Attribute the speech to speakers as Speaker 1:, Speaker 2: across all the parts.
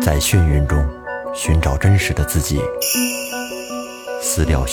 Speaker 1: 在眩晕中寻找真实的自己，撕掉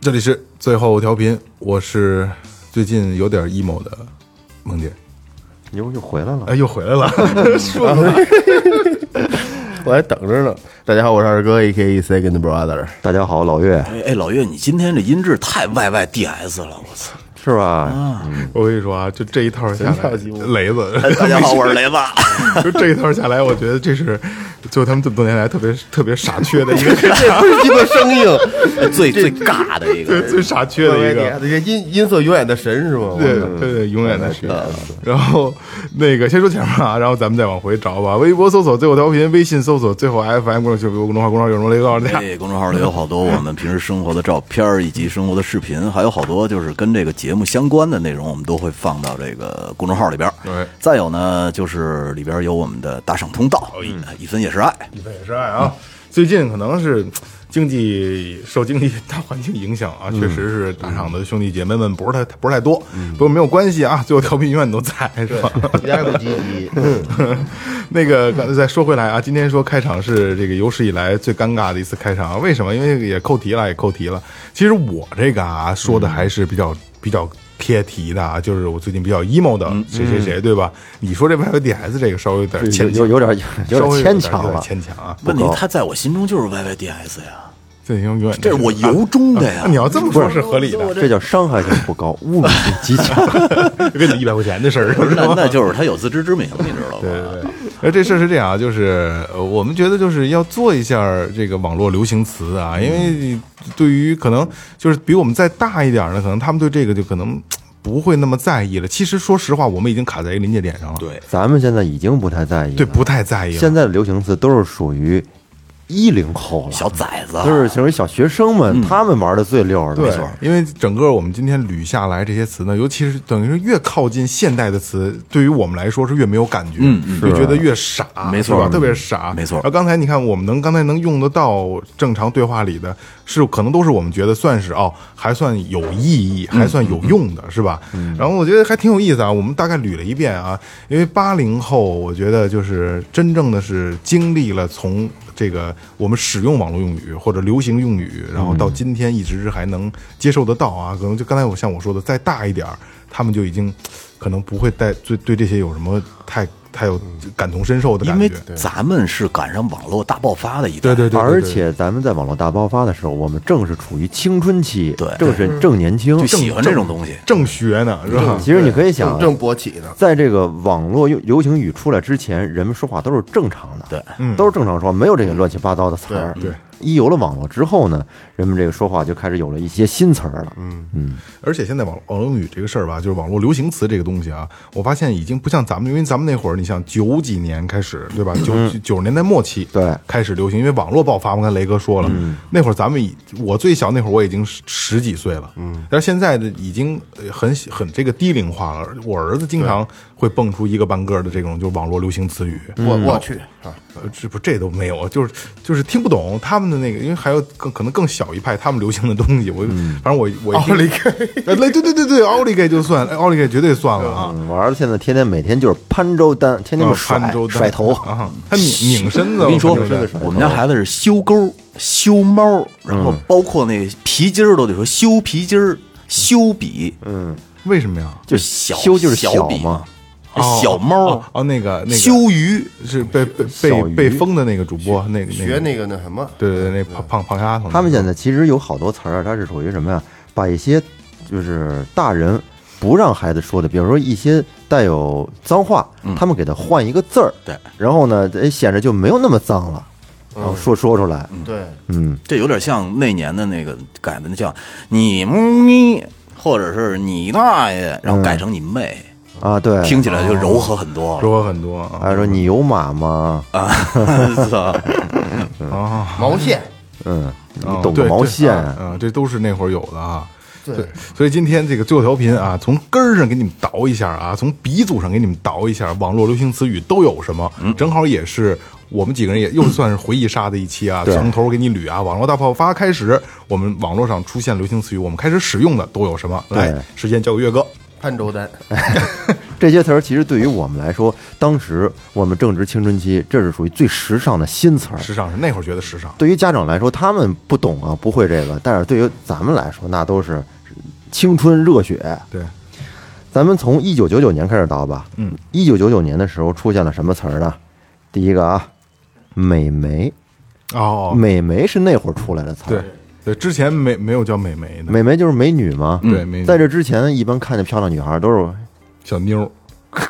Speaker 2: 这里是最后调频，我是最近有点 emo 的梦姐，
Speaker 3: 又又回来了，
Speaker 2: 哎，又回来 了，说
Speaker 4: 我还等着呢。大家好，我是二哥，A K E Second Brother。
Speaker 3: 大家好，老岳
Speaker 5: 哎哎，老岳，你今天这音质太 YYDS 了，我操！
Speaker 3: 是吧？
Speaker 2: 我跟你说啊，就这一套下来，雷子，
Speaker 5: 大家好，我是雷子。
Speaker 2: 就这一套下来，我觉得这是就他们这么多年来特别特别傻缺的一个
Speaker 4: 这不是鸡巴生硬，
Speaker 5: 最最尬的一
Speaker 2: 最
Speaker 5: 个，
Speaker 2: 最傻缺的一个。
Speaker 4: 这音音色永远的神是吗？
Speaker 2: 对对对，永远的是。然后那个先说前面啊，然后咱们再往回找吧。微博搜索最后调频，微信搜索最后 FM 公众号、公众号、公众号有什么雷告诉大家。
Speaker 5: 这公众号里有好多我们平时生活的照片儿以及生活的视频，还有好多就是跟这个节目相关的内容，我们都会放到这个公众号里边儿。
Speaker 2: 对
Speaker 5: 再有呢，就是里边有我们的打赏通道，一分也是爱。
Speaker 2: 一分也是爱啊。最近可能是经济受经济大环境影响
Speaker 3: 嗯
Speaker 2: 啊，确实是大厂的兄弟姐妹们不是太不是太多，不过没有关系啊，最后调频永远都在，是吧？
Speaker 4: 压根积极。
Speaker 2: 那个，刚才再说回来啊，今天说开场是这个有史以来最尴尬的一次开场，啊为什么？因为也扣题了，也扣题了。其实我这个啊说
Speaker 3: 嗯
Speaker 2: 的还是比较比较贴题的啊，就是我最近比较 emo 的
Speaker 3: 嗯
Speaker 2: 谁谁谁，对吧？你说这 YYDS 这个稍微有点
Speaker 3: 有
Speaker 2: 牵强
Speaker 3: 有，有点
Speaker 2: 稍微
Speaker 3: 有点牵强
Speaker 2: 有点
Speaker 3: 了，
Speaker 2: 牵强啊。
Speaker 5: 问题他在我心中就是 YYDS 呀，
Speaker 2: 这永远
Speaker 5: 这是我由衷的 呀
Speaker 2: 啊。你要这么说，是合理的，
Speaker 3: 这叫伤害性不高，侮辱性极强。
Speaker 2: 跟你一百块钱的事儿。
Speaker 5: 那那就是他有自知之明，你知道
Speaker 2: 对
Speaker 5: 吗？
Speaker 2: 对对，而这事儿是这样啊，就是呃，我们觉得就是要做一下儿这个网络流行词啊，因为对于可能就是比我们再大一点儿的，可能他们对这个就可能不会那么在意了。其实说实话，我们已经卡在一个临界点上了，
Speaker 5: 对
Speaker 3: 咱们现在已经不太在意了，
Speaker 2: 对，不太在意了。
Speaker 3: 现在的流行词都是属于一零后了，
Speaker 5: 小崽子啊，
Speaker 3: 就是属于小学生们，他们玩的最溜的，
Speaker 2: 嗯对，因为整个我们今天捋下来这些词呢，尤其是等于是越靠近现代的词，对于我们来说是越没有感觉，
Speaker 5: 嗯
Speaker 2: 就觉得越傻，
Speaker 5: 没错
Speaker 2: 是吧？特别傻，
Speaker 5: 嗯没错
Speaker 2: 然后刚才你看，我们能刚才能用得到正常对话里的是，可能都是我们觉得算是哦，还算有意义，还算有用的，是吧？
Speaker 5: 嗯
Speaker 2: 然后我觉得还挺有意思啊，我们大概捋了一遍啊，因为八零后，我觉得就是真正的是经历了从。这个我们使用网络用语或者流行用语，然后到今天一直还能接受得到啊。可能就刚才我像我说的，再大一点儿，他们就已经可能不会带对对这些有什么太太有感同身受的感
Speaker 5: 因
Speaker 2: 觉。
Speaker 5: 为咱们是赶上网络大爆发的一
Speaker 2: 对，
Speaker 5: 代
Speaker 2: 对对对对
Speaker 3: 而且咱们在网络大爆发的时候，我们正是处于青春期，
Speaker 5: 对
Speaker 3: 正
Speaker 2: 嗯
Speaker 3: 是正年轻
Speaker 5: 就。喜欢这种东西。
Speaker 2: 正学呢，是吧？
Speaker 3: 其实你可以想
Speaker 4: 正，正勃起呢，
Speaker 3: 在这个网络流流行语出来之前，人们说话都是正常的，
Speaker 5: 对
Speaker 2: 嗯
Speaker 3: 都是正常说，没有这些乱七八糟的词儿。
Speaker 2: 对对，
Speaker 3: 一有了网络之后呢，人们这个说话就开始有了一些新词儿了。
Speaker 2: 嗯而且现在网网络用语这个事儿吧，就是网络流行词这个东西啊，我发现已经不像咱们，因为咱们那会儿，你像九几年开始，对吧？九九十年代末期，
Speaker 3: 对
Speaker 2: 开始流行，因为网络爆发嘛。刚才雷哥说了，那会儿咱们已我最小那会儿我已经十十几岁了，嗯，但是现在的已经呃很很这个低龄化了。我儿子经常会蹦出一个半个的这种就是网络流行词语，
Speaker 4: 我我去啊，
Speaker 2: 呃，这不这都没有，就是就是听不懂他们的那个，因为还有更可能更小一派他们流行的东西。我、
Speaker 3: 嗯
Speaker 2: 反正我我奥利给，哎对对对对对，奥利给就算，哎奥利给绝对算了啊。
Speaker 3: 嗯我儿子现在天天每天就是潘周丹，天天就甩、
Speaker 2: 潘周丹
Speaker 3: 甩头，
Speaker 2: 啊，他拧拧身子，
Speaker 5: 我跟你说
Speaker 2: 潘周丹，
Speaker 5: 我们家孩子是修钩、修猫，
Speaker 2: 嗯
Speaker 5: 然后包括那皮筋儿都得说修皮筋儿、修笔，
Speaker 2: 嗯为什么呀？
Speaker 5: 就小
Speaker 3: 修就是
Speaker 5: 小
Speaker 3: 小
Speaker 5: 笔
Speaker 3: 嘛，
Speaker 2: 哦
Speaker 5: 小猫
Speaker 2: 哦，那个那个
Speaker 5: 修鱼，
Speaker 2: 是被被
Speaker 3: 小
Speaker 2: 被
Speaker 3: 鱼
Speaker 2: 被封的那个主播，那个那
Speaker 4: 学
Speaker 2: 个
Speaker 4: 那个那什么，
Speaker 2: 对对对，那胖胖胖丫头，
Speaker 3: 他们现在其实有好多词儿啊，它是属于什么呀？把一些就是大人不让孩子说的，比如说一些带有脏话，他们给它换一个字儿，
Speaker 5: 对，
Speaker 3: 然后呢，哎，显着就没有那么脏了，
Speaker 2: 嗯
Speaker 3: 然后说说出来，
Speaker 4: 对，
Speaker 3: 嗯，
Speaker 5: 这有点像那年的那个改的那叫你咪，或者是你大爷，
Speaker 2: 嗯
Speaker 5: 然后改成你妹，
Speaker 3: 啊，对，
Speaker 2: 哎
Speaker 5: 听起来就柔
Speaker 2: 哦
Speaker 5: 和很多了。
Speaker 2: 说很多
Speaker 3: 哎
Speaker 2: 啊
Speaker 3: 还说你有马吗？
Speaker 5: 啊，是吧
Speaker 2: 啊，
Speaker 4: 毛线，
Speaker 3: 嗯，
Speaker 2: 哦
Speaker 3: 你懂个
Speaker 2: 对
Speaker 3: 毛
Speaker 2: 这
Speaker 3: 线
Speaker 2: 啊
Speaker 3: 啊！
Speaker 2: 啊，这都是那会儿有的啊。对，所以今天这个最后调频啊，从根儿上给你们倒一下啊，从鼻祖上给你们倒一下，网络流行词语都有什么？
Speaker 3: 嗯
Speaker 2: 正好也是我们几个人也又算是回忆杀的一期啊，从头给你捋啊。网络大爆发开始，我们网络上出现流行词语，我们开始使用的都有什么？来，时间交给岳哥。
Speaker 4: 潘周丹，
Speaker 3: 这些词儿其实对于我们来说，当时我们正值青春期，这是属于最时尚的新词儿。
Speaker 2: 时尚是那会儿觉得时尚，
Speaker 3: 对于家长来说，他们不懂啊，不会这个；但是对于咱们来说，那都是青春热血。
Speaker 2: 对，
Speaker 3: 咱们从一九九九年开始倒吧。嗯，一九九九年的时候出现了什么词儿呢？第一个啊，美眉，
Speaker 2: 哦，
Speaker 3: 哎美眉是那会儿出来的词
Speaker 2: 对
Speaker 3: 儿。
Speaker 2: 对，之前没没有叫美眉的，
Speaker 3: 美眉就是美女嘛。
Speaker 2: 对美女
Speaker 3: 在这之前，一般看见漂亮女孩都是
Speaker 2: 小妞
Speaker 3: 哦
Speaker 2: 儿，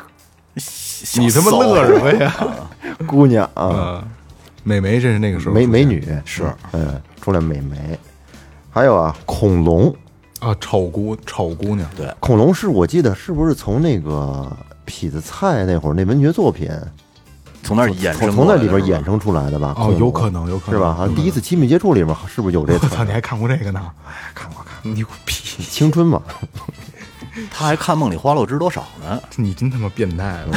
Speaker 5: 小
Speaker 2: 你他妈
Speaker 5: 骚
Speaker 2: 乐什么 呀？
Speaker 3: 姑娘啊，
Speaker 2: 啊，美眉这是那个时候
Speaker 3: 美
Speaker 2: 出
Speaker 3: 美
Speaker 2: 现
Speaker 3: 女
Speaker 5: 是，
Speaker 3: 嗯，出来美眉。还有啊，恐龙，
Speaker 2: 啊，丑姑丑姑娘，对，
Speaker 3: 恐龙是我记得是不是从那个痞子蔡那会儿那文学作品，
Speaker 5: 从那儿衍生
Speaker 3: 从从那里边
Speaker 5: 衍
Speaker 3: 衍生出来的吧？
Speaker 2: 哦
Speaker 3: 恐龙
Speaker 2: 有可能有可能嗯
Speaker 3: 是吧？好像第一次亲密接触里面是不是有这
Speaker 2: 我
Speaker 3: 词
Speaker 2: 操，
Speaker 3: 儿？
Speaker 2: 你还看过这个呢？
Speaker 3: 看过看，
Speaker 2: 牛逼！
Speaker 3: 青春嘛，
Speaker 5: 他还看《梦里花落知多少》呢，
Speaker 2: 你真他妈变态了！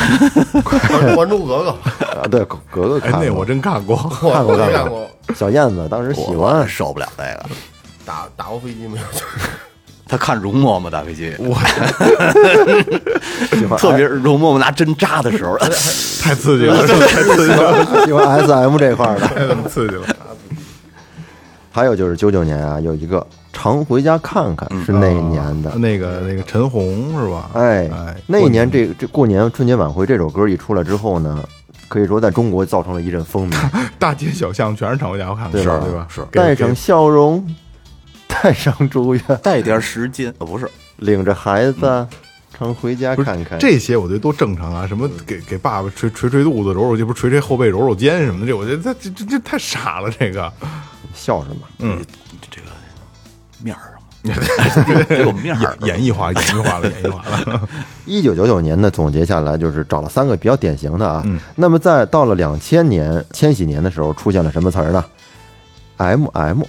Speaker 4: 还还珠格格，
Speaker 3: 啊，对，格格
Speaker 2: 哎，
Speaker 3: 看
Speaker 2: 那
Speaker 3: 过
Speaker 2: 我真看过。
Speaker 4: 我
Speaker 3: 看过
Speaker 4: 我
Speaker 3: 看
Speaker 4: 看
Speaker 3: 过
Speaker 4: 过，
Speaker 3: 小燕子当时喜
Speaker 5: 我
Speaker 3: 欢，
Speaker 5: 受不了这个。
Speaker 4: 打打过飞机没有？
Speaker 5: 他看容嬷嬷打飞机，
Speaker 3: 喜欢
Speaker 5: 特别是容嬷嬷拿针扎的时候，
Speaker 2: 太刺激 了，太刺激了，
Speaker 3: 喜 欢 S M 这块儿的。
Speaker 2: 太他妈刺激 了！
Speaker 3: 还有就是九九年啊，有一个常回家看看是那一年的，
Speaker 2: 那个那个陈红是吧？
Speaker 3: 哎
Speaker 2: 嗯哎，
Speaker 3: 那一年这这过年春节晚会这首歌一出来之后呢，可以说在中国造成了一阵风 靡。
Speaker 2: 大街小巷全是常回家看看，
Speaker 3: 对吧
Speaker 2: 对吧？
Speaker 5: 是
Speaker 2: 给
Speaker 3: 带上笑容， 带上祝愿，
Speaker 5: 带点时间，呃，不是，
Speaker 3: 领着孩子常回家
Speaker 2: 嗯不是
Speaker 3: 看看。
Speaker 2: 这些我觉得都正常啊，什么给给爸爸捶捶捶肚子、揉揉，这不是捶捶后背、揉揉肩什么的，这我觉得这这这这太傻了，这个
Speaker 3: 笑什么？
Speaker 2: 嗯
Speaker 5: 这个 面儿上，得有面儿，
Speaker 2: 演演绎化、演绎化了、演绎化了。
Speaker 3: 一九九九年呢，总结下来就是找了三个比较典型的啊。
Speaker 2: 嗯
Speaker 3: 那么在到了两千年、千禧年的时候，出现了什么词儿呢？M M，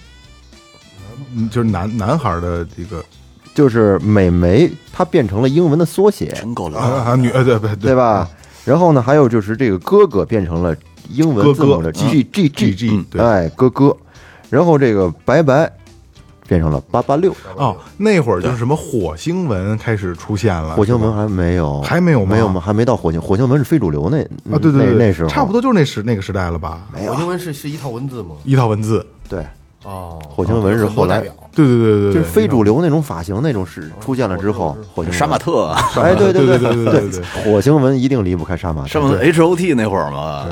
Speaker 2: 嗯就是男男孩的这个
Speaker 3: 就是美眉，它变成了英文的缩写，
Speaker 5: 真够
Speaker 2: 啊
Speaker 5: 了。
Speaker 2: 啊女呃对对
Speaker 3: 对？吧？然后呢，还有就是这个哥哥变成了英文字母
Speaker 2: 哥哥
Speaker 3: 的 G
Speaker 2: G
Speaker 3: G G
Speaker 2: G 对
Speaker 3: 哎，哥哥。然后这个白白变成了八八六。
Speaker 2: 哦，那会儿就是什么火星文开始出现了，
Speaker 3: 火星
Speaker 2: 是吧
Speaker 3: 文还没有，
Speaker 2: 还没有吗
Speaker 3: 没有吗？还没到火星，火星文是非主流那
Speaker 2: 啊，对对对，
Speaker 3: 那那时候
Speaker 2: 差不多就是那时那个时代了吧？
Speaker 4: 我英文是是一套文字吗？
Speaker 2: 一套文字，
Speaker 3: 对，
Speaker 4: 哦，
Speaker 3: 火星文是后来
Speaker 4: 有很多代表
Speaker 2: 对对对对
Speaker 3: 就
Speaker 2: 对，
Speaker 3: 是非主流那种发型那种是出现了之后，火星文
Speaker 5: 杀马，特啊，
Speaker 3: 哎，对
Speaker 2: 对
Speaker 3: 对
Speaker 2: 对对对对对
Speaker 3: 火星文一定离不开杀马
Speaker 5: 什
Speaker 3: 特，
Speaker 5: 么 H O T 那会儿嘛，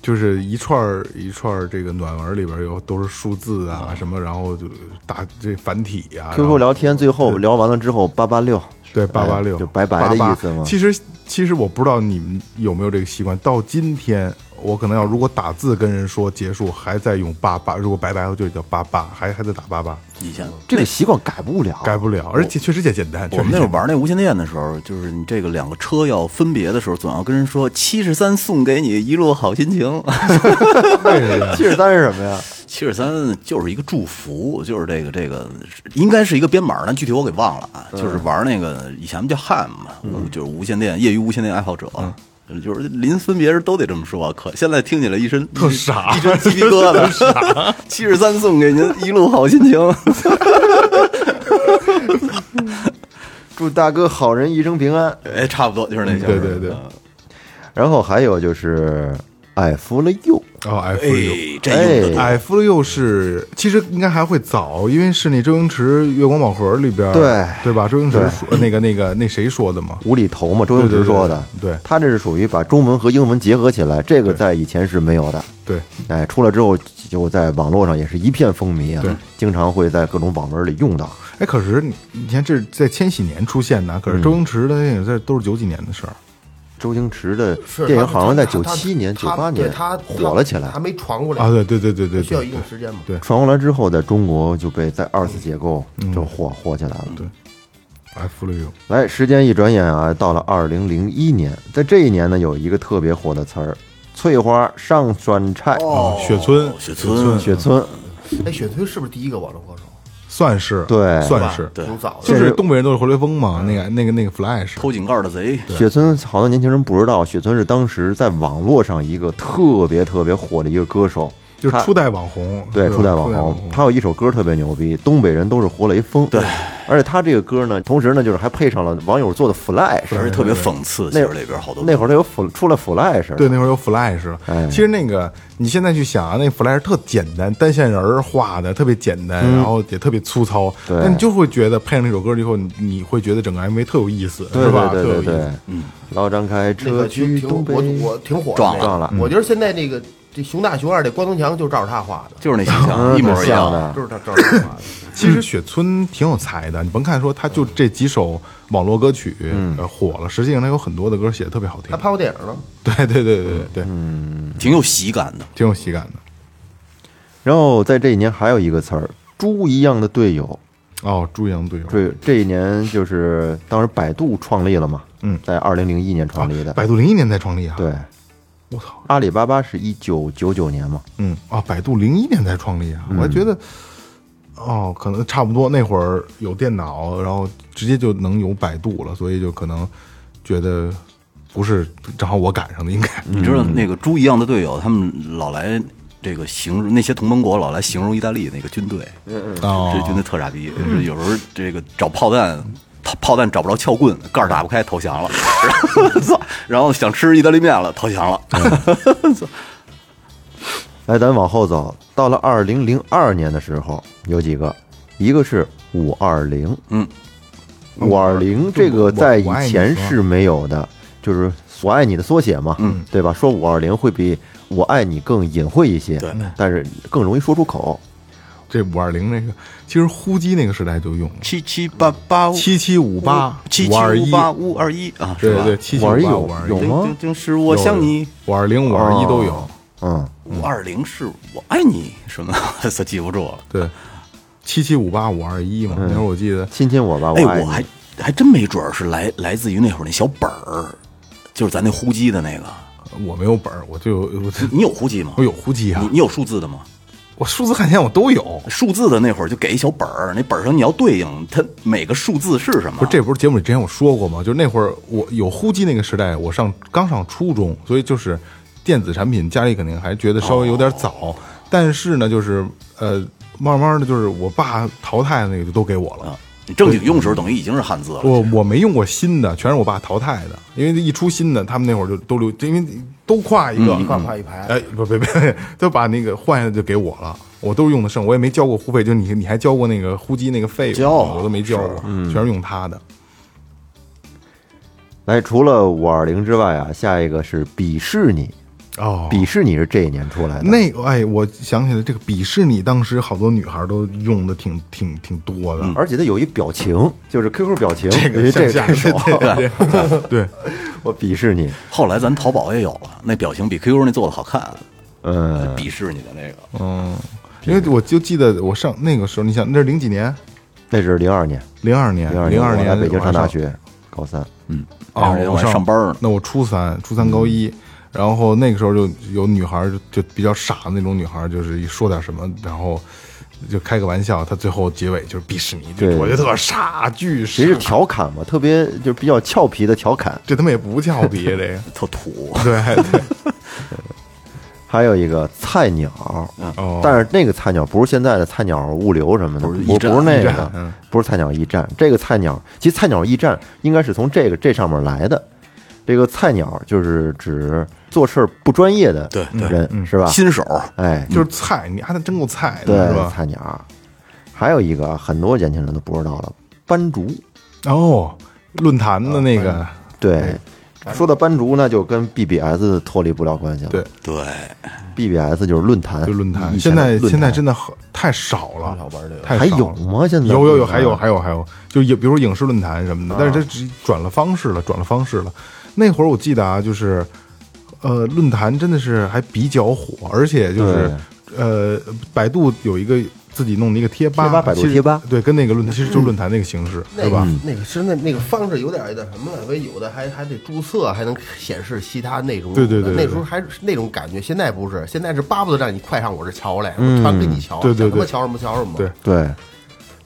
Speaker 2: 就是一串儿一串儿这个暖文里边有都是数字
Speaker 3: 嗯
Speaker 2: 啊什么，然后就打这繁体啊
Speaker 3: QQ 聊天最后聊完了之后八八六，
Speaker 2: 对八八六
Speaker 3: 哎就拜拜的意思吗
Speaker 2: 88其实其实我不知道你们有没有这个习惯，到今天我可能要如果打字跟人说结束，还在用八八，如果拜拜我就叫八八，还还在打八八，
Speaker 5: 以前。
Speaker 3: 这个习惯改不了，
Speaker 2: 改不了，而且确实也简单。
Speaker 5: 我们
Speaker 2: 确
Speaker 5: 那会儿
Speaker 2: 实
Speaker 5: 玩那无线电的时候，就是你这个两个车要分别的时候，总要跟人说七十三送给你一路好心情。
Speaker 3: 七十三是什么呀？
Speaker 5: 七十三就是一个祝福，就是这个这个应该是一个编码，但具体我给忘了啊。就是玩那个以前叫 ham 嘛，我就是无线电业余无线电爱好者，就是临分别时都得这么说。可现在听起来一身特
Speaker 2: 傻
Speaker 5: 一身鸡皮疙瘩。七十三送给您一路好心情。
Speaker 3: 祝大哥好人一生平安。
Speaker 5: 哎，差不多就是那些。
Speaker 2: 对对对
Speaker 5: 嗯
Speaker 3: 然后还有就是矮服了又，
Speaker 2: 哦 F 六。
Speaker 5: 哎，这用的多
Speaker 2: 哎，福禄佑是其实应该还会早，因为是那周星驰《月光宝盒》里边，
Speaker 3: 对
Speaker 2: 对吧？周星驰
Speaker 3: 对
Speaker 2: 说那个那个那谁说的嘛？
Speaker 3: 无厘头嘛，周星
Speaker 2: 对对
Speaker 3: 驰
Speaker 2: 对
Speaker 3: 说的，
Speaker 2: 对
Speaker 3: 他这是属于把中文和英文结合起来，这个在以前是没有的。
Speaker 2: 对，
Speaker 3: 哎，出来之后就在网络上也是一片风靡
Speaker 2: 对
Speaker 3: 啊，经常会在各种网文里用到。
Speaker 2: 哎，可是你你看这是在千禧年出现的，可是周星驰的电影在都是九几年的事儿，
Speaker 3: 周星驰的
Speaker 4: 是
Speaker 3: 电影好像在
Speaker 4: 他
Speaker 3: 九
Speaker 4: 他
Speaker 3: 七年、九
Speaker 4: 他
Speaker 3: 八
Speaker 4: 对
Speaker 3: 年
Speaker 4: 他
Speaker 3: 火了起来
Speaker 4: 还，没传过来
Speaker 2: 啊！，对对对对对，
Speaker 4: 需要一
Speaker 2: 对
Speaker 4: 定时间嘛。
Speaker 2: 对
Speaker 3: 传过来之后，在中国就被在二次解构就火火起来了。
Speaker 2: 哎，福禄佑
Speaker 3: 来，时间一转眼啊，到了二零零一年，在这一年呢，有一个特别火的词儿翠花上酸菜，
Speaker 2: 啊，雪村，
Speaker 5: 雪
Speaker 2: 村
Speaker 5: 村
Speaker 3: 雪村，
Speaker 4: 哎，雪村是不是第一个网络歌手？
Speaker 2: 算是
Speaker 3: 对
Speaker 2: 算是
Speaker 5: 对
Speaker 4: 挺早的
Speaker 2: 就
Speaker 3: 这
Speaker 2: 是
Speaker 3: 是
Speaker 2: 东北人都是回雷锋嘛，那个那个那个 Flash，
Speaker 5: 偷井盖的贼，
Speaker 3: 雪村好多年轻人不知道，雪村是当时在网络上一个特别特别火的一个歌手，
Speaker 2: 就是
Speaker 3: 他
Speaker 2: 初代网红，
Speaker 3: 对，
Speaker 2: 是吧
Speaker 3: 初代网红，他有一首歌特别牛逼，《东北人都是活雷锋》。对，而且他这个歌呢，同时呢，就是还配上了网友做的 flash。
Speaker 5: 而且特别讽刺。其
Speaker 3: 那
Speaker 5: 实里边好多
Speaker 3: 那会儿他有 f 出来 flash。
Speaker 2: 对，，那会儿有 Flash，
Speaker 3: 哎
Speaker 2: 其实那个你现在去想啊，那个 Flash 特简单，单线人儿画的特别简单，然后也特别粗糙，
Speaker 3: 嗯对
Speaker 2: 但你就会觉得配上那首歌以后，你你会觉得整个 MV 特有意思，
Speaker 3: 对
Speaker 2: 是吧？
Speaker 3: 对
Speaker 2: 特
Speaker 3: 对
Speaker 2: 有
Speaker 3: 对
Speaker 2: 意思
Speaker 3: 对。，嗯，老张开
Speaker 4: 那
Speaker 3: 车
Speaker 4: 个挺
Speaker 3: 去
Speaker 4: 挺
Speaker 3: 东北
Speaker 4: 我，我挺火的
Speaker 5: 撞
Speaker 4: 那个
Speaker 3: 撞了嗯
Speaker 4: 我觉得现在那个这熊大熊二这关东强就是照着他画的，
Speaker 5: 就是那形象
Speaker 3: 嗯
Speaker 5: 一模一
Speaker 3: 像
Speaker 5: 样
Speaker 3: 的。
Speaker 4: 就是他照着 他画的。
Speaker 2: 其实雪村挺有才的，你甭看说他就这几首网络歌曲、
Speaker 3: 嗯
Speaker 2: 呃火了，实际上他有很多的歌写的特别好听
Speaker 4: 他，拍过电影呢，
Speaker 3: 嗯
Speaker 2: 对对对对对对，
Speaker 5: 挺有喜感的。
Speaker 2: 挺有喜感的。
Speaker 3: 然后在这一年还有一个词儿，“猪一样的队友”。
Speaker 2: 哦，朱阳队友，
Speaker 3: 对，这一年就是当时百度创立了嘛，
Speaker 2: 嗯
Speaker 3: 在二零零一年创立的。
Speaker 2: 百度零一年才创立啊，，
Speaker 3: 对，
Speaker 2: 我操，
Speaker 3: 阿里巴巴是一九九九年嘛，
Speaker 2: 嗯啊，百度零一年才创立啊，我还觉得，哦，可能差不多那会儿有电脑，然后直接就能有百度了，所以就可能觉得不是正好我赶上的，应该
Speaker 5: 你知道
Speaker 2: 嗯
Speaker 5: 那个猪一样的队友，他们老来这个形容那些同盟国老来形容意大利那个军队，
Speaker 2: 哦
Speaker 5: 这军队特傻逼，就是有时候这个找炮弹。炮炮弹找不着撬棍，盖儿打不开，投降了。 操！然后想吃意大利面了，投降了。
Speaker 2: 嗯
Speaker 3: 来，咱往后走，到了二零零二年的时候，有几个，一个是五二零，
Speaker 5: 嗯，
Speaker 3: 五二零这
Speaker 2: 嗯我
Speaker 3: 个在以
Speaker 2: 我爱你
Speaker 3: 前
Speaker 2: 是吧
Speaker 3: 是没有的，就是“我爱你”的缩写嘛，嗯，对吧？说五二零会比“我爱你”更隐晦一些，
Speaker 5: 对
Speaker 3: 但是更容易说出口。
Speaker 2: 这五二零那个，其实呼机那个时代就用了，
Speaker 5: 七七八八五
Speaker 2: 七七五八
Speaker 5: 七七
Speaker 2: 五二
Speaker 5: 五
Speaker 2: 一，
Speaker 5: 八五二一啊，
Speaker 2: 对
Speaker 5: 是吧
Speaker 2: 对，？七七
Speaker 3: 五
Speaker 2: 五
Speaker 3: 二一
Speaker 2: 八
Speaker 3: 有
Speaker 2: 五二一哦
Speaker 3: 有，
Speaker 5: 叮
Speaker 3: 吗
Speaker 5: 叮？叮，是我想你。
Speaker 2: 五二零五二一都有，
Speaker 3: 嗯，
Speaker 5: 五二零是我爱你什么？ 我操，记不住了。
Speaker 2: 对，七七五八五二一嘛，那会儿我记得。
Speaker 3: 亲亲我吧，
Speaker 5: 哎，
Speaker 3: 爱
Speaker 5: 我还
Speaker 3: 你。
Speaker 5: 还真没准儿是来来自于那会儿那小本儿，就是咱那呼机的那个。
Speaker 2: 我没有 本儿，我就我就
Speaker 5: 你有呼机吗？
Speaker 2: 我有呼机啊
Speaker 5: 你，你有数字的吗？
Speaker 2: 我数字汉奸我都有。
Speaker 5: 数字的那会儿就给一小本儿，那本儿上你要对应它每个数字是什么。
Speaker 2: 不是，这不是节目里之前我说过吗？就是那会儿我有呼机那个时代，我上刚上初中，所以就是电子产品家里肯定还觉得稍微有点早，
Speaker 5: 哦
Speaker 2: 但是呢，就是呃，慢慢的就是我爸淘汰的那个就都给我了。
Speaker 5: 啊，你正经用的时候等于已经是汉字了。
Speaker 2: 我我没用过新的，全是我爸淘汰的，因为一出新的，他们那会儿就都留，因为都跨一个，
Speaker 5: 嗯
Speaker 4: 一块画一排。
Speaker 2: 哎，不别别，都把那个换下来就给我了，我都是用的剩，我也没交过护费，就你你还交过那个呼机那个费用
Speaker 5: 交啊
Speaker 2: 吗，我都没交过，
Speaker 3: 嗯
Speaker 2: 全是用他的。
Speaker 3: 来，除了五二零之外啊，下一个是鄙视你，
Speaker 2: 哦
Speaker 3: 鄙视你是这一年出来的。
Speaker 2: 那个哎，我想起来这个鄙视你，当时好多女孩都用的挺挺挺多
Speaker 5: 嗯
Speaker 2: 的。
Speaker 3: 而且它有一表情，就是 QQ 表情，
Speaker 2: 这
Speaker 3: 因
Speaker 2: 个
Speaker 3: 嗯为这
Speaker 2: 向
Speaker 3: 个
Speaker 2: 下，
Speaker 3: 太爽了
Speaker 2: 对对 对，
Speaker 3: 我鄙视你，
Speaker 5: 后来咱淘宝也有了，那表情比 QQ 那做的好看，
Speaker 3: 嗯，
Speaker 5: 鄙视你的那个。
Speaker 2: 嗯，因为我就记得我上那个时候，你想那是零几年，
Speaker 3: 那是零二年，
Speaker 2: 零二年
Speaker 3: 零，二
Speaker 2: 零二
Speaker 3: 我
Speaker 2: 年
Speaker 3: 来北京
Speaker 2: 我还
Speaker 3: 上大学，高三，
Speaker 2: 哦，
Speaker 5: 02年
Speaker 2: 我
Speaker 5: 我还上班儿呢
Speaker 2: 那我初三，初三高
Speaker 3: 嗯
Speaker 2: 一，然后那个时候就有女孩儿就就比较傻的那种女孩儿，就是一说点什么，然后就开个玩笑，她最后结尾就是鄙视你，
Speaker 3: 对
Speaker 2: 我觉得特傻，巨
Speaker 3: 其实是
Speaker 2: 傻，
Speaker 3: 调侃嘛，特别就是比较俏皮的调侃。
Speaker 2: 这他妈也不叫别这 个，
Speaker 5: 特土，
Speaker 2: 对对，
Speaker 3: 还有一个菜鸟，
Speaker 2: 哦，
Speaker 3: 但是那个菜鸟不是现在的菜鸟物流什么的，
Speaker 5: 不是
Speaker 3: 不
Speaker 5: 驿站
Speaker 3: 不是那
Speaker 2: 驿
Speaker 3: 个
Speaker 2: 站嗯，
Speaker 3: 不是菜鸟驿站。这个菜鸟，其实菜鸟驿站应该是从这个这上面来的。这个菜鸟就是指做事儿不专业的
Speaker 5: 对对
Speaker 3: 人，是吧？
Speaker 5: 新手
Speaker 3: 哎，
Speaker 2: 就是菜，你还得真够菜的，
Speaker 3: 对
Speaker 2: 嗯是吧？
Speaker 3: 菜鸟。还有一个很多年轻人都不知道了，班竹。
Speaker 2: 哦，论坛的那个，
Speaker 3: 哦对，说到班竹呢，就跟 BBS 脱离不了关系了。
Speaker 2: 哎对
Speaker 5: 对，
Speaker 3: BBS 就是论坛，
Speaker 2: 就论坛，
Speaker 3: 哎以
Speaker 2: 现
Speaker 3: 前的
Speaker 2: 在
Speaker 3: 论坛
Speaker 2: 现在真的很太少了
Speaker 4: 很少玩这个，
Speaker 2: 太
Speaker 3: 还
Speaker 2: 少
Speaker 3: 有
Speaker 2: 了
Speaker 3: 吗？现在啊
Speaker 2: 有有有，
Speaker 3: 论坛
Speaker 2: 还有还有还有，就也比如影视论坛什么的，但
Speaker 3: 啊
Speaker 2: 是它只转了方式了，转了方式了。那会儿我记得啊，就是呃，论坛真的是还比较火，而且就是呃，百度有一个自己弄的一个贴吧，
Speaker 3: 贴吧百度
Speaker 2: 其实
Speaker 3: 贴吧
Speaker 2: 对，跟那个论坛其实就是论坛那个形式，
Speaker 4: 那
Speaker 2: 对吧
Speaker 4: 个？那个是那那个方式有点儿有点儿什么了，因为有的还还得注册，还能显示其他内容。
Speaker 2: 对对对对
Speaker 4: 那时候还是那种感觉，现在不是，现在是巴不得让你快上我这瞧来，我全给你瞧，
Speaker 2: 嗯对对对
Speaker 4: 想他妈瞧什么瞧什么。
Speaker 2: 对，
Speaker 3: 对，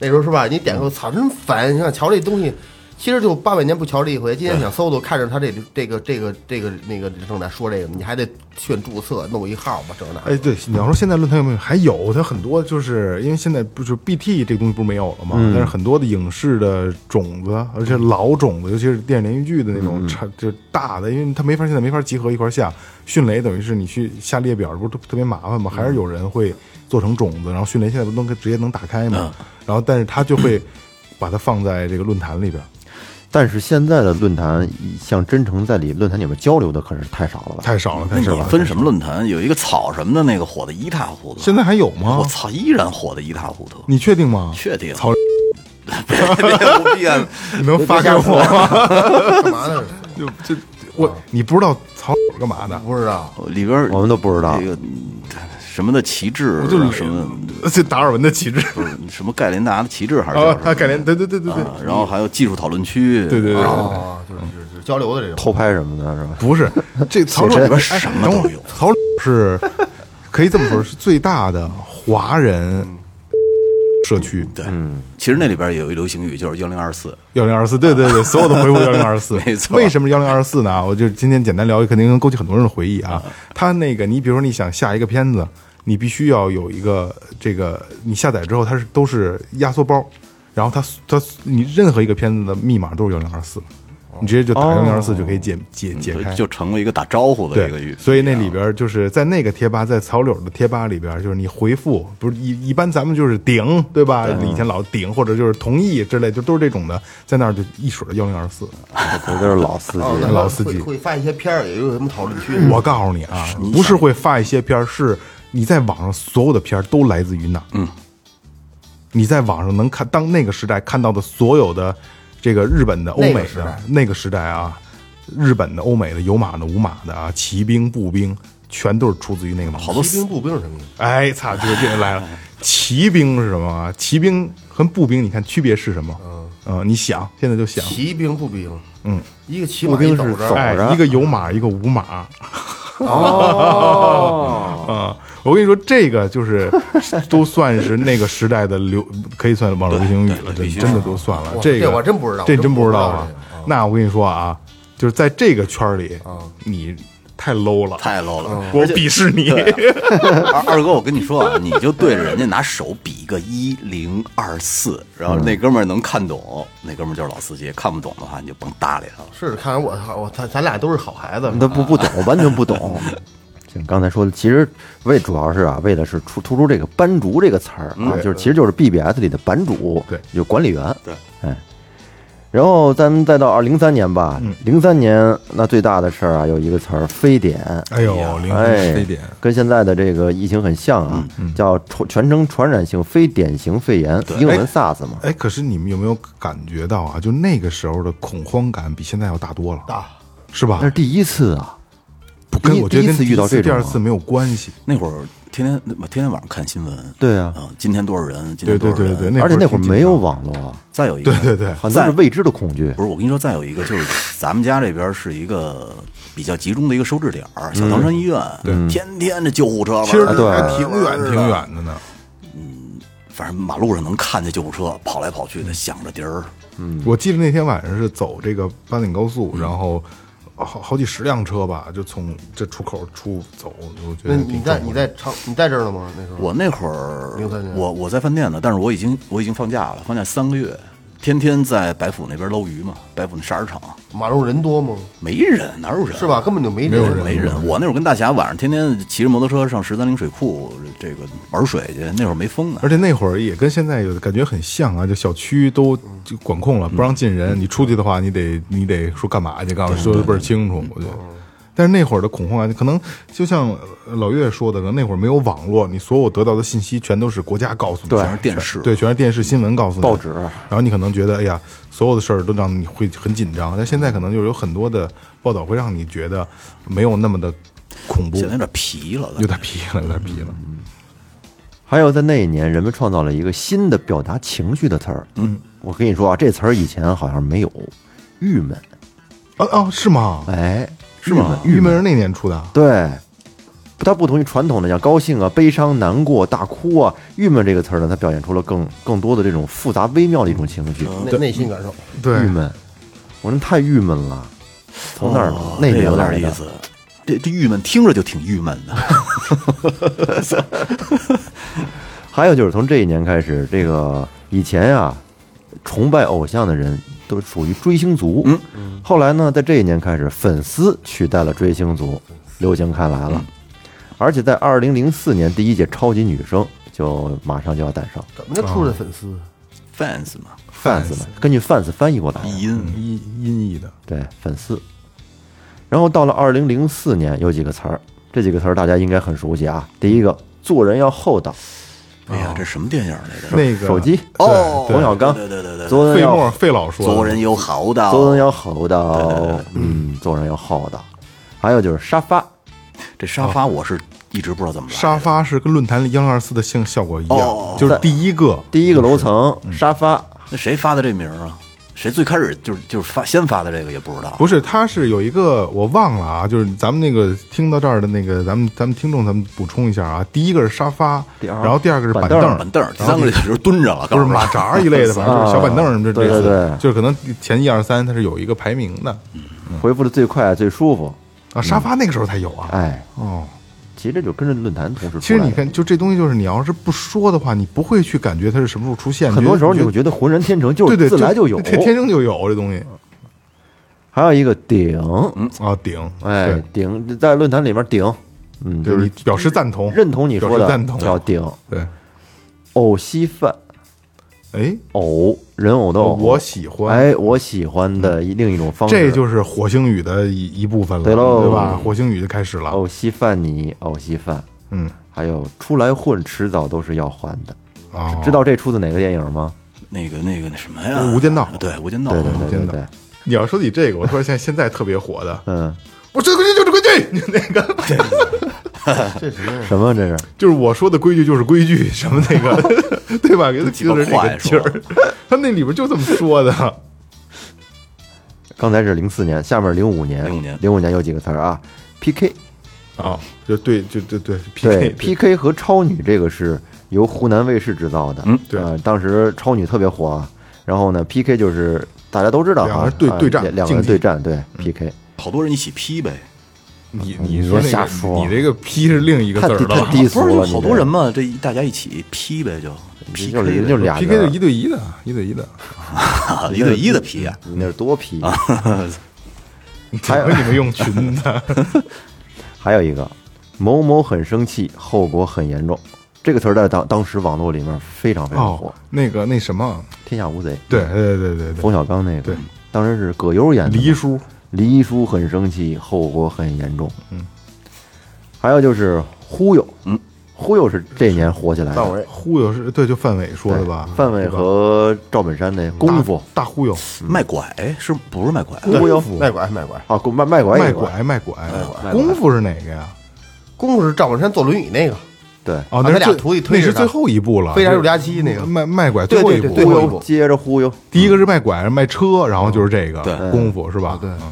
Speaker 4: 那时候是吧？你点个操，真烦！你想瞧这东西，其实就八百年不瞧这一回。今天想搜搜，看着他这这个这个这个那个正在说这个，你还得去注册弄一号吧，整那。
Speaker 2: 哎，对，你要说现在论坛有没有？还有，它很多就是因为现在不就是 BT 这东西不是没有了吗？但是很多的影视的种子，而且老种子，尤其是电视连续剧的那种产，就是大的，因为它没法现在没法集合一块儿下。迅雷等于是你去下列表，不是特特别麻烦吗？还是有人会做成种子，然后迅雷现在不能直接能打开吗？然后但是他就会 把它放在这个论坛里边儿，
Speaker 3: 但是现在的论坛，像真诚在里论坛里面交流的可是太少了吧？
Speaker 2: 太少了，
Speaker 5: 那
Speaker 2: 太少
Speaker 5: 你
Speaker 2: 了。
Speaker 5: 分什么论坛？有一个草什么的那个火的一塌糊涂，
Speaker 2: 现在还有吗
Speaker 5: 我？操，依然火的一塌糊涂。
Speaker 2: 你确定吗？
Speaker 5: 确定？
Speaker 2: 操，
Speaker 5: 别别胡逼啊！
Speaker 2: 你能发给我吗？
Speaker 4: 干嘛呢？
Speaker 2: 就就我，你不知道草干嘛的？
Speaker 4: 不知道。
Speaker 5: 里边
Speaker 3: 我们都不知道
Speaker 5: 这
Speaker 2: 啊
Speaker 5: 个嗯什么的旗帜，啊
Speaker 2: 就是
Speaker 5: 什么
Speaker 2: 这达尔文的旗帜
Speaker 5: 不是什么盖连达的旗帜还是
Speaker 2: 啊
Speaker 5: 叫，什
Speaker 2: 他
Speaker 5: 么
Speaker 2: 改良，对对对对对啊
Speaker 5: 啊，然后还有技术讨论区，
Speaker 2: 对对对，对
Speaker 4: 哦，就是就是就是交流的这种。
Speaker 3: 偷拍什么的是吧？
Speaker 2: 不是这曹爽
Speaker 5: 里边什么都
Speaker 2: 哎等
Speaker 5: 有
Speaker 2: 会儿曹爽是可以这么说，是最大的华人社区。对，
Speaker 5: 其实那里边也有一流行语，就是幺零二四，
Speaker 2: 幺零二四，对对 对，所有的回复幺零二四，
Speaker 5: 没错
Speaker 2: 为什么幺零二四呢？我就今天简单聊，肯定能勾起很多人的回忆啊。他那个，你比如说你想下一个片子，你必须要有一个这个，你下载之后它是都是压缩包，然后它它你任何一个片子的密码都是幺零二四，你直接就打幺零二四就可以解解解开，
Speaker 5: 哦就成了一个打招呼的一个
Speaker 2: 对
Speaker 5: 语，。啊
Speaker 2: 所以那里边就是在那个贴吧，在草柳的贴吧里边，就是你回复，不是一一般咱们就是顶，对吧？以前老顶或者就是同意之类，就都是这种的，在那儿就一水幺零二四。
Speaker 3: 这都是 老司
Speaker 4: 哦，
Speaker 3: 机。
Speaker 4: 那
Speaker 2: 老司机
Speaker 4: 会会发一些片儿，也有什么讨论区。
Speaker 2: 我告诉你啊，不是会发一些片儿，是你在网上所有的片儿都来自于那。嗯，你在网上能看当那个时代看到的所有的这个日本的、欧美
Speaker 4: 那个时
Speaker 2: 的
Speaker 4: 代
Speaker 2: 那个时代啊，日本的、欧美的有马的、无马的啊，骑兵、步兵，全都是出自于那个网站。
Speaker 4: 骑兵步兵是什么意思？
Speaker 2: 哎，操，这个这个来了。骑兵是什么啊？骑兵和步兵，你看区别是什么？嗯、你想，现在就想。
Speaker 4: 骑兵步兵，
Speaker 2: 嗯，
Speaker 4: 一个骑
Speaker 3: 步
Speaker 4: 马
Speaker 3: 兵
Speaker 4: 一
Speaker 3: 是
Speaker 4: 走
Speaker 3: 走
Speaker 4: 着，
Speaker 2: 哎
Speaker 3: 着，
Speaker 2: 一个有马，一个无马啊、
Speaker 3: 哦，
Speaker 2: 我跟你说，这个就是都算是那个时代的流， 可以算网络流行语了，真真的都算了
Speaker 4: 哇。
Speaker 2: 个
Speaker 4: 这我真不知道
Speaker 2: 这
Speaker 4: 我真
Speaker 2: 不
Speaker 4: 不
Speaker 2: 知
Speaker 4: 知
Speaker 2: 道
Speaker 4: 道
Speaker 2: 啊
Speaker 4: 这个啊。
Speaker 2: 那我跟你说啊，就是在这个圈儿里
Speaker 4: 啊，
Speaker 2: 你太 low 了，
Speaker 5: 太 low 了！
Speaker 2: 哦我鄙视你。
Speaker 5: 二二哥，我跟你说啊，你 就对着人家拿手比一个一零二四，然后那哥们儿能看懂，那哥们儿就是老司机；看不懂的话，你就甭搭理他了。
Speaker 4: 是看来我操我咱咱俩都是好孩子。
Speaker 3: 那不不懂，完全不懂。 像刚才说的，其实为主要是啊，为的是出突出这个“班主”这个词儿啊，就是其实就是 BBS 里的版主，
Speaker 2: 嗯对，
Speaker 3: 有管理员，
Speaker 5: 对，
Speaker 3: 哎。然后咱们再到二零三年吧，
Speaker 2: 嗯
Speaker 3: 零三年那最大的事儿啊，有一个词儿非典，
Speaker 2: 哎呦，零
Speaker 3: 哎，
Speaker 2: 非典，嗯
Speaker 3: 跟现在的这个疫情很像啊，叫传全称传染性非典型肺炎，英文 SARS 嘛。
Speaker 2: 哎，可是你们有没有感觉到啊？就那个时候的恐慌感比现在要大多了，
Speaker 4: 大
Speaker 2: 是吧
Speaker 3: 那是？第一次啊，
Speaker 2: 不跟
Speaker 3: 第一
Speaker 2: 我觉得
Speaker 3: 第
Speaker 2: 跟
Speaker 3: 一次遇到
Speaker 2: 第一
Speaker 3: 这
Speaker 2: 第
Speaker 3: 种
Speaker 2: 二
Speaker 3: 啊
Speaker 2: 次没有关系。
Speaker 5: 那会儿天天天天晚上看新闻，
Speaker 3: 对啊
Speaker 5: 啊，今天多少人？今
Speaker 2: 对
Speaker 5: 天多
Speaker 2: 对
Speaker 5: 少人？
Speaker 2: 对对，
Speaker 3: 而且那会儿
Speaker 2: 挺
Speaker 3: 没有
Speaker 2: 紧张，
Speaker 3: 网络，啊
Speaker 5: 再有一个，
Speaker 2: 对对对，
Speaker 3: 很多是未知的恐惧。
Speaker 5: 不是，我跟你说，再有一个就是咱们家这边是一个比较集中的一个收治点儿，小唐山医院，天天这救护车，
Speaker 2: 嗯其实
Speaker 5: 完
Speaker 3: 啊对
Speaker 2: 还
Speaker 5: 了
Speaker 2: 挺远挺，远的呢。
Speaker 5: 反正马路上能看见救护车跑来跑
Speaker 2: 嗯
Speaker 5: 去的，响着笛儿，
Speaker 3: 嗯
Speaker 2: 我记得那天晚上是走这个八岭高速，然后好好几十辆车吧，就从这出口出走，我觉得
Speaker 4: 那你
Speaker 2: 挺
Speaker 4: 在
Speaker 2: 壮
Speaker 4: 你
Speaker 2: 观
Speaker 4: 在长你在这儿呢吗？那时候
Speaker 5: 我那会儿
Speaker 4: 明白明白，
Speaker 5: 我我在饭店呢，但是我已经我已经放假了，放假三个月，天天在白府那边捞鱼嘛，白府那沙石场
Speaker 4: 马路人多吗？
Speaker 5: 没人，哪有人？
Speaker 4: 是吧？？根本就没人。
Speaker 5: 没人。我那会儿跟大侠晚上天天骑着摩托车上十三陵水库这个玩水去，那会儿没风呢
Speaker 2: 而。且那会儿也跟现在有的感觉很像啊，就小区都就管控
Speaker 3: 嗯
Speaker 2: 了，不让进人。你出去的话，你得你得说干嘛去，告诉说的倍儿清楚，
Speaker 3: 嗯
Speaker 2: 我觉得。但是那会儿的恐慌啊感，可能就像呃老岳说的，可能那会儿没有网络，你所有得到的信息全都是国家告诉你，
Speaker 3: 对
Speaker 5: 全是电视
Speaker 2: 对，全是电视新闻告诉你，
Speaker 3: 报纸
Speaker 2: 然后你可能觉得，哎呀，所有的事儿都让你会很紧张。但现在可能就是有很多的报道会让你觉得没有那么的恐怖
Speaker 5: 现，在有点皮了，
Speaker 3: 嗯
Speaker 2: 有点皮了，有点皮了。
Speaker 3: 还有在那一年，人们创造了一个新的表达情绪的词儿。嗯，我跟你说啊，这词儿以前好像没有，郁闷。
Speaker 2: 啊啊，是吗？
Speaker 3: 哎，
Speaker 2: 是吗？
Speaker 3: 郁
Speaker 2: 郁
Speaker 3: 闷
Speaker 2: 闷是那年出的啊，
Speaker 3: 对，它不同于传统的像高兴啊、悲伤、难过、大哭啊、郁闷这个词儿呢，它表现出了更更多的这种复杂微妙的一种情绪。
Speaker 4: 内内心感受。
Speaker 2: 对，
Speaker 3: 郁闷，我说太郁闷了，从那儿、
Speaker 5: 哦
Speaker 3: 那
Speaker 5: 这
Speaker 3: 年
Speaker 5: 有
Speaker 3: 来
Speaker 5: 点意
Speaker 3: 的。
Speaker 5: 思。这这郁闷听着就挺郁闷的，
Speaker 3: 还有就是从这一年开始，这个以前啊，崇拜偶像的人都属于追星族。嗯，后来呢，在这一年开始，粉丝取代了追星族，流行开来了。而且在二零零四年，第一届超级女声就马上就要诞生
Speaker 4: 怎么就出了粉丝？
Speaker 5: fans 嘛，
Speaker 3: ，fans 们根据 fans 翻译过来的，
Speaker 5: 译音
Speaker 2: 音音译的，
Speaker 3: 对粉丝。然后到了二零零四年，有几个词儿，这几个词儿大家应该很熟悉啊。第一个，做人要厚道，
Speaker 5: 哎呀，这什么电影来着？
Speaker 2: 那个
Speaker 3: 手机
Speaker 2: 对
Speaker 5: 哦
Speaker 3: 哦冯
Speaker 2: 对
Speaker 3: 小刚，
Speaker 5: 对对对对对，
Speaker 3: 啊做人
Speaker 2: 费
Speaker 3: 要
Speaker 2: 莫费老说的
Speaker 5: 做人有厚道，
Speaker 3: 做人要厚
Speaker 2: 哦
Speaker 3: 道，嗯，做人要厚道。还有就是沙发，
Speaker 5: 这沙发我是一直不知道怎么来的
Speaker 2: 沙发是跟论坛里央二四的性效果一
Speaker 5: 哦
Speaker 2: 样，就是第一个
Speaker 3: 第一个楼层
Speaker 2: 嗯
Speaker 3: 嗯沙发，
Speaker 5: 那谁发的这名儿啊？谁最开始就是就是发先发的这个也不知道，
Speaker 2: 不是，他是有一个我忘了啊，就是咱们那个听到这儿的那个，咱们咱们听众，咱们补充一下啊，第一个是沙发，
Speaker 3: 第二
Speaker 2: 然后第二个是
Speaker 3: 板
Speaker 2: 板
Speaker 3: 凳
Speaker 5: 板凳儿，第三个就是蹲着了，
Speaker 2: 就是
Speaker 5: 告诉
Speaker 2: 马
Speaker 5: 你
Speaker 2: 扎儿一类 的，反正就是小板凳什么这
Speaker 3: 对对
Speaker 2: 类
Speaker 3: 对
Speaker 2: 似，就是可能前一二三它是有一个排名的嗯
Speaker 3: 回复的最快最舒服，
Speaker 2: 啊，沙发那个时候才有啊。
Speaker 3: 哎，
Speaker 2: 哦，
Speaker 3: 其实这就跟着论坛同时
Speaker 2: 其实
Speaker 3: 出来的。
Speaker 2: 你看，就这东西，就是你要是不说的话，你不会去感觉它是什么时候出现，
Speaker 3: 很多时候你
Speaker 2: 就
Speaker 3: 会觉得浑然天成，就
Speaker 2: 对
Speaker 3: 是
Speaker 2: 对
Speaker 3: 自来就有。
Speaker 2: 天天生就有这东西
Speaker 3: 还有一个顶，
Speaker 2: 啊，顶，
Speaker 3: 哎
Speaker 2: 对，
Speaker 3: 顶在论坛里面顶，嗯，
Speaker 2: 就是是表示赞同，
Speaker 3: 认同你说
Speaker 2: 表
Speaker 3: 的
Speaker 2: 示赞同，
Speaker 3: 叫顶。
Speaker 2: 对，
Speaker 3: 偶稀饭，
Speaker 2: 哎，
Speaker 3: 偶人偶的偶，
Speaker 2: 我喜欢，
Speaker 3: 哎，我喜欢的另一种方式，
Speaker 2: 这就是火星语的一一部分了，
Speaker 3: 对
Speaker 2: 对
Speaker 3: 喽哦
Speaker 2: 吧？火星语就开始了，
Speaker 3: 偶稀饭你偶稀饭，
Speaker 2: 嗯，
Speaker 3: 还有出来混，迟早都是要还的。
Speaker 2: 啊，
Speaker 3: 知道这出自哪个电影吗？
Speaker 5: 那个那个那什么呀，
Speaker 2: 无间道
Speaker 5: 对《无间道》
Speaker 3: 啊对对对对
Speaker 2: 哦真
Speaker 3: 对
Speaker 2: 的，你要说起这个，我突然现在现在特别火的，
Speaker 3: 嗯，
Speaker 2: 我这规矩就是规矩， 那个
Speaker 4: 这什么呀？
Speaker 3: 什么这是？
Speaker 2: 就是我说的规矩就是规矩，什么那个， 对吧？
Speaker 5: 几个
Speaker 2: 就是那
Speaker 5: 快
Speaker 2: 个劲儿， 他那里边就这么说的。
Speaker 3: 刚才是零四年，下面零五年，
Speaker 5: 05年
Speaker 3: 零五年有几个词儿啊？PK，
Speaker 2: 啊，就对，就对对 PK
Speaker 3: 对 PK 和超女这个是由湖南卫视制造的，嗯
Speaker 2: 对
Speaker 3: 呃，当时超女特别火啊，然后呢 PK 就是大家都知道
Speaker 2: 两
Speaker 3: 啊
Speaker 2: 个人对
Speaker 3: 啊
Speaker 2: 对战
Speaker 3: 两两个
Speaker 2: 竞
Speaker 3: 人
Speaker 2: 技
Speaker 3: 对战，对 PK，
Speaker 5: 好多人一起批呗，
Speaker 2: 你
Speaker 3: 你
Speaker 2: 你说
Speaker 3: 别
Speaker 2: 那
Speaker 3: 瞎
Speaker 2: 个
Speaker 3: 说
Speaker 2: 你这个 P 是另一个
Speaker 3: 太
Speaker 2: 字儿
Speaker 3: 低太
Speaker 2: 了
Speaker 3: 低俗
Speaker 5: 啊不是
Speaker 3: 了，
Speaker 5: 有
Speaker 3: 你
Speaker 5: 好
Speaker 3: 这
Speaker 5: 多人嘛，这一大家一起批呗，就 PK
Speaker 3: 就是
Speaker 5: 呗
Speaker 3: 就俩
Speaker 2: ，PK 就
Speaker 3: 人啊
Speaker 2: 一对一的，一对一的，
Speaker 5: 啊一对一的批啊，
Speaker 3: 你那是多 P，
Speaker 2: 怎么你们用群的？
Speaker 3: 还有一个某某很生气，后果很严重，这个词儿在当当时网络里面非常非常火
Speaker 2: 哦，，那个那什么，
Speaker 3: 天下无贼，
Speaker 2: 对对对对对，
Speaker 3: 冯小刚那个，
Speaker 2: 对，
Speaker 3: 当时是葛优演的嘛。
Speaker 2: 黎叔
Speaker 3: 黎叔很生气，后果很严重。嗯，还有就是忽悠，嗯，忽悠是这年火起来的，
Speaker 4: 范围
Speaker 2: 忽悠是对，就范伟说的吧？
Speaker 3: 范伟
Speaker 2: 对吧
Speaker 3: 和赵本山那功夫
Speaker 2: 大忽悠，
Speaker 3: 嗯
Speaker 5: 卖拐是不是卖拐？
Speaker 3: 忽悠
Speaker 4: 卖拐卖拐，
Speaker 3: 啊，功卖卖拐也
Speaker 2: 卖
Speaker 3: 有啊，
Speaker 2: 拐卖拐
Speaker 3: 拐
Speaker 2: 功夫是哪个呀？
Speaker 4: 功夫是赵本山坐轮椅那个，
Speaker 3: 对，
Speaker 2: 哦，
Speaker 4: 啊
Speaker 2: 那是
Speaker 4: 他俩
Speaker 2: 最
Speaker 4: 徒弟推
Speaker 2: 那
Speaker 4: 着
Speaker 2: 是
Speaker 4: 他
Speaker 2: 最后一步了，
Speaker 4: 飞
Speaker 2: 非
Speaker 4: 来
Speaker 2: 常
Speaker 4: 入家七那个。
Speaker 2: 卖卖拐最后一步，
Speaker 4: 对对对
Speaker 3: 忽
Speaker 4: 对
Speaker 3: 悠接着忽悠。
Speaker 2: 第一个是卖拐，卖车，然后就是这个
Speaker 5: 对
Speaker 2: 功夫是吧？嗯对，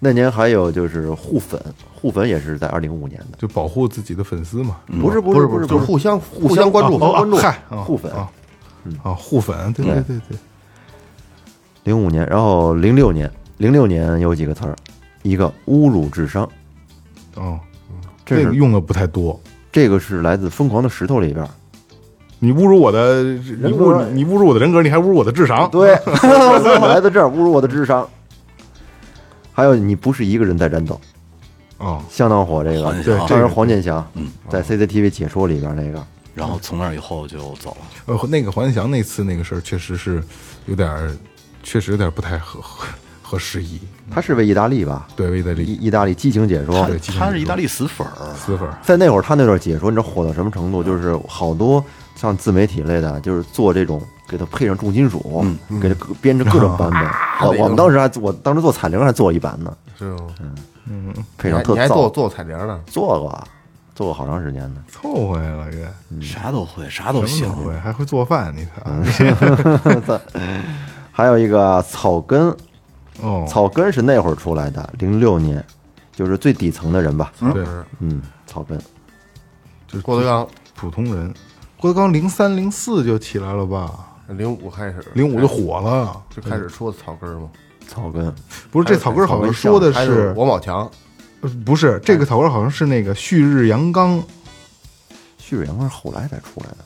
Speaker 3: 那年还有就是互粉，互粉也是在二零五年的，
Speaker 2: 就保护自己的粉丝嘛，
Speaker 3: 不是不是
Speaker 4: 不是
Speaker 3: 不
Speaker 4: 不
Speaker 3: 是
Speaker 4: 是，
Speaker 3: 不
Speaker 4: 就是是互相
Speaker 3: 互
Speaker 4: 互相关注
Speaker 3: 啊。关注
Speaker 2: 啊嗨，啊
Speaker 3: 互粉嗯
Speaker 2: 啊啊，互粉，对对对对，
Speaker 3: 零五年，然后零六年，零六年有几个词儿，一个侮辱智商，
Speaker 2: 哦，
Speaker 3: 这
Speaker 2: 这个
Speaker 3: 是
Speaker 2: 用的不太多。
Speaker 3: 这个是来自《疯狂的石头》里边儿，
Speaker 2: 你侮辱我的，你侮
Speaker 3: 格
Speaker 2: 辱你侮辱我的人格，你还侮辱我的智商，
Speaker 3: 对，我 来自这儿侮辱我的智商。还有，你不是一个人在战斗，
Speaker 2: 哦，
Speaker 3: 相当火这个
Speaker 5: 黄健，
Speaker 2: 翔
Speaker 3: 当
Speaker 2: 这
Speaker 3: 时
Speaker 2: 个
Speaker 3: 黄健翔
Speaker 5: 嗯
Speaker 3: 在 CCTV 解说里边那个，
Speaker 5: 然后从那以后就走了，
Speaker 2: 呃，那个黄健翔那次那个事儿，确实是有点儿，确实有点儿不太合合合时宜。
Speaker 3: 他是为意大利吧？
Speaker 2: 对，魏德利
Speaker 3: 意意大利激情解说
Speaker 2: 对，
Speaker 5: 嗯他是意大利死粉儿，
Speaker 2: 死粉儿，
Speaker 3: 在那会儿他那段解说，你知道火到什么程度？就是好多像自媒体类的，就是做这种给他配上重金属，
Speaker 4: 嗯
Speaker 3: 给他编成各种版本。
Speaker 4: 啊
Speaker 3: 我我们当时还我当时做彩铃还做一版呢，
Speaker 4: 是吗
Speaker 3: 配上特
Speaker 4: 你还
Speaker 3: 燥
Speaker 4: 做做彩铃呢？
Speaker 3: 做过啊，做过好长时间呢。
Speaker 2: 凑合呀，老岳，
Speaker 5: 啥都会，啥都
Speaker 2: 什
Speaker 5: 行
Speaker 2: 么。都会，还会做饭，你看，
Speaker 3: 还有一个草根，
Speaker 2: 哦，
Speaker 3: 草根是那会儿出来的，零六年，就是最底层的人吧。
Speaker 2: 对，
Speaker 3: 嗯，草根，
Speaker 2: 就是
Speaker 4: 郭德纲
Speaker 2: 普通人。郭德纲零三零四就起来了吧？
Speaker 4: 零五开始，
Speaker 2: 零五就火了，
Speaker 4: 就开始说草根儿嘛，
Speaker 3: 草根，
Speaker 2: 不是这草根儿好像说的
Speaker 4: 还
Speaker 2: 是
Speaker 4: 有王宝强，
Speaker 2: 呃不是这个草根儿好像是那个旭日阳刚。
Speaker 3: 旭日阳光是后来才出来的。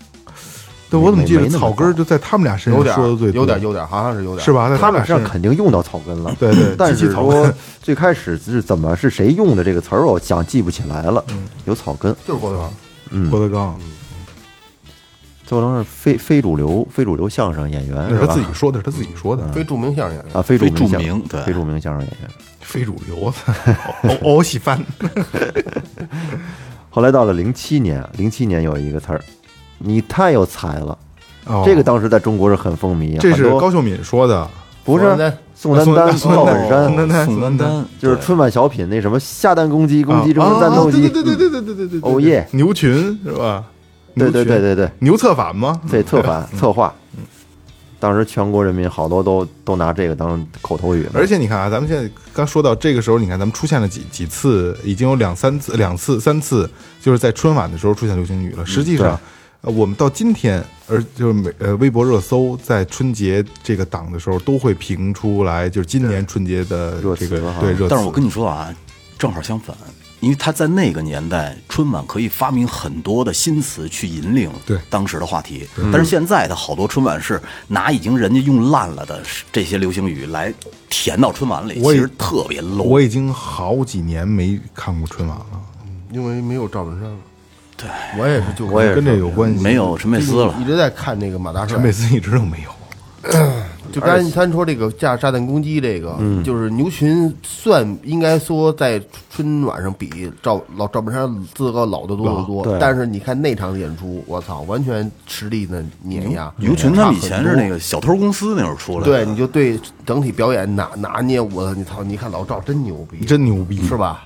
Speaker 2: 对，我怎么记
Speaker 3: 没
Speaker 2: 得
Speaker 3: 没那么
Speaker 2: 草根儿就在他们俩身上
Speaker 4: 有点儿
Speaker 2: 说的最多，
Speaker 4: 有点儿有点儿，好像是有点儿
Speaker 2: 是？吧？在
Speaker 3: 他
Speaker 2: 们
Speaker 3: 们
Speaker 2: 俩
Speaker 3: 身
Speaker 2: 身
Speaker 3: 上肯定用到草根了。
Speaker 2: 对对，
Speaker 3: 但
Speaker 2: 极
Speaker 3: 是
Speaker 2: 其草根
Speaker 3: 说 最开始是怎么是谁用的这个词儿，我想记不起来了。
Speaker 2: 嗯
Speaker 3: 有草根，
Speaker 4: 就是郭德纲，
Speaker 3: 嗯，
Speaker 2: 郭德纲，
Speaker 3: 最后能是非非主流非主流相声演员
Speaker 2: 那是
Speaker 3: 是
Speaker 2: 他
Speaker 3: 吧
Speaker 2: 自己说的，是他自己说的，
Speaker 4: 非著名相声演员。
Speaker 3: 啊，非
Speaker 5: 非
Speaker 3: 名
Speaker 5: 著
Speaker 3: 相
Speaker 5: 名对
Speaker 3: 非著名相声演员。
Speaker 2: 非主流，偶偶喜翻，
Speaker 3: 后来到了零七年，零七年有一个词儿，你太有才了，
Speaker 2: 哦
Speaker 3: 这个当时在中国是很风靡，啊
Speaker 2: 这
Speaker 3: 很
Speaker 2: 是
Speaker 3: 多
Speaker 2: 高秀敏说的，
Speaker 3: 不
Speaker 4: 宋
Speaker 3: 是
Speaker 4: 丹丹
Speaker 3: 宋丹丹、
Speaker 2: 宋
Speaker 3: 赵本
Speaker 2: 宋
Speaker 3: 山，
Speaker 2: 丹丹
Speaker 5: 宋
Speaker 2: 宋丹丹
Speaker 5: 丹
Speaker 3: 就是春晚小品那什么下蛋公鸡，公鸡中
Speaker 2: 啊
Speaker 3: 间战斗
Speaker 2: 对
Speaker 3: 机，
Speaker 2: 对对对对对对对对，
Speaker 3: 哦耶
Speaker 2: 牛群是吧？
Speaker 3: 对对对对对，
Speaker 2: 牛策反吗？
Speaker 3: 这策 反策划，嗯当时全国人民好多都都拿这个当口头语了，
Speaker 2: 而且你看啊，咱们现在刚说到这个时候，你看咱们出现了几几次，已经有两三次、两次、三次，就是在春晚的时候出现流行
Speaker 3: 嗯
Speaker 2: 语了。实际上，呃我们到今天，而就是每呃微博热搜在春节这个档的时候都会评出来，就是今年春节的
Speaker 3: 热
Speaker 2: 这
Speaker 3: 词
Speaker 2: 个
Speaker 3: 哈
Speaker 2: 对热词。
Speaker 5: 但是我跟你说啊，正好相反，因为他在那个年代，春晚可以发明很多的新词去引领
Speaker 2: 对
Speaker 5: 当时的话题。但是现在的好多春晚是拿已经人家用烂了的这些流行语来填到春晚里，
Speaker 2: 我
Speaker 5: 其
Speaker 2: 也
Speaker 5: 实特别 low。
Speaker 2: 我已经好几年没看过春晚了，
Speaker 4: 因为没有赵本山了。对，我也是就
Speaker 3: 我也是
Speaker 2: 跟这有关系。
Speaker 5: 没有
Speaker 4: 嗯
Speaker 5: 陈佩斯了
Speaker 4: 一，直在看那个马大帅
Speaker 2: 陈佩，斯一直都没有。
Speaker 4: 就刚才咱说这个炸炸弹公鸡这个，
Speaker 5: 嗯
Speaker 4: 就是牛群算应该说在春晚上比赵老赵本山资格老得多得多
Speaker 3: 对，
Speaker 4: 但是你看那场演出，我操，完全实力的碾压。
Speaker 5: 牛群他们以前是那
Speaker 4: 个。
Speaker 5: 个小偷公司那会儿出来的，
Speaker 4: 对，你就对整体表演拿拿捏，我你操，你看老赵真牛逼，
Speaker 2: 真牛逼嗯
Speaker 4: 是吧？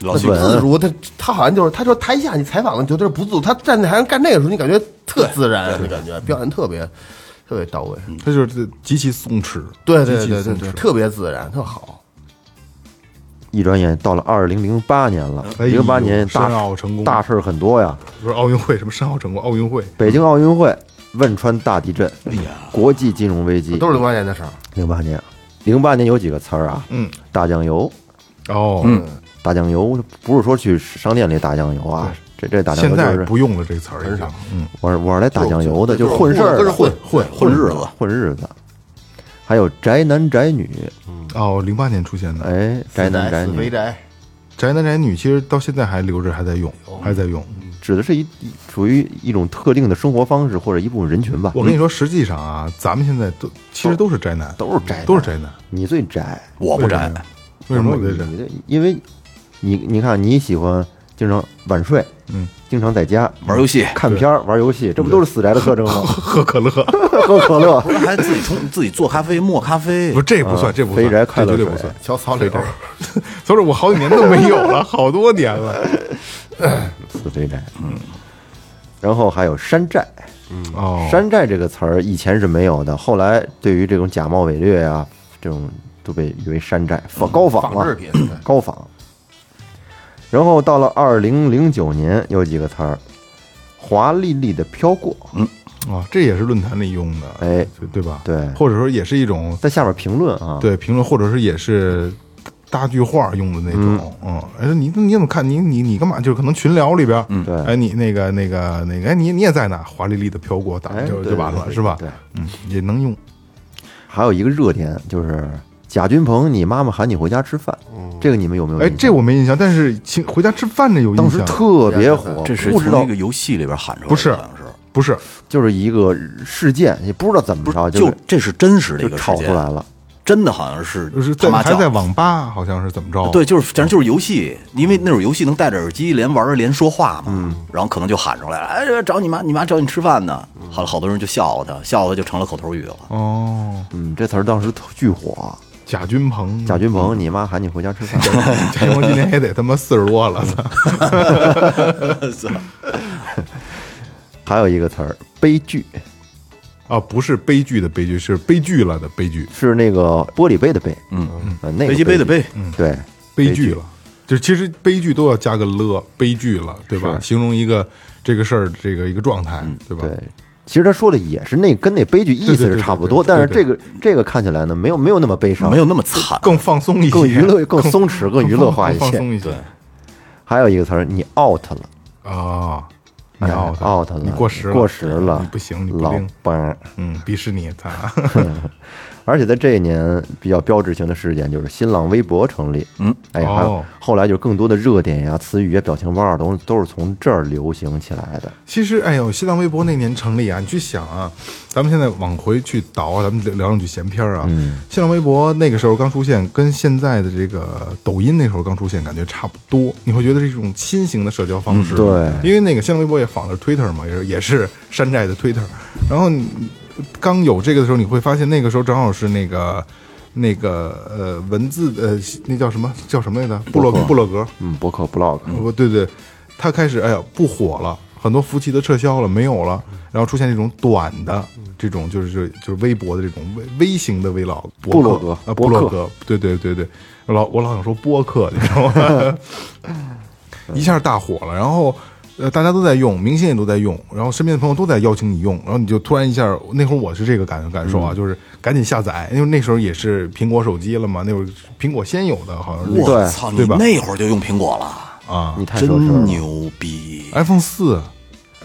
Speaker 5: 老徐
Speaker 3: 对
Speaker 4: 自如，他他好像就是他说台下你采访的觉得不自如，他站在台上干那个时候，你感觉特自然，你感觉表演特别特别到位，
Speaker 3: 嗯
Speaker 2: 他就是极其松弛，
Speaker 4: 对对
Speaker 2: 极其
Speaker 4: 对
Speaker 2: 松
Speaker 4: 对
Speaker 2: 弛
Speaker 4: 对，特别自然，特好。
Speaker 3: 一转眼到了二零零八年了，
Speaker 2: 哎呦
Speaker 3: 零八年大
Speaker 2: 申奥成功
Speaker 3: 大事儿很多呀，
Speaker 2: 不是奥运会什么申奥成功，奥运会
Speaker 3: 北京奥运会、汶川大地震、
Speaker 2: 哎
Speaker 3: 国际金融危机，
Speaker 4: 都是零八年的事儿，
Speaker 3: 零八年。零八年有几个词儿啊？
Speaker 2: 嗯，
Speaker 3: 大酱油，
Speaker 2: 哦，
Speaker 3: 大酱油不是说去商店里打酱油啊，这这打酱
Speaker 2: 现
Speaker 3: 油就
Speaker 2: 在
Speaker 3: 是
Speaker 2: 不用了这词儿，已经嗯，
Speaker 3: 我是我是来打酱油的，
Speaker 4: 就
Speaker 3: 混事儿
Speaker 4: 跟着
Speaker 3: 的，
Speaker 4: 混
Speaker 5: 混混日子，
Speaker 3: 混日子。还有宅男宅女，
Speaker 2: 哦，零八年出现的，
Speaker 3: 哎，宅男宅
Speaker 4: 死肥
Speaker 3: 女
Speaker 4: 宅，
Speaker 2: 宅男宅女其实到现在还留着，还在用，还在用。
Speaker 3: 指的是一一属于一种特定的生活方式或者一部分人群吧。
Speaker 2: 我跟你说，实际上啊，咱们现在都其实都是宅男，
Speaker 3: 都是宅男
Speaker 2: 都是宅男。
Speaker 3: 你最宅，
Speaker 5: 我不宅
Speaker 2: 为什么，呀为什么我
Speaker 3: 你
Speaker 2: 在宅？
Speaker 3: 的因为你你看你喜欢经常晚睡，
Speaker 2: 嗯，
Speaker 3: 经常在家
Speaker 5: 玩游戏，
Speaker 3: 看片儿、玩游戏，这不都是死宅的特征吗？
Speaker 2: 喝可乐，
Speaker 3: 喝可乐，
Speaker 5: 还自己冲自己做咖啡磨咖啡
Speaker 2: 不，是这不
Speaker 3: 啊
Speaker 2: 算，这不算，
Speaker 3: 肥宅
Speaker 2: 这
Speaker 3: 快乐
Speaker 2: 绝对不
Speaker 3: 水
Speaker 2: 算。
Speaker 4: 小草柳，
Speaker 2: 所以说我好几年都没有 了，好多年了。
Speaker 3: 死肥宅。嗯，然后还有山寨，
Speaker 2: 哦，
Speaker 3: 山寨这个词儿以前是没有的，后来对于这种假冒伪劣啊，这种都被誉为山寨、仿高仿
Speaker 4: 仿制
Speaker 3: 了，
Speaker 4: 品，
Speaker 3: 高仿。然后到了二零零九年，有几个词儿，华丽丽的飘过，
Speaker 2: 哦，这也是论坛里用的，
Speaker 3: 哎，
Speaker 2: 对对吧？
Speaker 3: 对
Speaker 2: 或者说也是一种
Speaker 3: 在下边评论啊，
Speaker 2: 对评论，或者是也是搭句话用的那种，嗯，哎，你你怎么看？你你你干嘛？就是可能群聊里边，嗯
Speaker 3: 对
Speaker 2: 哎，你那个那个那个，哎，你你也在那华丽丽的飘过，打
Speaker 3: 哎
Speaker 2: 就
Speaker 3: 对
Speaker 2: 就完了，
Speaker 3: 对
Speaker 2: 是吧？
Speaker 3: 对
Speaker 2: 嗯，也能用，
Speaker 3: 还有一个热点就是贾君鹏，你妈妈喊你回家吃饭，这个你们有没有印
Speaker 2: 哎，
Speaker 3: 象？
Speaker 2: 这我没印象，但是请回家吃饭这有
Speaker 3: 当
Speaker 2: 印
Speaker 3: 时
Speaker 2: 象，
Speaker 3: 特别火，
Speaker 5: 这是
Speaker 3: 不
Speaker 5: 从
Speaker 3: 知道
Speaker 5: 那个游戏里边喊出来的，
Speaker 2: 不是
Speaker 5: 好像是，
Speaker 2: 不是
Speaker 3: 就是一个事件，也不知道怎么着，
Speaker 5: 啊就是这是真实的一
Speaker 3: 就
Speaker 5: 个事
Speaker 3: 炒出
Speaker 5: 件，
Speaker 3: 来了。
Speaker 5: 真的好像是
Speaker 2: 就是在
Speaker 5: 他妈
Speaker 2: 还
Speaker 5: 叫
Speaker 2: 在网吧，好像是怎么着？
Speaker 5: 对，，就是反正就是游戏，因为那种游戏能戴着耳机连玩儿连说话嘛，
Speaker 2: 嗯
Speaker 5: 然后可能就喊出来了，哎，找你妈，你妈找你吃饭呢。好了，好多人就笑话他，笑话他就成了口头语了。
Speaker 2: 哦，
Speaker 3: 嗯，这词儿当时特巨火，
Speaker 2: 贾君鹏，
Speaker 3: 贾君鹏，你妈喊你回家吃饭，
Speaker 2: 贾君鹏今年也得他妈四十多了， 操
Speaker 3: 还有一个词儿悲剧，
Speaker 2: 啊，不是悲剧的悲剧，是悲剧了的悲剧，
Speaker 3: 是那个玻璃杯的杯，嗯，那个
Speaker 5: 飞机杯的
Speaker 3: 悲
Speaker 5: 杯
Speaker 3: 剧，，
Speaker 2: 嗯
Speaker 3: 对，
Speaker 2: 悲剧了。就其实悲剧都要加个了，悲剧了，对吧？形容一个这个事儿，这个一个状态，对吧？
Speaker 3: 嗯对，其实他说的也是那跟那悲剧意
Speaker 2: 对
Speaker 3: 思
Speaker 2: 对对
Speaker 3: 是
Speaker 2: 对
Speaker 3: 差不
Speaker 2: 对
Speaker 3: 多，
Speaker 2: 对
Speaker 3: 但是
Speaker 2: 对
Speaker 3: 这个这个看起来呢，没有没有那么悲伤，
Speaker 5: 没有那么惨。
Speaker 2: 更放松一些，
Speaker 3: 更娱 乐、更松弛、更
Speaker 2: 更
Speaker 3: 娱乐化一
Speaker 2: 放
Speaker 3: 些。
Speaker 2: 松一些
Speaker 3: 还有一个词儿，你 out 了，
Speaker 2: 啊！你
Speaker 3: 哎
Speaker 2: out
Speaker 3: out 了，
Speaker 2: 你过时了，
Speaker 3: 过时了，
Speaker 2: 你不行，你不
Speaker 3: 老
Speaker 2: 灵，
Speaker 3: 班。
Speaker 2: 嗯，鄙视你，咱
Speaker 3: 而且在这一年比较标志性的事件就是新浪微博成立，嗯，哎，还有
Speaker 2: 哦
Speaker 3: 后来就更多的热点呀、词语呀、表情包啊，都都是从这儿流行起来的。
Speaker 2: 其实，哎呦，新浪微博那年成立啊，你去想啊，咱们现在往回去倒啊，咱们聊聊两句闲篇儿啊。
Speaker 3: 嗯
Speaker 2: 新浪微博那个时候刚出现，跟现在的这个抖音那时候刚出现，感觉差不多。你会觉得是一种新型的社交方式，
Speaker 3: 嗯对
Speaker 2: 因为那个新浪微博也仿的是 Twitter 嘛，也是也是山寨的 Twitter。然后你刚有这个的时候，你会发现那个时候正好是那个。那个呃，文字呃，那叫什么叫什么来着？部落部落格，
Speaker 3: 嗯，博客 blog，
Speaker 2: 不对对，他开始哎呀不火了，很多服务器都撤销了，没有了，然后出现这种短的这种就是就是微博的这种微微型的微老博
Speaker 3: 部落格
Speaker 2: 啊部
Speaker 3: 博客
Speaker 2: 落格，对对对对，老我老想说播客，你知道吗？ 一下大火了，然后。呃，大家都在用，明星也都在用，然后身边的朋友都在邀请你用，然后你就突然一下，那会儿我是这个感感受啊，
Speaker 3: 嗯
Speaker 2: 就是赶紧下载，因为那时候也是苹果手机了嘛，那会儿苹果先有的，好像是
Speaker 5: 我操，你
Speaker 2: 对吧
Speaker 5: 那会儿就用苹果了，
Speaker 2: 啊
Speaker 3: 你太奢侈
Speaker 5: 真
Speaker 3: 了。
Speaker 5: 牛逼！
Speaker 2: ，iPhone 四，啊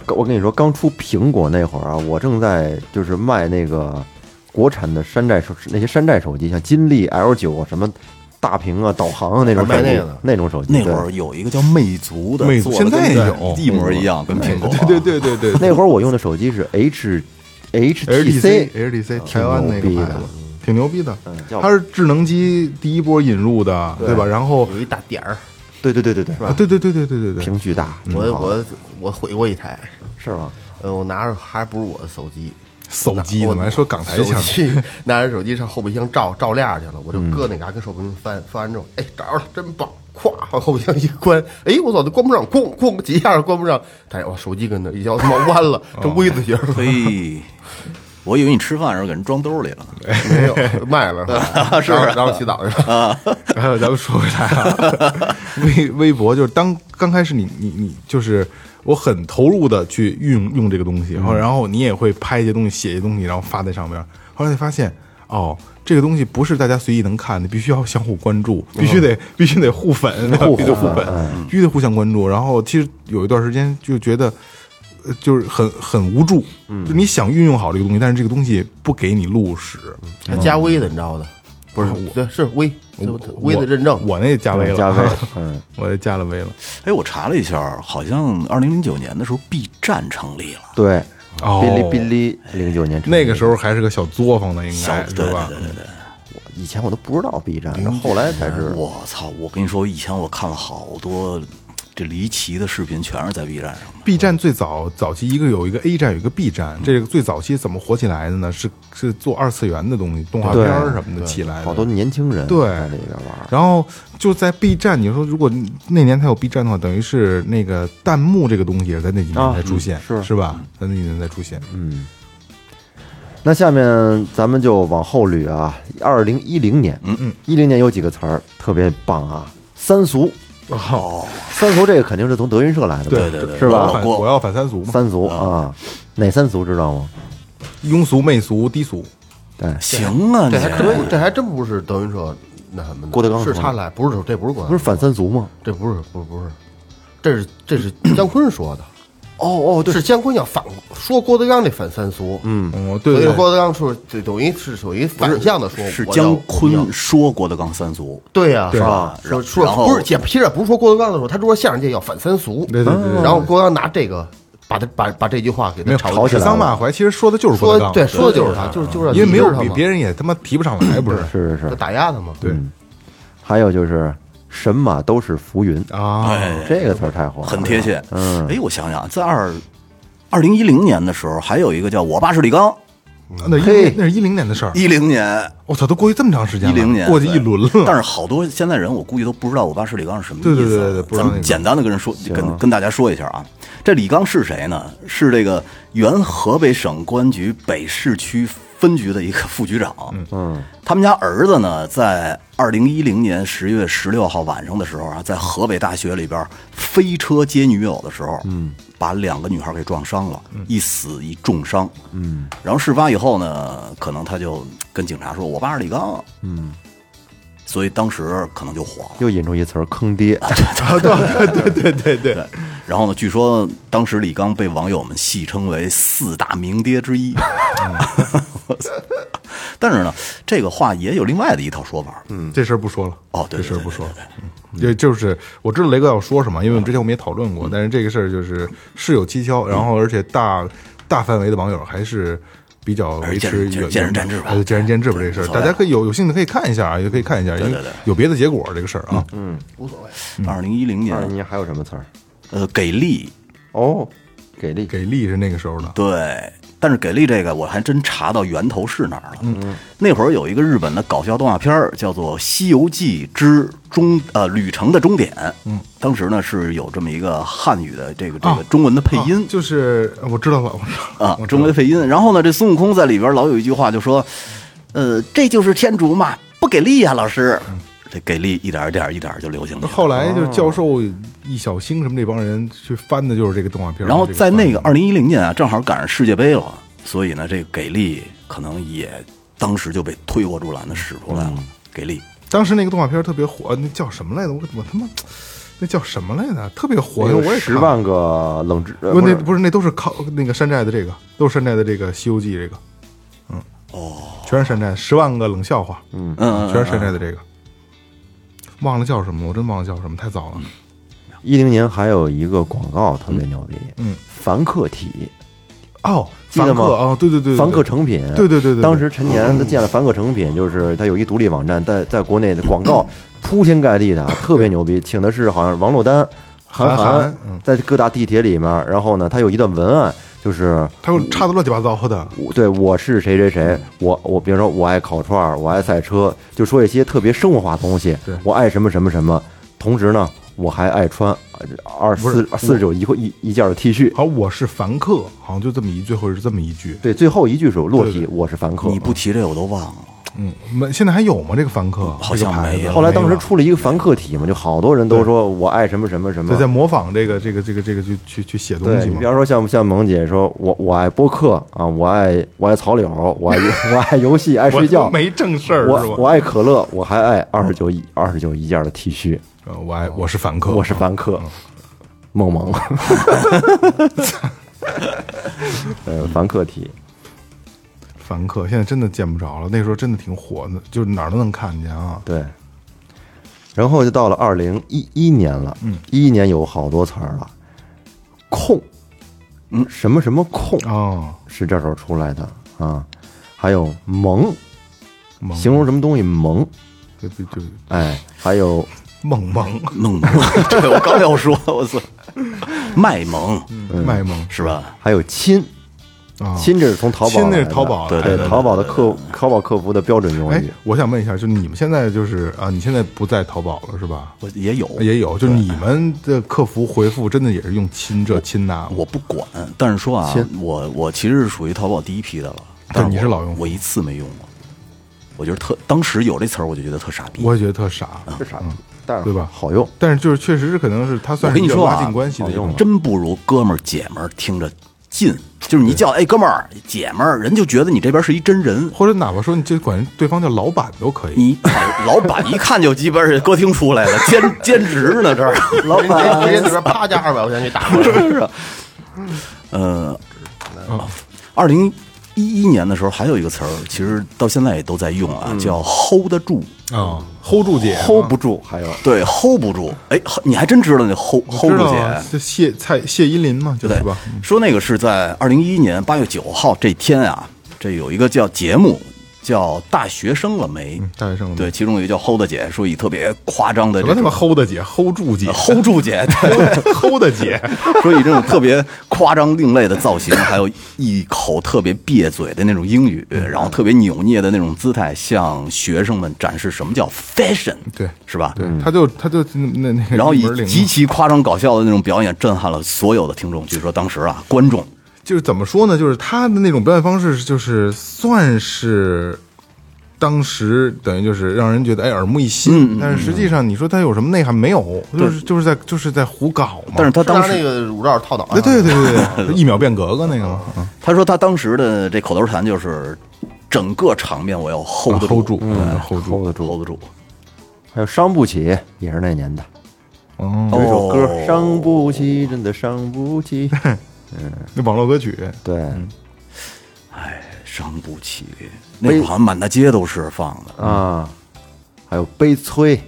Speaker 3: 我跟你说，刚出苹果那会儿啊，我正在就是卖那个国产的山寨手那些山寨手机，像金立 L 九啊什么大屏啊、导航啊那种手
Speaker 4: 卖那
Speaker 3: 机
Speaker 4: 个呢，
Speaker 3: 那种手机。
Speaker 5: 那
Speaker 3: 对
Speaker 5: 会儿有一个叫魅族的，
Speaker 2: 魅族
Speaker 5: 做得跟
Speaker 2: 现在有
Speaker 5: 一模一样，跟苹果。
Speaker 2: 嗯
Speaker 5: 啊
Speaker 2: 对 对对对对
Speaker 3: 那会儿我用的手机是 H HTC，
Speaker 2: HTC HTC
Speaker 3: 挺
Speaker 2: 台湾那个
Speaker 3: 牛逼
Speaker 2: 牌
Speaker 3: 的
Speaker 2: 子，挺牛逼的。
Speaker 3: 嗯，叫
Speaker 2: 它是智能机第一波引入的，对吧？然后
Speaker 4: 有一大点儿。
Speaker 3: 对对对对对，
Speaker 2: 啊，对对对对对对对，
Speaker 3: 屏巨大，
Speaker 4: 嗯
Speaker 3: 嗯
Speaker 4: 我
Speaker 3: 挺好
Speaker 4: 我我毁过一台，
Speaker 3: 是吗？
Speaker 4: 呃，我拿着还不是我的手机，
Speaker 2: 手机
Speaker 4: 我
Speaker 2: 怎么还说港台
Speaker 4: 手
Speaker 2: 腔？
Speaker 4: 机 拿着手机上后备箱照照亮去了，我就搁那嘎跟手柄翻翻完之后，哎，找着了，真棒！咵，往后备箱一关，哎，我操，都关不上，哐哐几下关不上，哎，我手机跟那一跤他妈弯了，成 V 字形了，
Speaker 5: 嘿，我以为你吃饭的时候给人装兜里了呢。
Speaker 4: 没有 卖了，
Speaker 5: 是
Speaker 3: 啊
Speaker 5: 不是
Speaker 4: 然后然后洗澡去了。
Speaker 2: 然哎后咱们说回来啊，微微博就是当刚开始你你你就是我很投入的去运用这个东西，然后然后你也会拍一些东西、写一些东西，然后发在上面。后来才发现，哦，这个东西不是大家随意能看的，必须要相互关注，必须得必须得互粉，
Speaker 3: 互粉
Speaker 2: 必须得互粉，必须得互相关注。然后其实有一段时间就觉得。呃就是很很无助，就你想运用好这个东西，但是这个东西不给你路使，
Speaker 4: 还加 V 的，你知道的，不是对，是 V
Speaker 2: 我
Speaker 4: V 的认证，
Speaker 2: 我那加微了，
Speaker 3: 加微，嗯，
Speaker 2: 我也加了微了。
Speaker 5: 哎，我查了一下，好像二零零九年的时候，B 站成立了。
Speaker 3: 对，
Speaker 2: 哦
Speaker 3: 哔哩哔哩零九年成立
Speaker 2: 那个时候还是个小作坊呢，应
Speaker 5: 小
Speaker 2: 该
Speaker 5: 对
Speaker 2: 哎是
Speaker 5: 对
Speaker 2: 吧？
Speaker 5: 对对对，
Speaker 3: 以前我都不知道 B 站，然后后来才是
Speaker 5: 我操！我跟你说，以前我看了好多这离奇的视频，全是在 B 站上的。
Speaker 2: B 站最早早期一个有一个 A 站，有一个 B 站，这个最早期怎么火起来的呢？是是做二次元的东西，动画片儿什么的起来
Speaker 3: 好多
Speaker 2: 的。
Speaker 3: 年轻人
Speaker 2: 对
Speaker 3: 在里边玩，
Speaker 2: 然后就在 B 站，你说如果那年才有 B 站的话，等于是那个弹幕这个东西也是在那几年才出现，
Speaker 3: 啊嗯是
Speaker 2: 是吧？在那几年才出现。
Speaker 3: 嗯。那下面咱们就往后捋啊，二零一零年，嗯嗯，一零年有几个词儿特别棒啊，三俗，
Speaker 5: 哦，
Speaker 3: 三俗这个肯定是从德云社来的嘛，
Speaker 5: 对对对
Speaker 3: 是
Speaker 2: 我
Speaker 3: 吧
Speaker 2: 要？反
Speaker 5: 我
Speaker 2: 我要反三俗嘛，
Speaker 3: 三俗啊，哪三俗知道吗？
Speaker 2: 庸俗、媚俗、低俗。哎
Speaker 3: 对，
Speaker 5: 行啊，你
Speaker 4: 这还真不这还真不是德云社那什么的，
Speaker 3: 郭德纲
Speaker 4: 是
Speaker 3: 说的
Speaker 4: 他来，不是这不是郭德
Speaker 3: 不是
Speaker 4: 纲，
Speaker 3: 反三俗吗？
Speaker 4: 这不是不是不是，这是这是姜昆说的。
Speaker 3: 哦哦，对，
Speaker 4: 是姜昆要反说郭德纲那反三俗，嗯，
Speaker 2: 嗯，对
Speaker 4: 所
Speaker 2: 对
Speaker 4: 以
Speaker 2: 对，
Speaker 4: 郭德纲说这等于是属于反向的说，
Speaker 5: 是
Speaker 4: 我要
Speaker 5: 姜昆说郭德纲三俗，
Speaker 4: 对呀，
Speaker 2: 对
Speaker 4: 是吧？
Speaker 5: 然后
Speaker 4: 说说
Speaker 5: 然后
Speaker 4: 不是，也其实也不是说郭德纲的时候，他说相声界要反三俗，
Speaker 2: 对对对对
Speaker 4: 然后郭德纲拿这个把他把把这句话给
Speaker 2: 没
Speaker 4: 他
Speaker 2: 有
Speaker 4: 炒
Speaker 3: 起来了
Speaker 2: 桑骂槐，其实说的就是郭德
Speaker 4: 说
Speaker 2: 纲，
Speaker 4: 对，说的就是他，就是就是要
Speaker 2: 因为没有
Speaker 4: 抵制他
Speaker 2: 比
Speaker 4: 嘛
Speaker 2: 别人也他妈提不上来，哦不是？
Speaker 3: 是是，
Speaker 4: 就是打压他嘛，
Speaker 2: 对
Speaker 3: 还有就是神马都是浮云，
Speaker 2: 啊，
Speaker 5: 哎，
Speaker 3: 这个词儿太火了，
Speaker 5: 很贴切。
Speaker 3: 嗯
Speaker 5: 哎，我想想，在二二零一零年的时候，还有一个叫我爸是李刚，
Speaker 2: 那一那是一零年的事儿，
Speaker 5: 一零年，
Speaker 2: 我操，都过去这么长时间
Speaker 5: 一
Speaker 2: 了，
Speaker 5: 零年
Speaker 2: 过去一轮了。
Speaker 5: 但是好多现在人，我估计都不知道我爸是李刚是什么意思。啊
Speaker 2: 对对对对不知道
Speaker 5: 咱
Speaker 2: 那
Speaker 5: 们
Speaker 2: 个
Speaker 5: 简单的跟人说，跟跟大家说一下啊，这李刚是谁呢？是这个原河北省公安局北市区分局的一个副局长。嗯，他们家儿子呢，在二零一零年十月十六号晚上的时候啊，在河北大学里边飞车接女友的时候，嗯。把两个女孩给撞伤了，一死一重伤。嗯，然后事发以后呢，可能他就跟警察说：“我爸是李刚。”啊所以当时可能就火了。
Speaker 3: 又引出一词儿坑爹，
Speaker 5: 然后呢，据说当时李刚被网友们戏称为四大名爹之一。但是呢，这个话也有另外的一套说法。嗯，
Speaker 2: 这事儿不说了，
Speaker 5: 哦，对，
Speaker 2: 这事儿
Speaker 5: 对
Speaker 2: 不说。了嗯
Speaker 5: 对对对
Speaker 2: 也就是我知道雷哥要说什么，因为我们之前我们也讨论过，但是这个事儿就是是有蹊跷，然后而且大大范围的网友还是比较维持
Speaker 5: 见仁见
Speaker 2: 原
Speaker 5: 见仁见智吧
Speaker 2: 呃见仁见智吧，这个事儿
Speaker 5: 对无所
Speaker 2: 大
Speaker 5: 谓
Speaker 2: 家可以有有兴趣可以看一下啊，也可以看一下，因为
Speaker 5: 对对嗯
Speaker 2: 有别的结果这个事儿啊。
Speaker 4: 无所谓。
Speaker 5: 对二零一零
Speaker 3: 二
Speaker 5: 年，
Speaker 3: 年还有什么词儿？
Speaker 5: 呃，给力，
Speaker 3: 哦，给力，
Speaker 2: 给力是那个时候的，
Speaker 5: 对。但是给力这个我还真查到源头是哪儿了。嗯，那会儿有一个日本的搞笑动画片儿叫做《西游记之终》，呃旅程的终点。嗯，当时呢是有这么一个汉语的这个这
Speaker 2: 啊
Speaker 5: 个中文的配音
Speaker 2: 啊，就是呃我知道了，我知道了
Speaker 5: 啊
Speaker 2: 我，知道
Speaker 5: 中
Speaker 2: 了
Speaker 5: 文配音。然后呢，这孙悟空在里边老有一句话就说：“呃，这就是天竺嘛，不给力呀、老师。”这给力一点儿一点儿一点儿就流行起来了。
Speaker 2: 嗯后来就是教授易小星什么这帮人去翻的就是这个动画片儿，
Speaker 5: 然后
Speaker 2: 这
Speaker 5: 在那个
Speaker 2: 翻
Speaker 5: 二零一零年啊，正好赶上世界杯了，所以呢，这给力可能也当时就被推波助澜的使出来
Speaker 2: 嗯
Speaker 5: 了。给力，
Speaker 2: 当时那个动画片儿特别火，那叫什么来着？我我他妈那叫什么来着？特别火，
Speaker 3: 有
Speaker 2: 我也
Speaker 3: 十
Speaker 2: 看
Speaker 3: 万个冷知，呃
Speaker 2: 不，那
Speaker 3: 是
Speaker 2: 不是那都是靠那个山寨的这个，都是山寨的这个《西游记》这个，嗯，哦，全是山寨，十万个冷笑话，嗯，
Speaker 5: 嗯，
Speaker 2: 全是山寨的这个，忘了叫什么了，我真忘了叫什么，太早了，
Speaker 3: 一零年还有一个广告特别牛逼，
Speaker 2: 嗯，
Speaker 3: 凡客体，
Speaker 2: 哦，
Speaker 3: 记
Speaker 2: 凡
Speaker 3: 得
Speaker 2: 客
Speaker 3: 吗
Speaker 2: 哦，对对对，对
Speaker 3: 凡客，成品，
Speaker 2: 对对对对对
Speaker 3: 当时陈年他建了凡客成品，就是他有一独立网站，在在国内的广告铺天盖地的，特别牛逼，请的是好像是王珞丹、韩
Speaker 2: 韩
Speaker 3: 寒
Speaker 2: 寒嗯，
Speaker 3: 在各大地铁里面，然后呢，他有一段文案，就是
Speaker 2: 他又插的乱七八糟的，
Speaker 3: 我对我是谁谁谁，我我比如说我爱烤串儿，我爱赛车，就说一些特别生活化的东西
Speaker 2: 对。
Speaker 3: 我爱什么什么什么，同时呢，我还爱穿二
Speaker 2: 不是哦
Speaker 3: 四四十九一块一一件的 T 恤。
Speaker 2: 好，我是凡客，好像就这么一句，或者是这么一句，
Speaker 3: 对，最后一句是落
Speaker 2: 对
Speaker 3: 题，我是凡客。
Speaker 5: 你不提这我都忘了。
Speaker 2: 嗯，没，现在还有吗？这个凡客
Speaker 5: 好像
Speaker 2: 这个牌
Speaker 5: 没
Speaker 2: 子
Speaker 5: 有
Speaker 3: 后来当时
Speaker 2: 没了
Speaker 3: 出了一个凡客体嘛，就好多人都说我爱什么什么什么
Speaker 2: 对。在模仿这个这个这个这个去去去写东
Speaker 3: 对，
Speaker 2: 西
Speaker 3: 你
Speaker 2: 嘛
Speaker 3: 比，方说像像萌姐说，我我爱播客啊，我爱我爱草柳，我爱我爱游戏，爱
Speaker 2: 我
Speaker 3: 睡觉，
Speaker 2: 没正事儿是
Speaker 3: 我我
Speaker 2: 吧？
Speaker 3: 爱可乐，我还爱二十九一二十九一件的 T 恤。
Speaker 2: 呃我爱我是凡客，
Speaker 3: 我是凡客，
Speaker 2: 嗯
Speaker 3: 梦萌，呃，凡客体，
Speaker 2: 凡客现在真的见不着了，那时候真的挺火的，就是哪儿都能看见啊。
Speaker 3: 对。然后就到了二零一一年了，嗯，一一年有好多词儿了，控，嗯，什么什么控
Speaker 2: 哦，
Speaker 3: 是这时候出来的啊，还有萌，
Speaker 2: 萌
Speaker 3: 形容什么东西萌，
Speaker 2: 就就就
Speaker 3: 哎，还有
Speaker 2: 梦萌
Speaker 5: 弄萌， 对我刚要说，我操，卖萌
Speaker 2: 卖萌
Speaker 5: 是吧？
Speaker 3: 还有亲，
Speaker 2: 啊。
Speaker 3: 亲这是从淘宝
Speaker 2: 亲那是
Speaker 3: 来的
Speaker 2: 淘宝
Speaker 5: 对
Speaker 2: 来的
Speaker 3: 对，淘宝的客淘宝客服的标准用
Speaker 2: 哎
Speaker 3: 语，，
Speaker 2: 我想问一下，就你们现在就是啊，你现在不在淘宝了是吧？
Speaker 5: 我也有，
Speaker 2: 也有，就是你们的客服回复真的也是用亲这亲那，
Speaker 5: 我不管，但是说啊，我我其实是属于淘宝第一批的了。但
Speaker 2: 你是
Speaker 5: 我
Speaker 2: 老用户
Speaker 5: 我一次没用过。我觉得特，当时有这词儿，我就觉得特傻逼。
Speaker 2: 我也觉得特傻。
Speaker 3: 是啥？但
Speaker 2: 嗯
Speaker 3: 是
Speaker 2: 对吧
Speaker 3: 好用，
Speaker 2: 但是就是确实是可能是他算
Speaker 5: 我
Speaker 2: 是
Speaker 5: 跟你
Speaker 2: 一个
Speaker 5: 说
Speaker 2: 拉
Speaker 5: 啊
Speaker 2: 近关系的一种
Speaker 5: 真不如哥们儿姐们儿听着劲。就是你叫哎哥们儿姐们儿，人就觉得你这边是一真 人。
Speaker 2: 或者哪怕说你就管对方叫老板都可以。
Speaker 5: 你老板一看就鸡巴是歌厅出来 的，兼兼职呢这儿。
Speaker 3: 老
Speaker 4: 人家直接那边啪加二百块钱给打过来，
Speaker 5: 是啊，呃，二零一一年的时候还有一个词儿，其实到现在也都在用
Speaker 2: 嗯
Speaker 5: 啊，叫 hold 得嗯住。
Speaker 2: 啊，hold 住姐
Speaker 3: hold 不住，还有
Speaker 5: 对，hold 不住。哎，你还真知道那 hold
Speaker 2: 我知
Speaker 5: hold 住
Speaker 2: 道
Speaker 5: 姐
Speaker 2: 啊，就谢蔡谢依林嘛，就
Speaker 5: 对
Speaker 2: 是吧？
Speaker 5: 说那个是在二零一一年八月九号这天啊，这有一个叫节目叫《大学生了没》，
Speaker 2: 嗯大学生了没
Speaker 5: 对，其中有一个叫 hold 姐，说以特别夸张的
Speaker 2: 什么他
Speaker 5: 这种呃
Speaker 2: 妈 hold 得姐，hold 住姐
Speaker 5: hold 住姐，对，
Speaker 2: ，hold 得姐，
Speaker 5: 所以这种特别夸张另类的造型，还有一口特别瘪嘴的那种英语，
Speaker 2: 嗯
Speaker 5: 然后特别扭捏的那种姿态，向学生们展示什么叫 fashion，
Speaker 2: 对
Speaker 5: 是吧？
Speaker 2: 对，他就他就那 那个
Speaker 5: 嗯然后
Speaker 2: 一
Speaker 5: 以
Speaker 2: 门铃
Speaker 5: 极
Speaker 2: 嘛
Speaker 5: 其夸张搞笑的那种表演，震撼了所有的听众。据说当时啊，观众
Speaker 2: 就是怎么说呢？就是他的那种表演方式，就是算是当时等于就是让人觉得哎耳目一
Speaker 5: 嗯
Speaker 2: 新，但是实际上你说他有什么内涵没有？就是就是在就是在胡搞嘛。
Speaker 5: 但是他
Speaker 4: 是拿
Speaker 5: 当时
Speaker 4: 那个乳罩套脑啊上
Speaker 2: 对对对对对，一秒变格格那个嘛，嗯
Speaker 5: 他说他当时的这口头禅就是，整个场面我要 hold 得
Speaker 2: ，hold 住嗯，hold 住。
Speaker 3: hold 得住。
Speaker 5: hold 得住。
Speaker 3: 还有伤不起，也是那年的，
Speaker 2: 哦，
Speaker 3: 有一首歌
Speaker 5: 哦
Speaker 3: 《伤不起》，真的伤不起。
Speaker 2: 那网络歌曲，
Speaker 3: 对，
Speaker 5: 伤不起，那
Speaker 2: 哎
Speaker 5: 个好像满大街都是放的。
Speaker 3: 啊，还有悲催，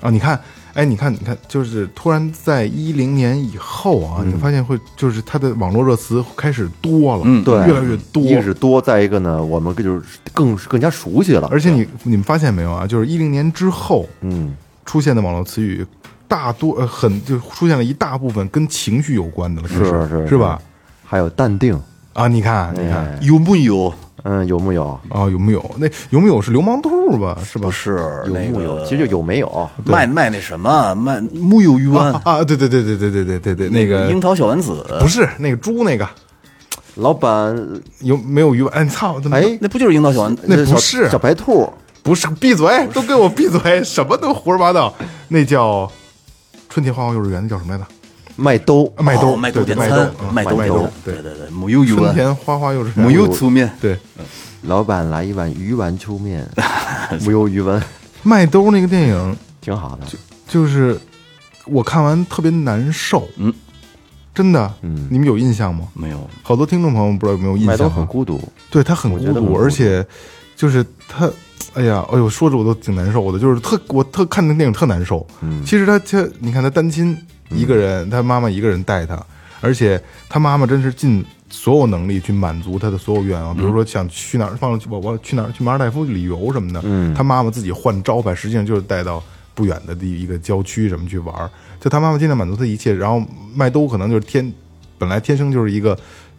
Speaker 2: 啊，你看，哎，你看，你看，就是突然在一零年以后啊，你发现会就是它的网络热词开始多了，
Speaker 5: 嗯
Speaker 3: 对，
Speaker 2: 越来越多。
Speaker 3: 一个是多，再一个呢，我们就是更更加熟悉了，
Speaker 2: 而且你你们发现没有啊？就是一零年之后
Speaker 3: 嗯，
Speaker 2: 出现的网络词语，大多呃很就出现了一大部分跟情绪有关的了，开始
Speaker 3: 是是
Speaker 2: 是吧？
Speaker 3: 还有淡定，
Speaker 2: 啊，你看，你看，
Speaker 3: 哎
Speaker 5: 有木有？
Speaker 3: 嗯，有木有？
Speaker 2: 啊，有木有那有木有是流氓兔吧？是吧
Speaker 5: 不？是
Speaker 3: 有
Speaker 5: 那
Speaker 3: 木有？
Speaker 5: 个
Speaker 3: 其实就有没有，
Speaker 5: 卖卖那什么卖木有鱼
Speaker 2: 啊
Speaker 5: 丸，
Speaker 2: 啊，对对对对对对对对对，那个
Speaker 5: 樱桃小丸子，
Speaker 2: 不是那个猪那个
Speaker 3: 老板，
Speaker 2: 有没有鱼丸？哎，操，怎么
Speaker 3: 哎，
Speaker 5: 那不就是樱桃小丸子？
Speaker 2: 那
Speaker 3: 这
Speaker 2: 不
Speaker 3: 小
Speaker 2: 是
Speaker 3: 小白兔，
Speaker 2: 不是，闭嘴，都给我闭嘴，什么都胡说八道。那叫春节花花幼儿园，那叫什么来着？
Speaker 3: 麦兜，
Speaker 2: 啊麦兜
Speaker 5: 哦
Speaker 2: 儿，
Speaker 5: 麦
Speaker 2: 对
Speaker 5: 兜
Speaker 2: 对
Speaker 5: 点
Speaker 2: 麦
Speaker 5: 餐
Speaker 2: 兜，，嗯
Speaker 5: 麦兜
Speaker 2: 麦
Speaker 5: 点
Speaker 2: 兜
Speaker 5: 餐，，
Speaker 2: 对
Speaker 5: 对，对对，木有鱼
Speaker 2: 春
Speaker 5: 丸，
Speaker 2: 田花花幼儿园，
Speaker 5: 木有粗面，
Speaker 2: 对
Speaker 3: 老板来一碗鱼丸秋面，木有鱼丸，
Speaker 2: 麦兜那个电影，
Speaker 3: 挺好的，
Speaker 2: 就是我看完特别难受，
Speaker 5: 嗯，
Speaker 2: 真的，
Speaker 3: 嗯
Speaker 2: 你们有印象吗？
Speaker 5: 没有
Speaker 2: 好多听众朋友不知道有没有印
Speaker 3: 麦兜
Speaker 2: 象
Speaker 3: 很
Speaker 2: 啊？
Speaker 3: 孤独，
Speaker 2: 对他很孤
Speaker 3: 我觉得很孤
Speaker 2: 独，
Speaker 3: 独
Speaker 2: 而且就是他，哎呀，哎呦，说着我都挺难受的，就是特我特看那电影特难受。
Speaker 3: 嗯，
Speaker 2: 其实他他，你看他单亲一个人，他妈妈一个人带他，而且他妈妈真是尽所有能力去满足他的所有愿
Speaker 3: 嗯
Speaker 2: 望，比如说想去哪儿放我我去哪儿去马尔代夫旅游什么的，
Speaker 3: 嗯
Speaker 2: 他妈妈自己换招牌，实际上就是带到不远的地一个郊区什么去玩儿，就他妈妈尽量满足他一切，然后麦兜可能就是天本来天生就是一个。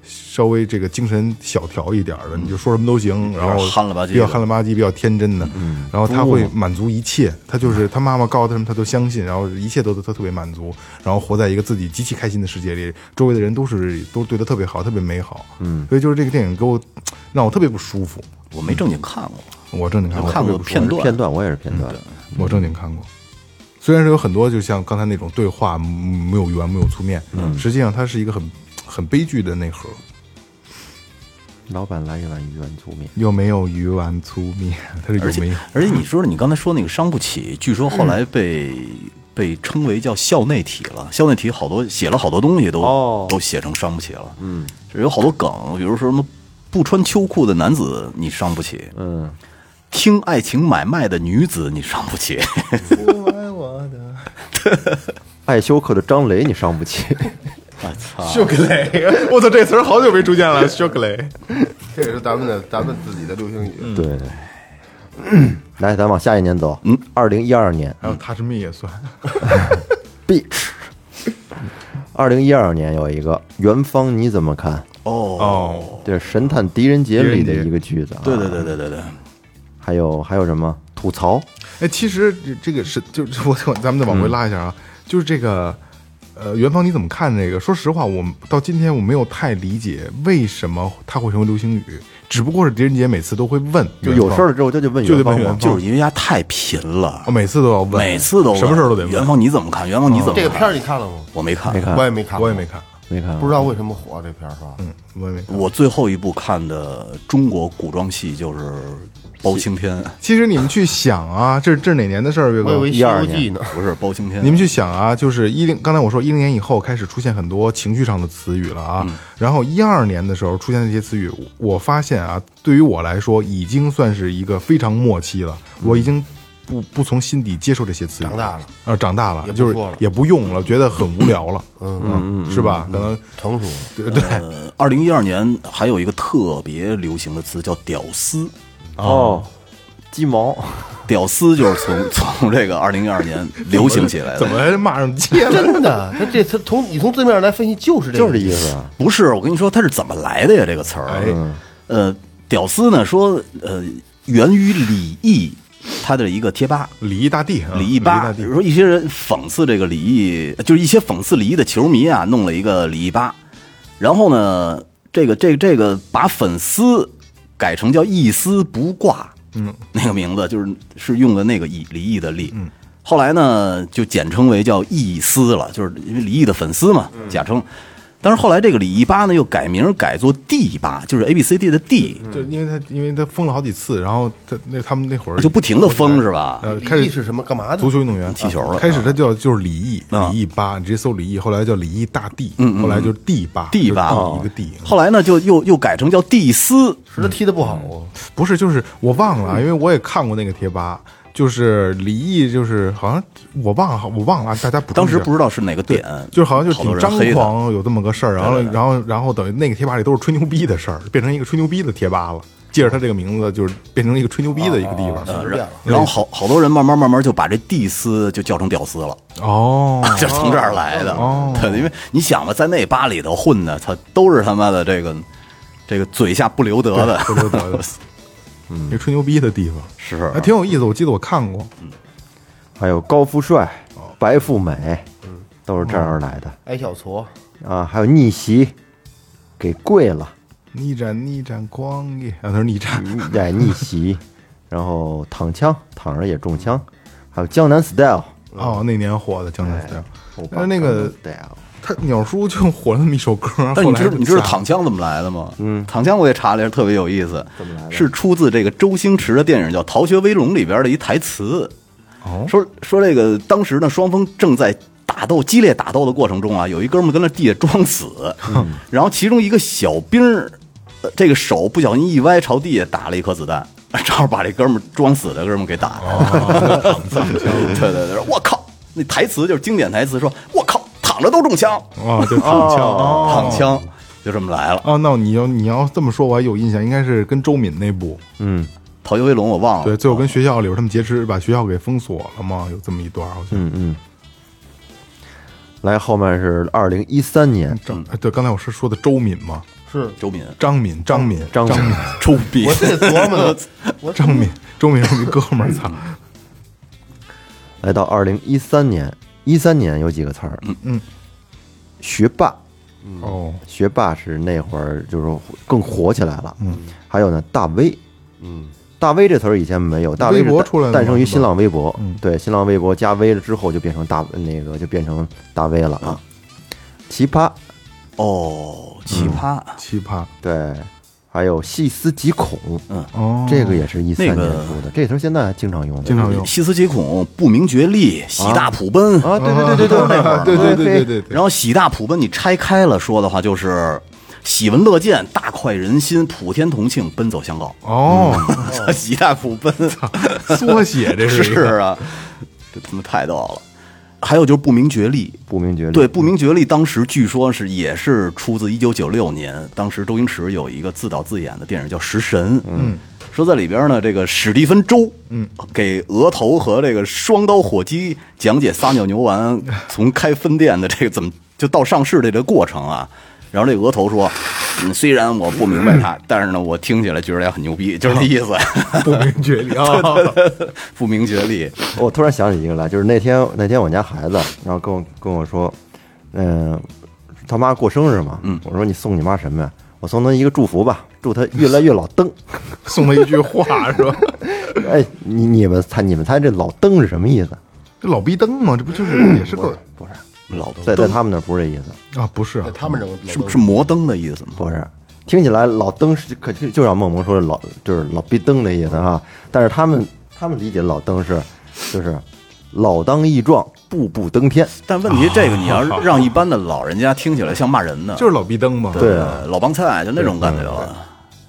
Speaker 2: 稍微这个精神小条一点儿的，你就说什么都行，然后
Speaker 5: 嗯点憨了吧唧的嗯
Speaker 2: 比较憨了吧唧，比较天真的，然后他会满足一切，他就是他妈妈告诉他什么他都相信，然后一切都他特别满足，然后活在一个自己极其开心的世界里，周围的人都是都对他特别好，特别美好，嗯，所以就是这个电影给我让我特别不舒服，
Speaker 5: 我没正经看过，
Speaker 2: 我正经看
Speaker 5: 就
Speaker 2: 过，
Speaker 5: 看过片段，
Speaker 3: 片段我也是片段，
Speaker 2: 我正经看过。虽然是有很多，就像刚才那种对话，嗯没有圆，没有粗面，
Speaker 5: 嗯
Speaker 2: 实际上它是一个很很悲剧的内核。
Speaker 3: 老板来一碗鱼丸秋面，
Speaker 2: 又没有鱼丸粗面，它是
Speaker 5: 而
Speaker 2: 有没有
Speaker 5: 且？而且你说你刚才说那个伤不起，据说后来被、被称为叫校内体了，校内体好多写了好多东西都、
Speaker 3: 哦
Speaker 5: 都写成伤不起了，嗯，有好多梗，比如说什么不穿秋裤的男子你伤不起，
Speaker 3: 嗯，
Speaker 5: 听爱情买卖的女子你伤不起，
Speaker 3: 爱休克的张雷你伤不起，
Speaker 5: 我操，
Speaker 2: 修格雷，啊 我操，这词儿好久没出现了。修格雷，
Speaker 4: 这也是咱们的咱们自己的流行语。
Speaker 3: 对。 来，咱往下一年走。嗯，二零一二年
Speaker 2: 还有 Touch Me 也算。
Speaker 3: ，Beach。二零一二年有一个元芳，你怎么看？
Speaker 5: 哦，
Speaker 2: 哦，
Speaker 3: 这《神探狄仁杰》里
Speaker 2: 狄
Speaker 3: 的
Speaker 2: 仁杰
Speaker 3: 一个句子啊。
Speaker 5: 对对对对对对，
Speaker 3: 还有还有什么吐槽？
Speaker 2: 哎，其实这这个是就是 我我咱们再往回拉一下啊，就是这个呃，元芳你怎么看这个？说实话，我到今天我没有太理解为什么它会成为流行语，只不过是狄仁杰每次都会问，
Speaker 3: 就有事儿了之后就得问
Speaker 2: 就得
Speaker 3: 元
Speaker 2: 问
Speaker 3: 芳
Speaker 2: 元
Speaker 3: 嘛
Speaker 2: 芳。
Speaker 5: 就是因为他太贫了
Speaker 2: 我、，哦每次都要问，
Speaker 5: 每次都问
Speaker 2: 嗯什么事儿都得
Speaker 5: 元
Speaker 2: 问。
Speaker 5: 芳你怎么看？元芳你怎么看？
Speaker 4: 这个片儿你看了吗？
Speaker 5: 我没看，
Speaker 3: 没看
Speaker 4: 我也没看，
Speaker 2: 我也没，看，
Speaker 3: 没看啊，
Speaker 4: 不知道为什么火这片儿是吧？
Speaker 2: 嗯，我也没看。
Speaker 5: 我最后一部看的中国古装戏就是《包青天》，
Speaker 2: 其实你们去想啊，这这是哪年的事儿，岳
Speaker 4: 我以
Speaker 2: 哥？
Speaker 4: 为《西游记》呢。
Speaker 5: 不是《包青天》。
Speaker 2: 你们去想啊，就是一零，刚才我说一零年以后开始出现很多情绪上的词语了啊，然后一二年的时候出现这些词语，我发现啊，对于我来说已经算是一个非常末期了，我已经不不从心底接受这些词语，
Speaker 4: 长大了，
Speaker 2: 呃，长大了，
Speaker 4: 也不
Speaker 2: 就是
Speaker 4: 说了
Speaker 2: 也不用了，觉得很无聊了，嗯，是吧？可能
Speaker 4: 成 熟了，
Speaker 5: 嗯
Speaker 2: 对对
Speaker 5: 呃，二零一二年还有一个特别流行的词叫“屌丝”，
Speaker 3: 哦，鸡毛，
Speaker 5: 屌丝就是从 从这个二零一二年流行起来的。
Speaker 2: 怎么还骂上街了？
Speaker 4: 真的，他这他从你从字面上来分析就是这个，
Speaker 3: 就是这意思。
Speaker 5: 不是，我跟你说它是怎么来的呀？这个词儿，
Speaker 2: 啊哎
Speaker 5: 呃，屌丝呢说，呃，源于李毅他的一个贴吧。
Speaker 2: 李毅大帝啊，
Speaker 5: 李
Speaker 2: 毅
Speaker 5: 毅吧
Speaker 2: 大，帝，
Speaker 5: 说一些人讽刺这个李毅，就是一些讽刺李毅的球迷啊，弄了一个李毅吧。然后呢，这个这个这个把粉丝改成叫一丝不挂，嗯，那个名字就是是用的那个李李毅的李。嗯，后来呢就简称为叫毅丝了，就是因为李毅的粉丝嘛，假称。但是后来这个李毅吧呢又改名改作 D 吧，就是 A B C D 的 D，
Speaker 2: 就因为他因为他封了好几次，然后他那他们那会儿
Speaker 5: 就不停的封是吧？
Speaker 2: 呃开
Speaker 4: 开
Speaker 2: 始
Speaker 4: 始是什么干嘛的？
Speaker 2: 足球运动员，
Speaker 5: 踢球
Speaker 2: 啊
Speaker 5: 了
Speaker 2: 开始他叫就是李毅，
Speaker 5: 啊嗯
Speaker 2: 李毅八，你直接搜李毅，后来叫李毅大帝，后来就是帝八，
Speaker 5: D 吧，
Speaker 2: 就是一个帝。
Speaker 5: 后来呢，就又又改成叫蒂斯，
Speaker 4: 是他踢的不好啊，
Speaker 2: 不是，就是我忘了，因为我也看过那个贴吧，就是李毅，就是好像我忘了，我忘了，大家补充
Speaker 5: 当
Speaker 2: 一下
Speaker 5: 时不知道是哪个点，
Speaker 2: 就是好像就
Speaker 5: 好
Speaker 2: 挺
Speaker 5: 多人
Speaker 2: 张
Speaker 5: 黑的
Speaker 2: 狂，有这么个事儿，然后然后然后等于那个贴吧里都是吹牛逼的事儿，变成一个吹牛逼的贴吧了。借着他这个名字，就是变成一个吹牛逼的一个地方。
Speaker 5: 啊
Speaker 4: 是这样。
Speaker 5: 呃然后好好多人慢慢慢慢就把这蒂斯就叫成屌丝了，
Speaker 2: 哦，
Speaker 5: 就是从这儿来的。 对，因为你想吧，在那吧里头混的，他都是他妈的这个这个嘴下不留德的，
Speaker 2: 不留德的一个吹牛逼的地方，
Speaker 5: 是啊
Speaker 2: 还挺有意思。我记得我看过，
Speaker 3: 还有高富帅、白富美，都是这样而来的
Speaker 4: 矮小矬，
Speaker 3: 啊。还有逆袭，给跪了，
Speaker 2: 逆战逆战光耶，啊，他说逆战，
Speaker 3: 哎，逆袭，然后躺枪，躺着也中枪，还有江南 style，
Speaker 2: 哦，那年火的江南 style，
Speaker 3: 欧巴
Speaker 2: 但是呃那个
Speaker 3: style，
Speaker 2: 他鸟叔就火了那么一首歌，
Speaker 5: 但
Speaker 2: 后
Speaker 5: 你
Speaker 2: 来
Speaker 5: 知道
Speaker 2: 就
Speaker 5: 你知道
Speaker 2: 下
Speaker 5: 躺枪怎么来的吗？嗯，躺枪我也查了一下，特别有意思，
Speaker 3: 怎么来的
Speaker 5: 是出自这个周星驰的电影叫《逃学威龙》里边的一台词。
Speaker 2: 哦
Speaker 5: 说说这个当时呢，双方正在打斗，激烈打斗的过程中啊，有一哥们儿跟那地下装死，然后其中一个小兵儿、呃这个手不小心一歪，朝地下打了一颗子弹， 正好把这哥们儿装死的哥们儿给打了。 对对对，我靠！那台词就是经典台词，说我靠，躺着都中枪，
Speaker 2: 哦，对躺枪，哦
Speaker 5: 躺枪就这么来了。
Speaker 2: 哦，那你要你要这么说，我还有印象，应该是跟周敏那部，
Speaker 3: 嗯，
Speaker 5: 逃学威龙我忘了，
Speaker 2: 对，最后跟学校里边他们劫持，把学校给封锁了嘛，有这么一段，好像。
Speaker 3: 来后面是二零一三年，
Speaker 2: 张哎对，刚才我是说的周敏嘛，
Speaker 4: 是
Speaker 5: 周敏，
Speaker 2: 张敏，张敏，
Speaker 3: 张
Speaker 2: 敏，
Speaker 5: 周敏
Speaker 4: 我得琢磨呢，我
Speaker 2: 张敏，周敏是我一哥们儿，操，
Speaker 3: 来到二零一三年，一三年有几个词儿，嗯
Speaker 2: 嗯，
Speaker 3: 学霸，
Speaker 2: 哦，
Speaker 3: 学霸是那会儿就是更火起来了。嗯，还有呢，大 V，嗯，大 V 这词儿以前没有，大 V 是
Speaker 2: 微博出来的嘛
Speaker 3: 诞生于
Speaker 2: 是吧
Speaker 3: 新浪微博，
Speaker 2: 嗯
Speaker 3: 对，新浪微博加 V 了之后就变成大那个就变成大 V 了啊。
Speaker 2: 嗯
Speaker 3: 奇葩，
Speaker 5: 哦，奇葩，
Speaker 2: 奇葩，
Speaker 3: 对，还有细思极恐，
Speaker 2: 哦，
Speaker 3: 这个也是一三
Speaker 5: 嗯那
Speaker 3: 年
Speaker 5: 个
Speaker 3: 出的，这词儿现在还经常用的，
Speaker 2: 经常用，
Speaker 5: 细思极恐，不明觉厉，喜大普奔。
Speaker 3: 啊，对对对对对，
Speaker 2: 啊对对对对对对，
Speaker 5: 然后喜大普奔，你拆开了说的话，就是喜闻乐见，大快人心，普天同庆，奔走相告。
Speaker 2: 哦，
Speaker 5: 喜大普 奔，
Speaker 2: 缩写这
Speaker 5: 是
Speaker 2: 一个，
Speaker 5: 啊，这他妈太逗了。还有就是不明觉厉，
Speaker 3: 不明觉厉，
Speaker 5: 对，不明觉厉，当时据说是也是出自一九九六年，当时周星驰有一个自导自演的电影叫《食神》，嗯，说在里边呢，这个史蒂芬周，嗯，给额头和这个双刀火鸡讲解撒尿牛 丸从开分店的这个怎么就到上市的这个过程啊。然后这额头说：“嗯，虽然我不明白它，但是呢，我听起来觉得也很牛逼，就是这意思，
Speaker 2: 不明觉厉啊，
Speaker 5: 哦 不明觉厉。
Speaker 3: 我突然想起一个来，就是那天那天我家孩子，然后跟我跟我说，嗯、他妈过生日嘛，嗯，我说你送你妈什么呀？我送她一个祝福吧，祝她越来越老 登。
Speaker 2: 送了一句话 是吧？
Speaker 3: 哎，你你们猜你们猜这老登是什么意思？
Speaker 2: 这老逼灯嘛，这不就是也是个
Speaker 3: 不是，
Speaker 5: 老的
Speaker 3: 在在他们那儿嗯不是这意思，
Speaker 2: 啊？不是啊
Speaker 4: 在，他们这个
Speaker 5: 是不是摩登的意思吗？
Speaker 3: 不是。听起来老登是可就就让梦萌说老就是老逼登的意思啊，但是他们他们理解老登是就是老当益壮，步步登天。
Speaker 5: 但问题这个你要让一般的老人家听起来像骂人的，
Speaker 2: 就是老逼灯嘛，
Speaker 3: 对啊
Speaker 5: 老帮菜就那种感觉啊，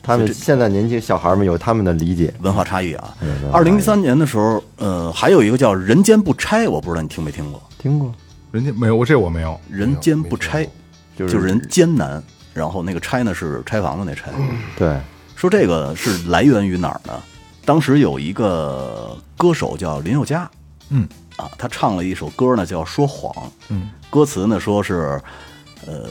Speaker 3: 他们现在年轻小孩们有他们的理解，
Speaker 5: 文化差异啊
Speaker 3: 对对。
Speaker 5: 二零一三年的时候，呃，还有一个叫“人间不拆”，我不知道你听没听过，“
Speaker 3: 听过
Speaker 2: 人家没有，这我没有，
Speaker 5: 人间不拆”
Speaker 3: 就是
Speaker 5: 人艰难，然后那个拆呢是拆房子那拆。
Speaker 3: 对。
Speaker 5: 说这个是来源于哪儿呢？当时有一个歌手叫林宥嘉，
Speaker 2: 嗯
Speaker 5: 啊，他唱了一首歌呢，叫《说谎》，
Speaker 2: 嗯，
Speaker 5: 歌词呢说是，呃，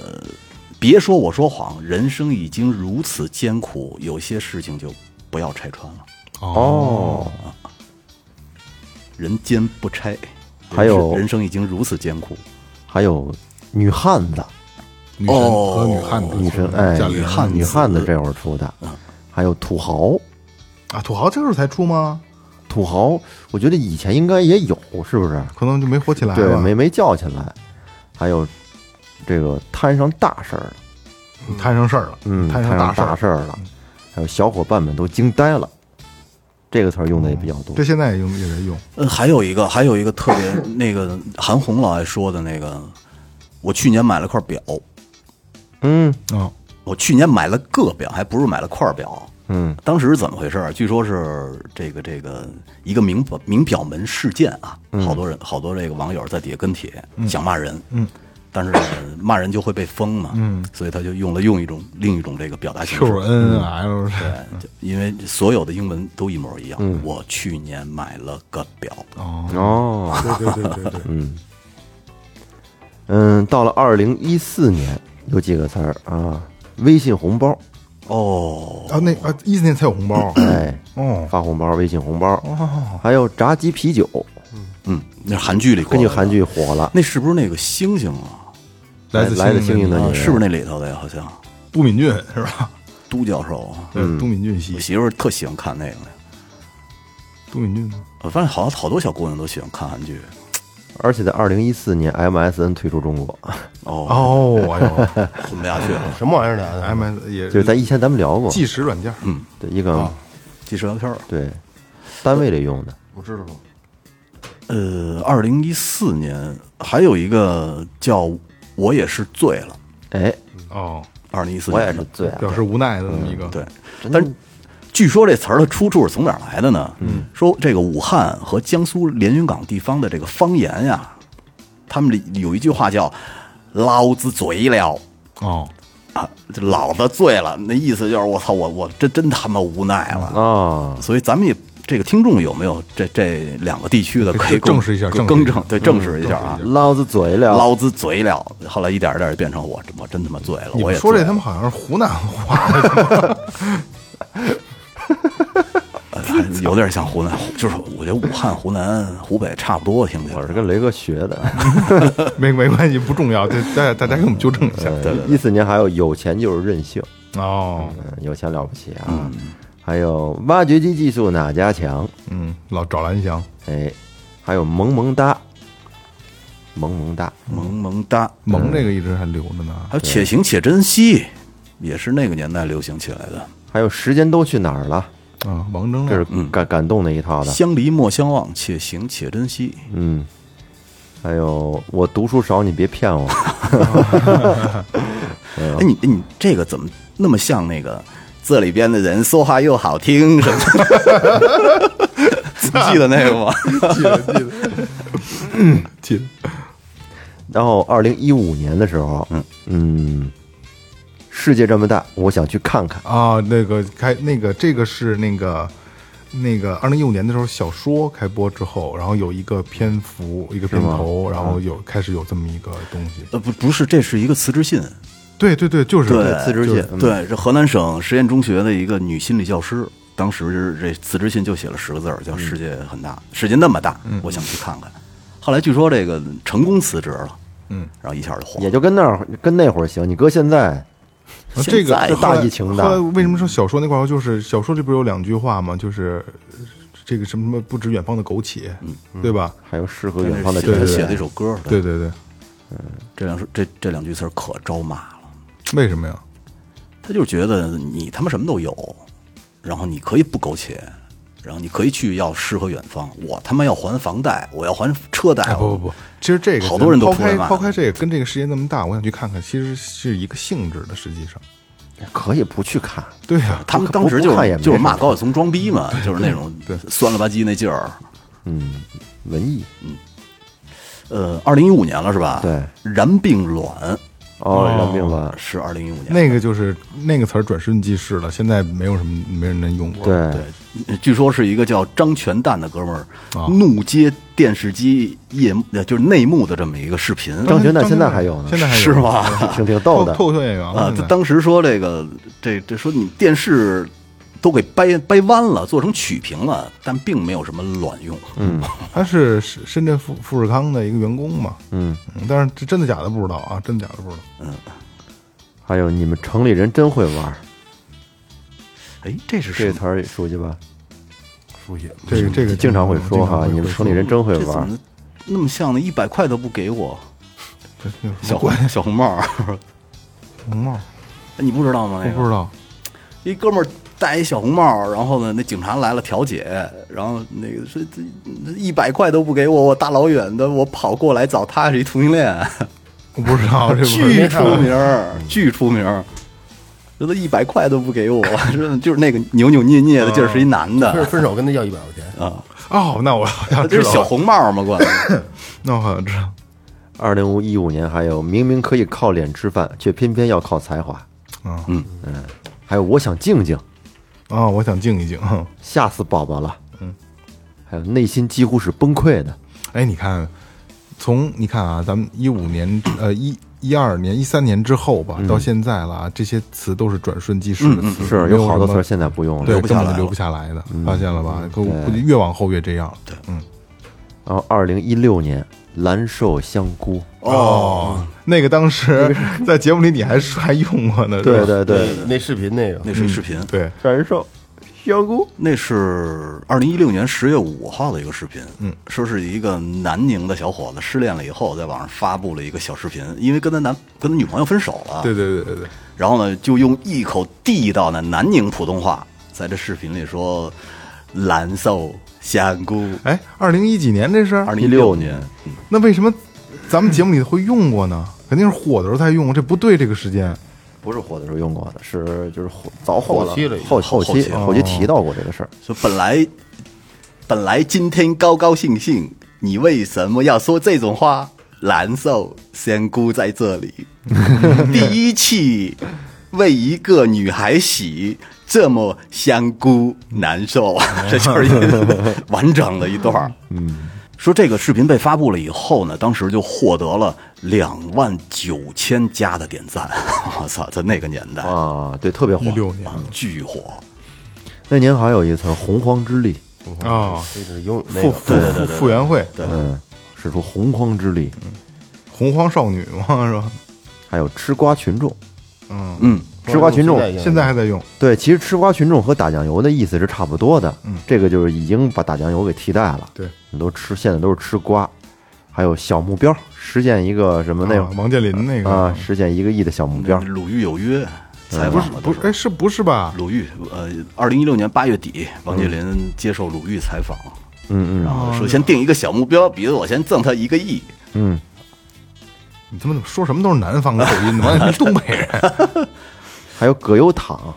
Speaker 5: 别说我说谎，人生已经如此艰苦，有些事情就不要拆穿了，
Speaker 3: 哦，
Speaker 5: 人间不拆。人
Speaker 3: 还有
Speaker 5: 是人生已经如此艰苦，
Speaker 3: 还有女汉子，
Speaker 2: 女神和女汉子，
Speaker 3: 哦女神哎，
Speaker 2: 贾玲
Speaker 3: 女
Speaker 5: 汉子
Speaker 3: 女汉子嗯这会儿出的，还有土豪，
Speaker 2: 啊，土豪这时候才出吗？
Speaker 3: 土豪，我觉得以前应该也有，是不是？
Speaker 2: 可能就没火起来
Speaker 3: 对，
Speaker 2: 吧
Speaker 3: 没没叫起来，还有这个摊上大事儿了，
Speaker 2: 摊上事儿了，
Speaker 3: 嗯，
Speaker 2: 摊
Speaker 3: 摊
Speaker 2: 上
Speaker 3: 上
Speaker 2: 大事
Speaker 3: 大
Speaker 2: 儿。嗯
Speaker 3: 事儿了，还有小伙伴们都惊呆了，这个词儿用的也比较多
Speaker 2: 这。现在也用也在用，
Speaker 5: 呃，还有一个，还有一个特别那个韩红老爱说的那个，我去年买了块表，
Speaker 3: 嗯
Speaker 2: 啊，
Speaker 5: 我去年买了个表，还不是买了块表。
Speaker 3: 嗯，
Speaker 5: 当时是怎么回事儿？啊据说是这个这个一个名表名表门事件啊，好多人好多这个网友在底下跟帖、想骂人，嗯，但是骂人就会被封嘛，嗯，所以他就用了用一种另一种这个表达形式
Speaker 2: Q N L
Speaker 5: 对，就因为所有的英文都一模一样。我去年买了个表，
Speaker 2: 哦，
Speaker 3: 哦，
Speaker 2: 对对对对对，
Speaker 3: 嗯，到了二零一四年，有几个词儿啊，微信红包，
Speaker 5: 哦，
Speaker 2: 啊那啊一四年才有红包，
Speaker 3: 哎，
Speaker 2: 哦，
Speaker 3: 发红包，微信红包，还有炸鸡啤酒，
Speaker 5: 嗯，那是韩剧里过
Speaker 3: 根
Speaker 5: 来
Speaker 3: 据
Speaker 5: 的
Speaker 3: 韩，剧火了，
Speaker 5: 那是不是那个星星啊？
Speaker 2: 来自
Speaker 3: 来自
Speaker 2: 星星
Speaker 3: 星星
Speaker 2: 的
Speaker 3: 的
Speaker 5: 啊
Speaker 3: 你，
Speaker 5: 是不是那里头的呀？好像
Speaker 2: 都敏俊是吧？
Speaker 5: 都教授啊，
Speaker 2: 对，
Speaker 3: 嗯
Speaker 2: 都敏俊系
Speaker 5: 我，媳妇儿特喜欢看那个。
Speaker 2: 都敏俊
Speaker 5: 我发现好像好多小姑娘都喜欢看韩剧。
Speaker 3: 而且在二零一四年，MSN 退出中国，
Speaker 2: 哎
Speaker 5: 哦，
Speaker 2: 哦，哎呦
Speaker 5: 混不下去了，
Speaker 4: 什么玩意儿的？啊
Speaker 2: ，M S 也
Speaker 3: 就是嗯咱以前咱们聊过，
Speaker 2: 计时软件儿，
Speaker 3: 对一个
Speaker 2: 啊
Speaker 5: 记社聊天儿。
Speaker 3: 对单位里用的，
Speaker 4: 我知道了，
Speaker 5: 呃，二零一四年还有一个叫《我也是醉了》，
Speaker 3: 哎，
Speaker 2: 哦，
Speaker 5: 二零一四
Speaker 3: 我也
Speaker 5: 年
Speaker 3: 是
Speaker 5: 的
Speaker 3: 醉了，
Speaker 2: 表示无奈的这么一个，
Speaker 5: 嗯对，
Speaker 3: 真
Speaker 5: 但是据说这词儿的出处是从哪儿来的呢？嗯，说这个武汉和江苏连云港地方的这个方言呀，他们里有一句话叫“老子醉了”。
Speaker 2: 哦，
Speaker 5: 啊，这老子醉了，那意思就是我操，我我这真他妈无奈了。
Speaker 3: 啊，
Speaker 5: 所以咱们也这个听众有没有这这两个地区的
Speaker 2: 可以
Speaker 5: 可以
Speaker 2: 证实一下
Speaker 5: 更
Speaker 2: 证实一
Speaker 5: 更
Speaker 2: 下嗯
Speaker 5: 正对证实一下啊
Speaker 2: 证实一下。
Speaker 3: 老子醉了，
Speaker 5: 老子醉了，后来一点一点就变成我我真他妈醉了，
Speaker 2: 你
Speaker 5: 我
Speaker 2: 们
Speaker 5: 也
Speaker 2: 说
Speaker 5: 醉
Speaker 2: 这
Speaker 5: 了
Speaker 2: 他妈好像是湖南话，
Speaker 5: 还哎有点像湖南，就是我觉得武汉、湖南、湖北差不多，听起来
Speaker 3: 我是跟雷哥学的。
Speaker 2: 没没关系，不重要，这大家大家给我们纠正一下，
Speaker 3: 一四年还有有钱就是任性，
Speaker 2: 哦，
Speaker 3: 嗯，有钱了不起啊，还有挖掘机技术哪家强，
Speaker 2: 嗯，老找蓝翔，
Speaker 3: 哎，还有萌萌哒，萌萌哒，
Speaker 5: 萌萌哒，
Speaker 2: 萌这个一直还留着呢，
Speaker 5: 还有且行且珍惜，也是那个年代流行起来的。
Speaker 3: 还有时间都去哪儿了，
Speaker 2: 啊，王铮
Speaker 3: 这
Speaker 2: 亮，
Speaker 3: 是感感动那一套的，
Speaker 5: 相离莫相忘，且行且珍惜。
Speaker 3: 嗯，还有我读书少，你别骗 我，
Speaker 5: 哎，你你这个怎么那么像那个这里边的人说话又好听什么 的？你记得那个吗？
Speaker 2: 记得记得记得，
Speaker 3: 然后二零一五年的时候，嗯世界这么大，我想去看看。
Speaker 2: 啊，那个开那个这个是那个那个二零一五年的时候小说开播之后，然后有一个篇幅一个片头，然后
Speaker 5: 嗯
Speaker 2: 有开始有这么一个东西。
Speaker 5: 呃，不不是，这是一个辞职信。
Speaker 2: 对对对，就是
Speaker 5: 对，
Speaker 3: 辞职信嗯
Speaker 5: 对，是河南省实验中学的一个女心理教师，当时这辞职信就写了十个字儿，
Speaker 2: 嗯
Speaker 5: 叫“世界很大，世界那么大，我想去看看”。后来据说这个成功辞职了，
Speaker 2: 嗯，
Speaker 5: 然后一下就火
Speaker 3: 也
Speaker 5: 了。
Speaker 3: 就跟那儿跟那会儿行，你搁现在
Speaker 2: 啊这个
Speaker 5: 现在
Speaker 2: 这后来
Speaker 3: 大疫情的
Speaker 2: 后来为什么说小说那块儿就是小说里不是有两句话吗？就是呃这个什么什么不止远方的苟且，对吧？
Speaker 3: 还有诗和
Speaker 5: 但是
Speaker 3: 远方的
Speaker 5: 写他
Speaker 3: 真
Speaker 2: 对
Speaker 5: 写了一
Speaker 3: 人，
Speaker 5: 首歌，
Speaker 2: 对，对对，
Speaker 5: 这两这这两句词儿可招骂了。
Speaker 2: 为什么呀？
Speaker 5: 他就觉得你他妈什么都有，然后你可以不苟且，然后你可以去要诗和远方。我他妈要还房贷，我要还车贷。
Speaker 2: 哎，不不不，其实这个
Speaker 5: 好多人都
Speaker 2: 抛
Speaker 5: 出来
Speaker 2: 开
Speaker 5: 骂
Speaker 2: 抛开这个跟这个世界那么大，我想去看看，其实是一个性质的，实际上，
Speaker 3: 可以不去看，
Speaker 2: 对啊呀、
Speaker 5: 他们当时就
Speaker 3: 不看也
Speaker 5: 是
Speaker 3: 没
Speaker 5: 就是
Speaker 3: 什
Speaker 5: 骂
Speaker 3: 么
Speaker 5: 高晓松装逼嘛，就是那种酸了吧唧那劲儿。
Speaker 3: 嗯，文艺
Speaker 5: 呃，二零一五年了是吧？
Speaker 3: 对，
Speaker 5: 然并卵，
Speaker 3: 哦，让命吧，
Speaker 5: 是二零一五年。
Speaker 2: 那个就是那个词儿转瞬即逝了，现在没有什么没人能用过。
Speaker 3: 对，
Speaker 5: 对，据说是一个叫张全蛋的哥们儿、
Speaker 3: 啊
Speaker 5: 怒接电视机夜幕，呃就是内幕的这么一个视频
Speaker 3: 张全蛋现在还有呢
Speaker 2: 现在还有
Speaker 5: 是吗？
Speaker 3: 挺挺
Speaker 2: 脱
Speaker 3: 逗的。
Speaker 2: 脱口秀演员了
Speaker 5: 啊，
Speaker 2: 现
Speaker 5: 他
Speaker 2: 在
Speaker 5: 当时说这个，这这说你电视都给掰掰弯了，做成曲屏了，但并没有什么卵用。嗯，
Speaker 2: 他是深深圳富富士康的一个员工嘛，
Speaker 3: 嗯，
Speaker 2: 嗯但是这真的假的不知道啊，真的假的不知道。
Speaker 3: 还有你们城里人真会玩儿，
Speaker 5: 哎，这是什
Speaker 3: 这
Speaker 5: 么？
Speaker 3: 词儿熟悉吧？
Speaker 4: 书写
Speaker 2: 这个这个
Speaker 3: 经常会
Speaker 2: 经
Speaker 3: 说哈，
Speaker 2: 会
Speaker 3: 你们城里人真会
Speaker 5: 这怎
Speaker 3: 玩儿。
Speaker 5: 么那么像呢？一百块都不给我，
Speaker 2: 这这有什
Speaker 5: 小
Speaker 2: 么关
Speaker 5: 红 小红帽儿，
Speaker 2: 红帽，
Speaker 5: 哎你不知道吗？
Speaker 2: 我
Speaker 5: 那
Speaker 2: 不
Speaker 5: 个
Speaker 2: 知道。
Speaker 5: 一哥们儿戴一小红帽，然后呢，那警察来了调解，然后那个说这一百块都不给我，我大老远的我跑过来找他是一同性恋，
Speaker 2: 我不知道，这不是
Speaker 5: 巨出名儿， 巨出名儿。觉得一百块都不给我， 说就是那个扭扭捏捏的劲儿是一男
Speaker 4: 分
Speaker 5: 的
Speaker 4: 分手跟他要一百块钱，
Speaker 5: 啊，
Speaker 2: 哦，那我好像知
Speaker 5: 这是
Speaker 2: 道
Speaker 5: 小
Speaker 2: 了，
Speaker 5: 红帽吗？管
Speaker 2: 那我好像知道。
Speaker 3: 二零一五年还有明明可以靠脸吃饭，却偏偏要靠才华。
Speaker 2: 嗯
Speaker 3: 嗯还有我想静静，
Speaker 2: 啊，我想静一静。哼
Speaker 3: 吓死宝宝了。嗯，还有内心几乎是崩溃的。
Speaker 2: 哎，你看，从你看啊，咱们一五年呃一。一二年、一三年之后吧，到现在了啊，这些词都是转瞬即逝的词，
Speaker 3: 是
Speaker 2: 没
Speaker 3: 有好
Speaker 2: 什
Speaker 3: 多词
Speaker 2: 么
Speaker 3: 儿现在不用了。
Speaker 2: 对
Speaker 5: 留不下
Speaker 2: 根本
Speaker 5: 来
Speaker 2: 就留
Speaker 5: 了
Speaker 2: 不下来的，发现了吧？可我估计越往后越这样。对，嗯，
Speaker 3: 然后二零一六年蓝瘦香菇，
Speaker 2: 哦，那个当时在节目里你还说还用过呢，是吧
Speaker 3: 对对哎对，
Speaker 4: 那视频那个
Speaker 5: 那是一视频，
Speaker 2: 对，
Speaker 3: 燃瘦香菇，
Speaker 5: 那是二零一六年十月五号的一个视频，嗯，说是一个南宁的小伙子失恋了以后，在网上发布了一个小视频，因为跟他男跟他女朋友分手了，
Speaker 2: 对对对对对，
Speaker 5: 然后呢，就用一口地道的南宁普通话，在这视频里说“蓝瘦香菇
Speaker 2: 哎，二零一几年这”。是，
Speaker 5: 二零一
Speaker 3: 16
Speaker 5: 六年，
Speaker 2: 那为什么咱们节目里会用过呢？肯定是火的时候才用过，这不对这个时间。
Speaker 3: 不是火的时候用过的，是就是火早火
Speaker 4: 后期了已经
Speaker 3: 后
Speaker 5: 后
Speaker 3: 后期
Speaker 5: 期
Speaker 3: 后期提到过这个事儿。
Speaker 5: 说本来本来今天高高兴兴，你为什么要说这种话？蓝瘦香菇在这里，第一期为一个女孩洗，这么香菇难受，这就是一个完整的一段儿。说这个视频被发布了以后呢，当时就获得了两万九千加的点赞， 我操，在那个年代啊，
Speaker 3: 啊，对，特别火
Speaker 2: 一。六年
Speaker 5: 巨火。
Speaker 3: 那年还有一词儿“洪荒之力
Speaker 2: 啊，
Speaker 4: 这是永那
Speaker 2: 傅
Speaker 4: 个
Speaker 2: 傅傅傅园慧，”，
Speaker 3: 嗯，使出洪荒之力，
Speaker 2: 洪荒少女嘛是吧？
Speaker 3: 还有吃瓜群众，
Speaker 2: 嗯，
Speaker 5: 嗯，
Speaker 3: 吃瓜群众
Speaker 2: 现在还在用，
Speaker 3: 对，其实吃瓜群众和打酱油的意思是差不多的，
Speaker 2: 嗯
Speaker 3: 这个就是已经把打酱油给替代了。
Speaker 2: 对，
Speaker 3: 你都吃，现在都是吃瓜，还有小目标，实现一个什么那
Speaker 2: 啊
Speaker 3: 种
Speaker 2: 王健林那
Speaker 3: 啊，
Speaker 2: 个，
Speaker 3: 实现一个亿的小目标
Speaker 5: 那。鲁豫有约采
Speaker 2: 不是
Speaker 5: 访了，
Speaker 2: 不是，哎，是不是吧？
Speaker 5: 鲁豫，呃，二零一六年八月底，王
Speaker 2: 嗯
Speaker 5: 健林接受鲁豫采访，
Speaker 3: 嗯嗯
Speaker 5: 然后
Speaker 4: 哦
Speaker 5: 说先定一个小目标，比如我先赠他一个亿，
Speaker 3: 嗯，
Speaker 2: 你他妈怎么说什么都是南方口音呢？完你东北人
Speaker 3: 还有葛优躺，嗯，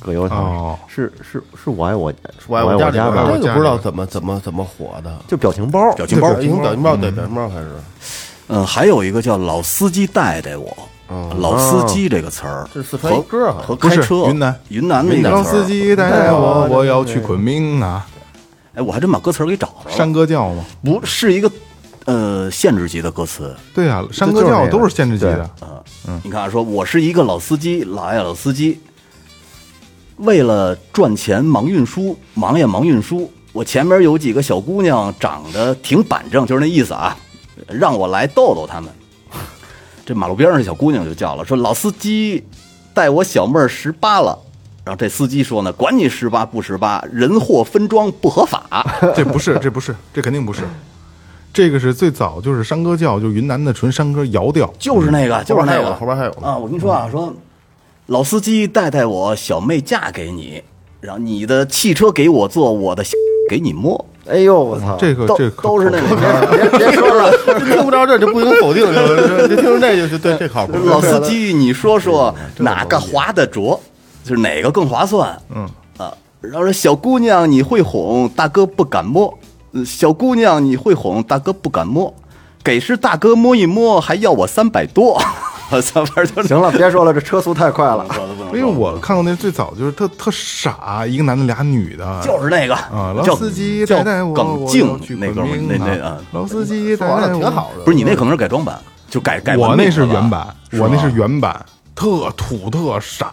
Speaker 3: 葛优躺
Speaker 2: 哦
Speaker 3: 是是是我爱我
Speaker 4: 我爱
Speaker 3: 我
Speaker 4: 我
Speaker 3: 爱
Speaker 4: 家
Speaker 3: 我家
Speaker 4: 里边
Speaker 2: 吧
Speaker 4: 儿
Speaker 3: 吧，
Speaker 4: 这个不知道怎么怎么怎么火的，
Speaker 3: 就表情包，
Speaker 5: 表情包。
Speaker 4: 从表情包对表情包开始，
Speaker 5: 嗯，还有一个叫“老司机带带我”，老司机这个词儿，
Speaker 4: 这是四川一歌儿好像
Speaker 5: 和和开
Speaker 2: 哦不是
Speaker 5: 车
Speaker 2: 云南
Speaker 5: 云南那
Speaker 2: 让
Speaker 5: 个词
Speaker 2: 司
Speaker 5: 儿。
Speaker 2: 机带带我，我要去昆明啊！
Speaker 5: 哎，我还真把歌词儿给找着了。
Speaker 2: 山歌教嘛，
Speaker 5: 不是一个呃限制级的歌词。
Speaker 2: 对啊，山歌教都是限制级
Speaker 3: 对
Speaker 2: 的，
Speaker 5: 你看啊，说我是一个老司机，老爱老司机，为了赚钱忙运输，忙呀忙运输。我前面有几个小姑娘长得挺板正，就是那意思啊，让我来逗逗她们。这马路边上这小姑娘就叫了，说老司机带我小妹儿十八了。然后这司机说呢，管你十八不十八，人货分装不合法。
Speaker 2: 这不是，这不是，这肯定不是。这个是最早就是山歌教，就云南的纯山歌谣调，
Speaker 5: 就是那个，就是那
Speaker 4: 后边还有
Speaker 5: 个，
Speaker 4: 嗯呢后边还有呢嗯
Speaker 5: 啊！我跟你说啊，说老司机带带我，小妹嫁给你，然后你的汽车给我坐，我的 给你摸，
Speaker 3: 哎呦我操，
Speaker 2: 这个
Speaker 5: 都
Speaker 2: 这个
Speaker 5: 都是那个。
Speaker 4: 别别说了， 听不着这就不行否定，就就听着这就就对这靠谱。
Speaker 5: 老司机，你说说哪个划得着，就是哪个更划算？嗯啊，然后说小姑娘你会哄，大哥不敢摸；呃小姑娘你会哄，大哥不敢摸。给是大哥摸一摸，还要我三百多， 我操，反正就是
Speaker 3: 行了，别说了，这车速太快了。
Speaker 2: 因为我看过那最早就是特特傻，一个男的俩女的，
Speaker 5: 就是那个
Speaker 2: 啊，老
Speaker 5: 叫
Speaker 2: 司机
Speaker 5: 叫
Speaker 2: 带带我，
Speaker 5: 耿
Speaker 2: 我要去
Speaker 5: 静那哥们儿
Speaker 2: 昆
Speaker 5: 那
Speaker 2: 明
Speaker 5: 那
Speaker 2: 啊
Speaker 5: 啊，
Speaker 2: 老司机带
Speaker 4: 玩
Speaker 2: 带
Speaker 4: 的挺
Speaker 2: 我
Speaker 4: 好的，
Speaker 5: 不是你那可能是改装版，就改改
Speaker 2: 我
Speaker 5: 文
Speaker 2: 那
Speaker 5: 明
Speaker 2: 是
Speaker 5: 了
Speaker 2: 原版，我那是原版，特土特傻，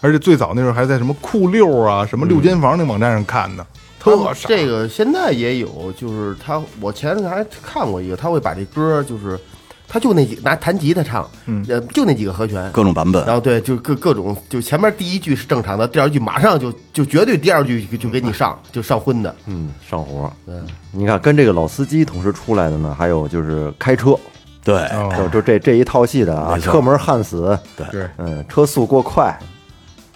Speaker 2: 而且最早那时候还在什么酷六啊、什么六间房那网站上看的，
Speaker 5: 嗯
Speaker 2: 特傻。
Speaker 4: 这个现在也有，就是他，我前阵还看过一个，他会把这歌就是，他就那几拿弹吉他唱，呃，就那几个和弦，
Speaker 5: 各种版本
Speaker 4: 然。后对，就各各种，就前面第一句是正常的，第二句马上就就绝对第二句就就给你上就上荤的，
Speaker 3: 嗯，上活儿。
Speaker 4: 嗯，
Speaker 3: 你看跟这个老司机同时出来的呢，还有就是开车，
Speaker 5: 对，
Speaker 3: 就
Speaker 2: 哦，
Speaker 3: 就这这一套戏的啊，
Speaker 5: 没错
Speaker 3: 车门焊死，
Speaker 2: 对，
Speaker 3: 嗯，车速过快，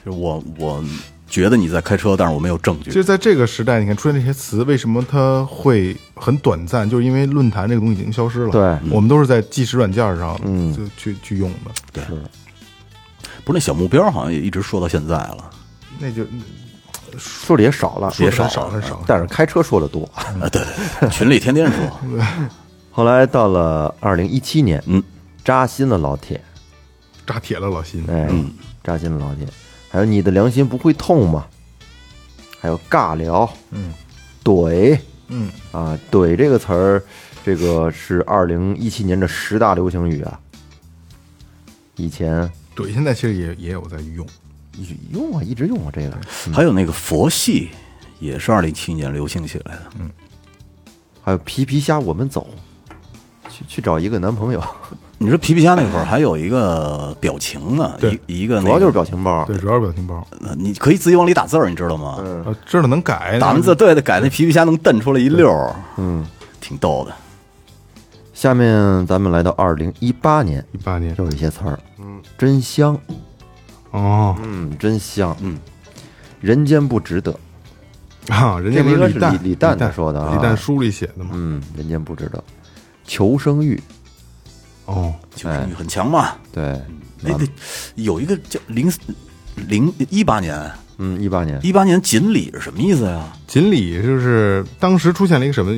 Speaker 5: 就我我觉得你在开车，但是我没有证
Speaker 2: 其
Speaker 5: 据。
Speaker 2: 实在这个时代，你看出现这些词，为什么它会很短暂？就是因为论坛这个东西已经消失了。
Speaker 3: 对，
Speaker 2: 我们都是在计时软件上，
Speaker 3: 嗯
Speaker 2: 就去去用的，
Speaker 5: 不是那小目标好像也一直说到现在了，
Speaker 2: 那就
Speaker 3: 说的也少了，嗯
Speaker 5: 也
Speaker 2: 说得很
Speaker 5: 少
Speaker 2: 少很少。
Speaker 3: 但是开车说的多。
Speaker 2: 嗯
Speaker 5: 啊群里天天说，
Speaker 3: 后来到了二零一七年，
Speaker 5: 嗯，
Speaker 3: 扎心了老铁，
Speaker 2: 扎铁了，老辛。
Speaker 3: 哎，扎心了老铁，还有你的良心不会痛吗？还有尬聊，
Speaker 2: 嗯，
Speaker 3: 怼
Speaker 2: 嗯，
Speaker 3: 啊，怼这个词儿，这个是二零一七年的十大流行语啊。以前
Speaker 2: 对，现在其实也也有在用。
Speaker 3: 用啊，一直用啊，这个
Speaker 5: 还有那个佛系，也是二零一七年流行起来的。
Speaker 2: 嗯
Speaker 3: 还有皮皮虾，我们走，去去找一个男朋友，
Speaker 5: 你说皮皮虾那会儿还有一个表情呢，
Speaker 2: 对
Speaker 5: 一一个
Speaker 3: 主
Speaker 5: 那
Speaker 3: 要就是
Speaker 5: 个，
Speaker 3: 表情包。
Speaker 2: 对，主要是表情包，
Speaker 5: 呃你可以自己往里打字儿，你知道吗？
Speaker 3: 嗯
Speaker 2: 呃，知道能改，
Speaker 5: 打完字对的，改那皮皮虾能瞪出来一溜儿，嗯，挺逗的。
Speaker 3: 下面咱们来到二零一八年，
Speaker 2: 一八年
Speaker 3: 又有一些词儿，嗯，真香，
Speaker 2: 哦
Speaker 3: 嗯，真香，嗯，人间不值得，
Speaker 2: 啊，人家
Speaker 3: 这个
Speaker 2: 不
Speaker 3: 应该是
Speaker 2: 李诞
Speaker 3: 李李诞说的啊
Speaker 2: 李诞书里写的嘛。
Speaker 3: 嗯，人间不值得，求生欲，
Speaker 2: 哦，
Speaker 5: 求生欲很强嘛。
Speaker 3: 对，
Speaker 5: 哎，得有一个叫零零一八年，
Speaker 3: 嗯，一八年，
Speaker 5: 一八年锦鲤是什么意思呀？
Speaker 2: 锦鲤就是当时出现了一个什么？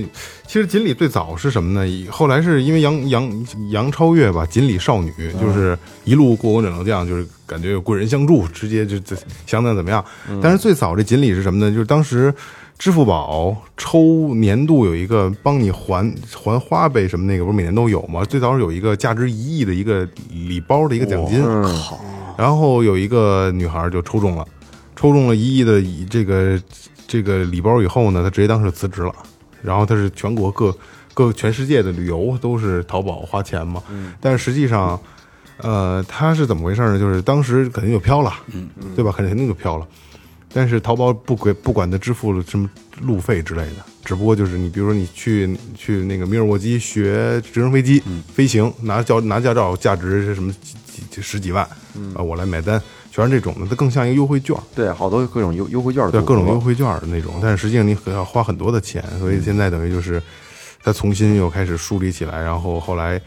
Speaker 2: 其实锦鲤最早是什么呢？后来是因为杨杨杨超越吧，锦鲤少女就是一路过关斩六将，就是感觉有贵人相助，直接就就想怎么怎么样。但是最早这锦鲤是什么呢？就是当时支付宝抽年度有一个帮你还还花呗什么那个，不是每年都有吗？最早是有一个价值一亿的一个礼包的一个奖金，
Speaker 5: 靠，
Speaker 2: 然后有一个女孩就抽中了，抽中了一亿的以这个这个礼包以后呢，她直接当时辞职了。然后她是全国各各全世界的旅游都是淘宝花钱嘛，但是实际上，呃，她是怎么回事呢？就是当时肯定就飘了，对吧？肯定就飘了。但是淘宝不给不管他支付了什么路费之类的，只不过就是你比如说你去去那个米尔沃基学直升飞机、飞行，拿教拿驾照，价值是什么几几几十几万，啊、我来买单，全是这种的，它更像一个优惠券儿，
Speaker 3: 对，好多各种优优惠券儿
Speaker 2: 对
Speaker 3: 组合，嗯
Speaker 2: 各种优惠券儿的那种，但是实际上你可要花很多的钱，所以现在等于就是他重新又开始梳理起来，然后后来。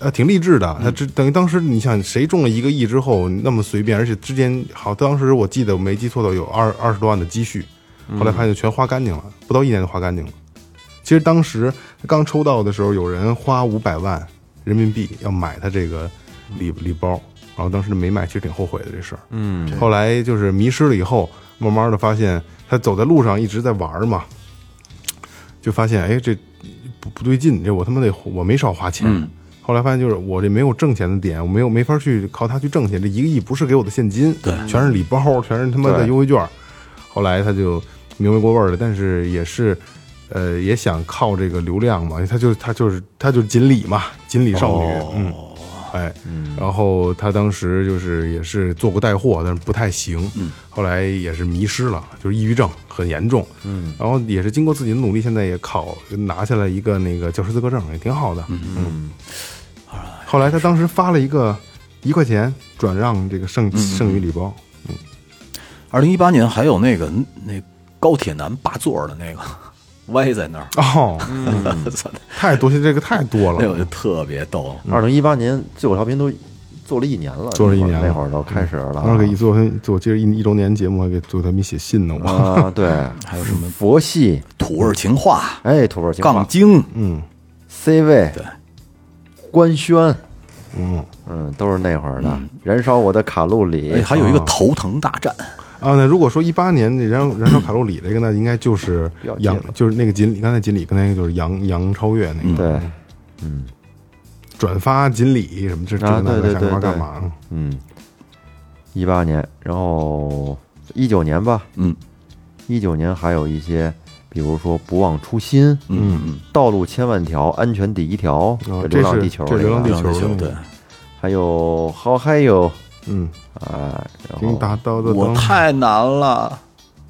Speaker 2: 呃，挺励志
Speaker 3: 嗯
Speaker 2: 的。他之等于当时，你想谁中了一个亿之后那么随便，而且之前好，当时我记得我没记错的话有二二十多万的积蓄，
Speaker 3: 嗯
Speaker 2: 后来发现全花干净了，不到一年就花干净了。其实当时刚抽到的时候，有人花五百万人民币要买他这个礼礼包，然后当时没买，其实挺后悔的这事儿。嗯，后来就是迷失了以后，慢慢的发现他走在路上一直在玩儿嘛，就发现哎这不不对劲，这我他妈得我没少花钱。后来发现就是我这没有挣钱的点，我没有没法去靠它去挣钱。这一个亿不是给我的现金，对，全是礼包，全是他妈的
Speaker 3: 对
Speaker 2: 优惠券儿。后来他就明白过味儿了，但是也是，呃，也想靠这个流量嘛，他就他就是他就是锦鲤嘛，锦鲤少女，嗯，哎，然后他当时就是也是做过带货，但是不太行，嗯，后来也是迷失了，就是抑郁症很严重，嗯，然后也是经过自己的努力，现在也考拿下来一个那个教师资格证，也挺好的，嗯，后来他当时发了一个一块钱转让这个剩剩余礼包，
Speaker 5: 二零一八年还有那个那高铁男霸座的那个歪在那儿，
Speaker 2: 哦，
Speaker 5: 操
Speaker 2: 太多，现在这个太多了，
Speaker 5: 那我就特别逗。
Speaker 3: 二零一八年最火调频都做了一年了，
Speaker 2: 做了一年了
Speaker 3: 那会儿都开始了啊。
Speaker 2: 当时给一做，我记得一一周年节目还给做他们写信呢，我
Speaker 3: 啊，对，还有什么佛系，
Speaker 5: 土味情话、
Speaker 3: 哎，土味情话
Speaker 5: 杠精，
Speaker 2: 嗯，
Speaker 3: C 位，对，官宣，嗯都是那会儿
Speaker 2: 嗯
Speaker 3: 的，燃烧我的卡路里
Speaker 5: 哎，，还有一个头疼大战，
Speaker 2: 啊，那如果说一八年燃燃烧卡路里这个，那应该就是
Speaker 3: 比较近
Speaker 2: 杨
Speaker 3: 了，
Speaker 2: 就是那个锦鲤，刚才锦鲤，刚才那个就是杨杨超越那个
Speaker 3: 对，
Speaker 2: 转发锦鲤什么这这个
Speaker 3: 啊
Speaker 2: 那
Speaker 3: 对
Speaker 2: 个
Speaker 3: 对
Speaker 2: 想干嘛
Speaker 3: 对对
Speaker 2: 干嘛，
Speaker 3: 嗯，一八年，然后一九年吧，
Speaker 5: 嗯
Speaker 3: 一九年还有一些，比如说不忘初心，
Speaker 5: 嗯嗯，
Speaker 3: 道路千万条，安全第一条，
Speaker 2: 哦这
Speaker 3: 流浪
Speaker 2: 是
Speaker 3: 地哎球，
Speaker 2: 这流浪地
Speaker 5: 地
Speaker 2: 球
Speaker 5: 球
Speaker 2: 那个
Speaker 5: 对，
Speaker 3: 还有好还有
Speaker 2: 嗯，
Speaker 3: 啊，然
Speaker 2: 给你
Speaker 3: 后
Speaker 2: 打刀的
Speaker 5: 我
Speaker 2: 灯
Speaker 5: 太难了，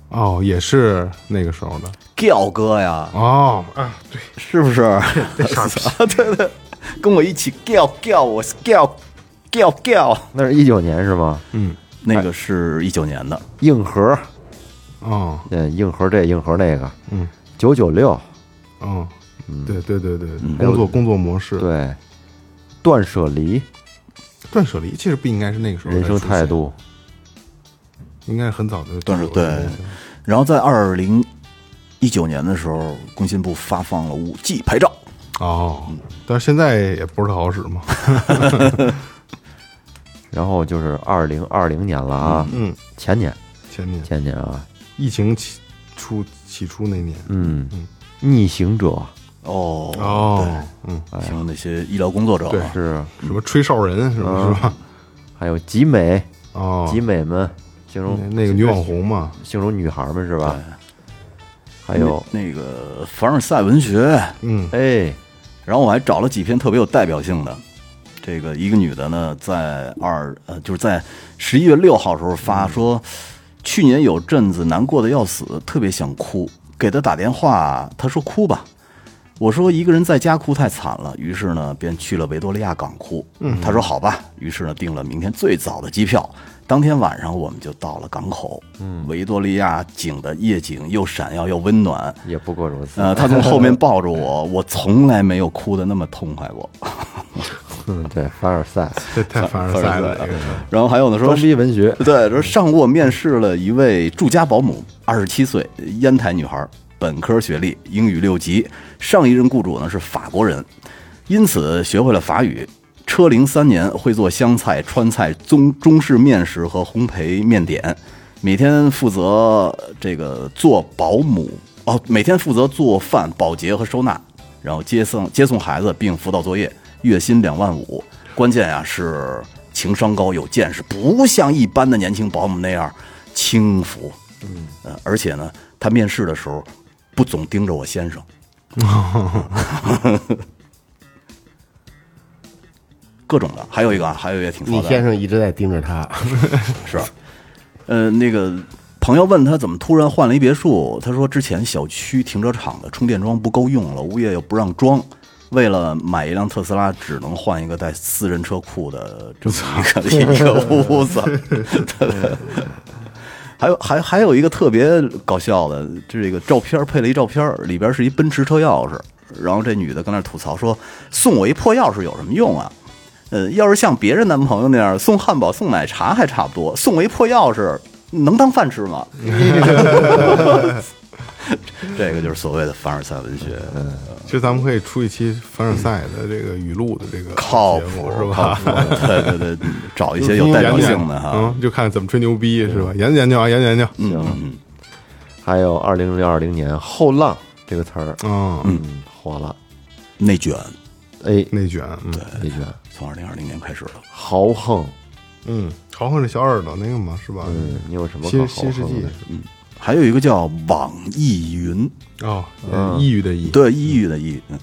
Speaker 2: 哦，也是那个时候的
Speaker 5: 吊哥呀，
Speaker 2: 哦啊，
Speaker 5: 是不是？ 对对，跟我一起吊吊，我是吊吊吊，
Speaker 3: 那是一九年是吗？
Speaker 2: 嗯
Speaker 5: 那个是一九年的，
Speaker 3: 硬核，
Speaker 2: 哦
Speaker 3: 嗯，硬核这硬核那个，
Speaker 2: 嗯
Speaker 3: 九九六，
Speaker 2: 哦，对对对对，
Speaker 3: 还有
Speaker 2: 工作工作模式，
Speaker 3: 对，断舍离，
Speaker 2: 断舍离其实不应该是那个时候
Speaker 3: 人
Speaker 2: 才
Speaker 3: 生
Speaker 2: 出
Speaker 3: 态
Speaker 2: 现，
Speaker 3: 度，
Speaker 2: 应该是很早的
Speaker 5: 断舍对然后在二零一九年的时候，工信部发放了五 G 牌照，
Speaker 2: 哦，但是现在也不是特好使嘛，
Speaker 3: 然后就是二零二零年了啊，
Speaker 2: 嗯，
Speaker 3: 前年
Speaker 2: 前年
Speaker 3: 前年啊，
Speaker 2: 疫情起初起初那年，
Speaker 3: 嗯
Speaker 2: 嗯，
Speaker 3: 逆行者
Speaker 5: 哦
Speaker 2: 哦，嗯，
Speaker 5: 对还有那些医疗工作者
Speaker 2: 对
Speaker 3: 是，
Speaker 2: 什么吹哨人什么
Speaker 3: 嗯
Speaker 2: 是吧？
Speaker 3: 还有集美，
Speaker 2: 哦，
Speaker 3: 集美们，形
Speaker 2: 那
Speaker 3: 容
Speaker 2: 那个女网红嘛，
Speaker 3: 形容女孩们是吧？
Speaker 2: 哎
Speaker 3: 还有，
Speaker 5: 那个凡尔赛文学，
Speaker 2: 嗯
Speaker 3: 哎，
Speaker 5: 然后我还找了几篇特别有代表性的。这个一个女的呢，在二呃，就是在十一月六号的时候发说，去年有阵子难过的要死，特别想哭。给她打电话，她说哭吧。我说一个人在家哭太惨了，于是呢便去了维多利亚港哭。嗯，她说好吧，于是呢订了明天最早的机票。当天晚上我们就到了港口。嗯，维多利亚景的夜景又闪耀又温暖。
Speaker 3: 也不过如此。
Speaker 2: 啊
Speaker 5: 呃，他从后面抱着我，我从来没有哭的那么痛快过。
Speaker 3: 嗯，对，凡 尔赛，
Speaker 2: 这太凡尔赛了，这个
Speaker 5: 然后还有呢，说
Speaker 3: 装逼文学，
Speaker 5: 对，说上午我面试了一位住家保姆，二十七岁，烟台女孩，本科学历，英语六级。上一任雇主呢是法国人，因此学会了法语。车龄三年，会做湘菜、川菜、中中式面食和烘焙面点，每天负责这个做保姆哦，每天负责做饭、保洁和收纳，然后接送接送孩子并辅导作业，月薪两万五。关键呀、是情商高、有见识，不像一般的年轻保姆那样轻浮。嗯，呃，而且呢，他面试的时候不总盯着我先生。各种的，还有一个啊，还有一个挺操
Speaker 4: 你
Speaker 5: 蛋的。
Speaker 4: 先生一直在盯着他，
Speaker 5: 是，呃，那个朋友问他怎么突然换了一别墅，他说之前小区停车场的充电桩不够用了，物业又不让装，为了买一辆特斯拉，只能换一个带私人车库的这么一个一个屋子。还有还还有一个特别搞笑的，这个照片配了一照片，里边是一奔驰车钥匙，然后这女的跟那吐槽说：“送我一破钥匙有什么用啊？呃，要是像别人男朋友那样送汉堡、送奶茶还差不多，送我一破钥匙能当饭吃 吗？”这个就是所谓的凡尔赛文学，嗯
Speaker 2: 其实咱们可以出一期凡尔赛的这个语录的这个
Speaker 5: 靠
Speaker 2: 节
Speaker 5: 谱
Speaker 2: 目是
Speaker 5: 靠
Speaker 2: 吧？
Speaker 5: 谱，对对对，找一些有代表性的哈。
Speaker 2: 嗯，就看怎么吹牛逼是吧？研究研究啊，研究研究。
Speaker 5: 嗯，
Speaker 3: 还有二零六二零年后浪这个词儿，
Speaker 2: 嗯，
Speaker 3: 嗯，火了，
Speaker 5: 内卷
Speaker 3: 哎，
Speaker 2: 内卷，嗯
Speaker 3: 内卷，
Speaker 5: 从二零二零年开始了，
Speaker 3: 豪横，
Speaker 2: 嗯，豪横是小耳朵那个嘛是吧？
Speaker 3: 嗯，你有什么可
Speaker 2: 新
Speaker 3: 豪
Speaker 2: 新世
Speaker 3: 横
Speaker 2: 纪
Speaker 3: 的？
Speaker 5: 还有一个叫网易云，
Speaker 2: 哦，抑郁的抑，
Speaker 5: 对，抑郁的抑。嗯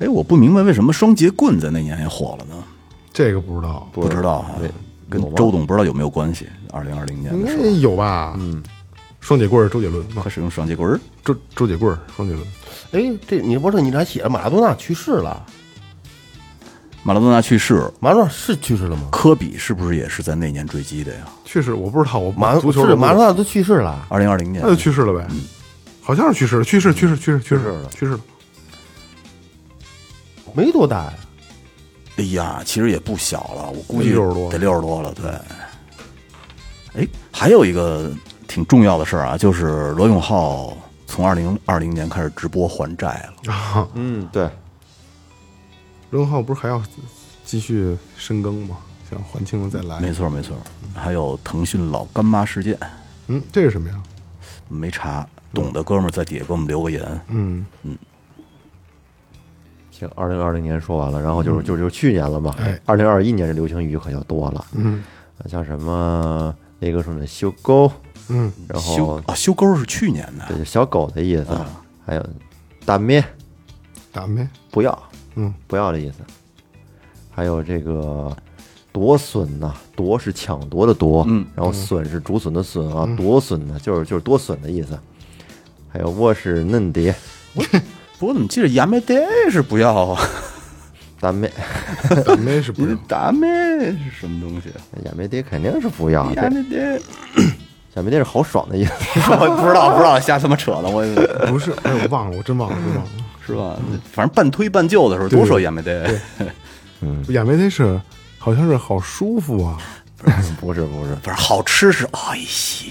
Speaker 5: 哎，我不明白为什么双节棍在那年也火了呢？
Speaker 2: 这个不知道，
Speaker 5: 不知道哈
Speaker 3: 对，
Speaker 5: 跟
Speaker 3: 有吗
Speaker 5: 周董不知道有没有关系。二零二零年
Speaker 2: 应
Speaker 5: 的
Speaker 2: 该
Speaker 5: 时候，
Speaker 2: 有吧？嗯，双节棍儿周杰伦嘛
Speaker 5: 他，使用双节棍儿。
Speaker 2: 周周节棍儿双节棍，
Speaker 4: 哎，这你不是你这还写了马拉多纳去世了？
Speaker 5: 马拉多纳去世，
Speaker 4: 马拉多纳是去世了吗？
Speaker 5: 科比是不是也是在那年坠机的呀？
Speaker 2: 确实我不知道，我
Speaker 4: 马
Speaker 2: 足球
Speaker 4: 是马
Speaker 2: 上
Speaker 4: 拉多纳都去世了，
Speaker 5: 二零二零年
Speaker 2: 那，就去世了呗，好像是去世了，去世去世去世去世了，去世了。
Speaker 4: 没多大呀。
Speaker 5: 哎呀，其实也不小了，我估计
Speaker 2: 60多
Speaker 5: 得六十多了。对，哎，还有一个挺重要的事儿啊，就是罗永浩从二零二零年开始直播还债了。
Speaker 3: 嗯，对，
Speaker 2: 荣浩不是还要继续深耕吗？想还清了再来。
Speaker 5: 没错没错。还有腾讯老干妈事件，
Speaker 2: 嗯，这是什么呀？
Speaker 5: 没查，懂的哥们儿在底下给我们留个言。
Speaker 2: 嗯，
Speaker 3: 行，二零二零年说完了，然后
Speaker 2: 嗯
Speaker 3: 就是就是就是去年了嘛，
Speaker 2: 哎
Speaker 3: 二零二一年这流行语可就多了，嗯，像什么那个什么修狗，
Speaker 2: 嗯，
Speaker 3: 然
Speaker 5: 修
Speaker 3: 后
Speaker 5: 啊，修沟是去年的，
Speaker 3: 对小狗的意思，
Speaker 5: 啊
Speaker 3: 还有打咩
Speaker 2: 打呗。
Speaker 3: 不要
Speaker 2: 嗯，
Speaker 3: 不要的意思，还有这个夺笋呐、夺是抢夺的夺，
Speaker 5: 嗯
Speaker 3: 然后笋是竹笋的笋啊，夺笋呢就是就是多笋的意思，还有我是嫩碟
Speaker 5: 不过怎么记着牙买得是不要啊？
Speaker 3: 打 咩，
Speaker 2: 打呗是不
Speaker 5: 不
Speaker 2: 是
Speaker 5: 是达咩是什么东西？
Speaker 3: 亚没爹肯定是不要的
Speaker 5: 牙，买得
Speaker 3: 亚没爹是豪爽的意思。
Speaker 5: 我不知道，不知道，瞎他妈扯了，我也
Speaker 2: 不是？哎，我忘了，我真忘了，真忘了。
Speaker 5: 是吧？反正半推半就的时候，多少牙买得。
Speaker 2: 亚美得是好像是好舒服啊，
Speaker 3: 不是不是，
Speaker 5: 不是好吃是爱惜，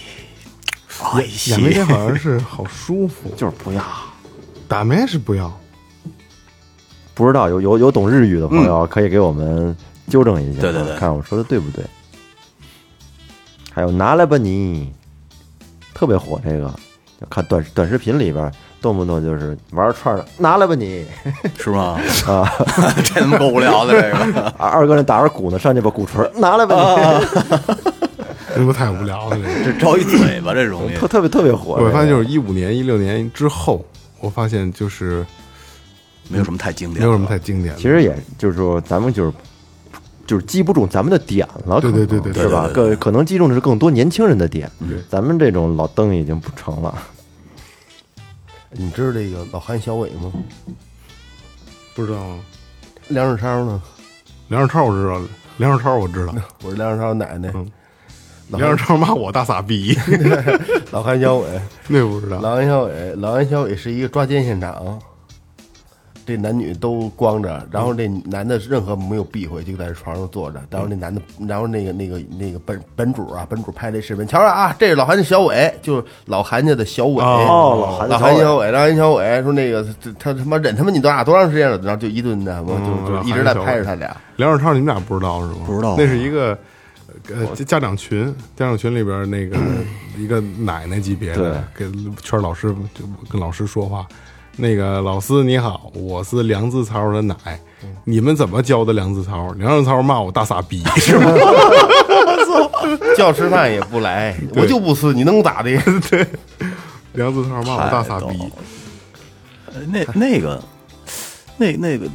Speaker 5: 爱
Speaker 2: 亚美
Speaker 5: 惜
Speaker 2: 得好像是好舒服，
Speaker 3: 就是不要。
Speaker 2: 打呗是不要。
Speaker 3: 不知道有有有懂日语的朋友啊可以给我们纠正一下，
Speaker 5: 嗯对对对
Speaker 3: 看我说的对不对。还有拿来吧你，特别火这个，看短短视频里边动不动就是玩串儿，拿来吧 你，
Speaker 5: 是吗？啊， 这他妈够无聊的这个。
Speaker 3: 二二哥那打着鼓呢，上去把鼓槌儿拿来吧你，
Speaker 2: 这不太无聊了。这个
Speaker 5: 这招一嘴巴，这容易
Speaker 3: 特特别特别火。
Speaker 2: 我发现
Speaker 3: 这
Speaker 2: 就
Speaker 3: 个
Speaker 2: 是一五年、一六年之后，我发现就是
Speaker 5: 没有什么太经典，
Speaker 2: 没有什么太经典的。
Speaker 3: 其实也就是说咱们就是。就是击不中咱们的点了，
Speaker 2: 对
Speaker 3: 可能
Speaker 2: 对对对
Speaker 3: 是吧？
Speaker 5: 对对
Speaker 3: 更可能击中的是更多年轻人的点，
Speaker 5: 嗯
Speaker 3: 咱们这种老登已经不成了。
Speaker 4: 你知道这个老韩小伟吗？
Speaker 2: 不知道
Speaker 4: 梁世超呢？
Speaker 2: 梁世超我知道，梁世超我知道，
Speaker 4: 我是梁世超奶奶，
Speaker 2: 梁世超骂我大傻逼，
Speaker 4: 老韩小伟，
Speaker 2: 那不知道。
Speaker 4: 老韩小伟，老韩小伟是一个抓奸现场，这男女都光着，然后这男的任何没有避讳，就在这床上坐着，然后那男的，然后那个那个那个本本主啊，本主拍这视频，瞧着啊，这是老韩家小伟，就是老韩家的小伟，
Speaker 3: 哦老韩
Speaker 4: 老
Speaker 3: 家
Speaker 4: 韩
Speaker 3: 小伟
Speaker 4: 家小伟，老韩家小伟说那个他他他妈忍他妈你多大多长时间了，然后就一顿那什么，
Speaker 2: 嗯
Speaker 4: 就
Speaker 2: 老
Speaker 4: 就
Speaker 2: 韩
Speaker 4: 一直在拍着他俩，
Speaker 2: 梁世超你们俩不知道是吗？
Speaker 5: 不知道
Speaker 2: 那是一个呃家家长群，家长群里边那 个一个奶奶级别的给圈老师就跟老师说话。那个老师你好，我是梁字超的奶，
Speaker 4: 嗯
Speaker 2: 你们怎么教的梁字超？梁字超骂我大傻逼，是 吗？
Speaker 4: 叫吃饭也不来，我就不吃，你能咋的？
Speaker 2: 梁字超骂我大傻逼
Speaker 5: 太，逗了呃那那个，那那个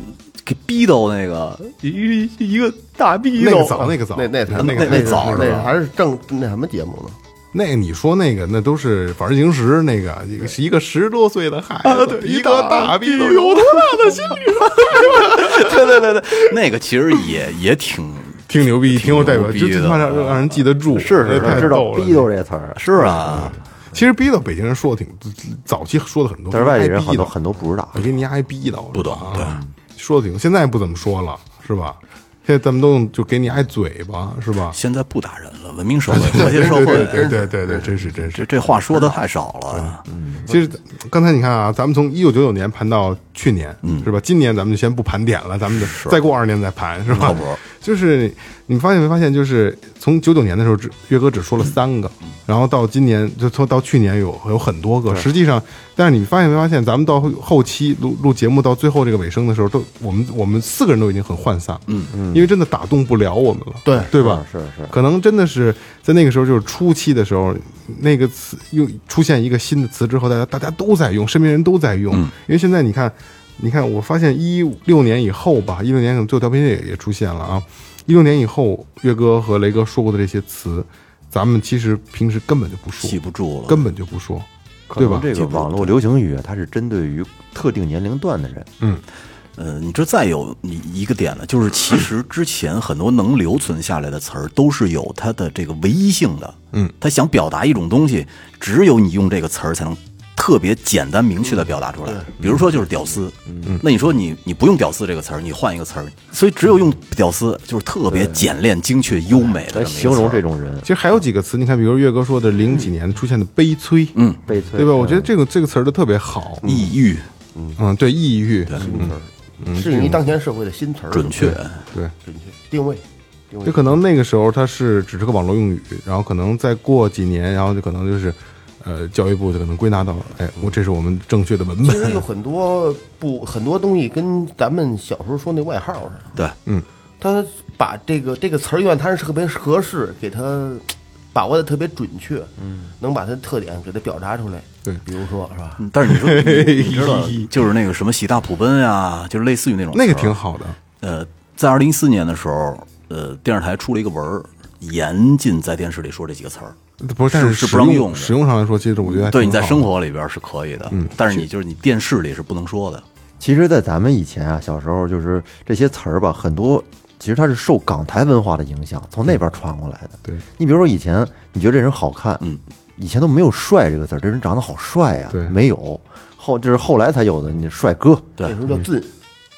Speaker 5: 给逼斗那个一一一个大逼
Speaker 2: 那
Speaker 5: 斗
Speaker 2: 个，早，那个早，
Speaker 4: 那那才
Speaker 2: 那个
Speaker 5: 那早
Speaker 4: 那
Speaker 5: 是吧
Speaker 4: 那还是正那什么节目呢？
Speaker 2: 那你说那个那都是反正行时那个一个是一个十多岁的孩子，一个大逼斗有多大的心？
Speaker 5: 对对对对，那个其实也也挺
Speaker 2: 挺牛逼，挺有代表，
Speaker 5: 挺牛
Speaker 2: 这
Speaker 5: 逼的
Speaker 2: 这他妈让让人记得住，
Speaker 3: 是是
Speaker 2: 这太
Speaker 3: 是，知道
Speaker 2: 逗
Speaker 3: “
Speaker 2: 了
Speaker 3: 逼斗”这词儿，
Speaker 5: 是啊，
Speaker 2: 其实逼斗北京人说的挺早期说的很多，
Speaker 3: 但是外地人
Speaker 2: 挨逼
Speaker 3: 很
Speaker 2: 斗
Speaker 3: 多很多不知道
Speaker 2: 我。给你挨逼斗，
Speaker 5: 不懂
Speaker 2: 是吧啊说的挺，现在不怎么说了，是吧？现在咱们都用就给你挨嘴巴，是吧？
Speaker 5: 现在不打人了，文明社会，和谐社会，
Speaker 2: 对对对对对，真是真是
Speaker 5: 这。这话说的太少了。嗯
Speaker 2: 其实刚才你看啊，咱们从一九九九年盘到去年，是吧？今年咱们就先不盘点了，咱们就再过二十年再盘，是吧？ 就是你们发现没发现，就是从九九年的时候，只岳哥只说了三个，然后到今年就从到去年有有很多个。实际上，但是你们发现没发现，咱们到后后期录录节目到最后这个尾声的时候，都我们我们四个人都已经很涣散，嗯嗯，因为真的打动不了我们了，
Speaker 4: 对
Speaker 2: 对吧？
Speaker 3: 是嗯是
Speaker 2: 可能真的是在那个时候，就是初期的时候，那个词又出现一个新的词之后，大家大家都在用，身边人都在用。
Speaker 3: 嗯
Speaker 2: 因为现在你看，你看，我发现一六年以后吧，一六年可能最后调频也也出现了啊。一六年以后，岳哥和雷哥说过的这些词，咱们其实平时根本就不说
Speaker 5: 记，不住了，
Speaker 2: 根本就不说，
Speaker 3: 可
Speaker 2: 对
Speaker 3: 能
Speaker 2: 吧？
Speaker 3: 这个网络流行语啊，它是针对于特定年龄段的人，
Speaker 2: 嗯
Speaker 5: 呃，你这再有你一个点呢，就是其实之前很多能留存下来的词儿都是有它的这个唯一性的，
Speaker 2: 嗯，
Speaker 5: 它想表达一种东西，只有你用这个词儿才能特别简单明确的表达出来。比如说就是屌丝，嗯，那你说你你不用屌丝这个词儿，你换一个词儿，所以只有用屌丝就是特别简练、精确、优美
Speaker 3: 来
Speaker 5: 的么一个
Speaker 3: 形容
Speaker 5: 词儿
Speaker 3: 这种人
Speaker 2: 其实还有几个词，你看，比如岳哥说的零几年出现的悲催，嗯，
Speaker 3: 悲催，嗯
Speaker 2: 对吧？我觉得这个这个词儿就特别好，
Speaker 5: 抑郁，
Speaker 2: 嗯，对，抑郁，
Speaker 4: 适应于当前社会的新词儿，
Speaker 5: 准确，
Speaker 2: 对，
Speaker 4: 准确 定位，定位
Speaker 2: 就可能那个时候它是只是个网络用语，然后可能再过几年，然后就可能就是，呃，教育部就可能归纳到，哎，我这是我们正确的文
Speaker 4: 其实有
Speaker 2: 本，
Speaker 4: 很多不很多东西跟咱们小时候说那外号似的，
Speaker 5: 对，
Speaker 4: 他把这个这个词儿用它是特别合适，给它把握的特别准确，嗯，能把它特点给它表达出来。
Speaker 2: 对
Speaker 4: 比如说是吧？
Speaker 5: 嗯但是你说 你你知道，就是那个什么喜大普奔呀，就是类似于那 种
Speaker 2: 那个
Speaker 5: 词儿
Speaker 2: 挺好的，
Speaker 5: 呃，在二零一四年的时候，呃，电视台出了一个文儿，严禁在电视里说这几个词儿。
Speaker 2: 不是，但
Speaker 5: 是
Speaker 2: 使
Speaker 5: 不让用
Speaker 2: 用
Speaker 5: 的
Speaker 2: 使用上来说，其实我觉得还
Speaker 5: 对，你
Speaker 2: 挺好的
Speaker 5: 在
Speaker 2: 嗯
Speaker 5: 生活里边是可以的，但是你就是你电视里是不能说的。
Speaker 3: 其实，在咱们以前啊，小时候就是这些词儿吧，很多其实它是受港台文化的影响，从那边传过来的。
Speaker 2: 嗯对
Speaker 3: 你比如说以前，你觉得这人好看，
Speaker 5: 嗯，
Speaker 3: 以前都没有“帅”这个字儿，这人长得好帅呀、
Speaker 2: 对
Speaker 3: 没有。后这是后来才有的，你帅哥，
Speaker 5: 对
Speaker 4: 那时候叫
Speaker 2: 嗯
Speaker 4: 俊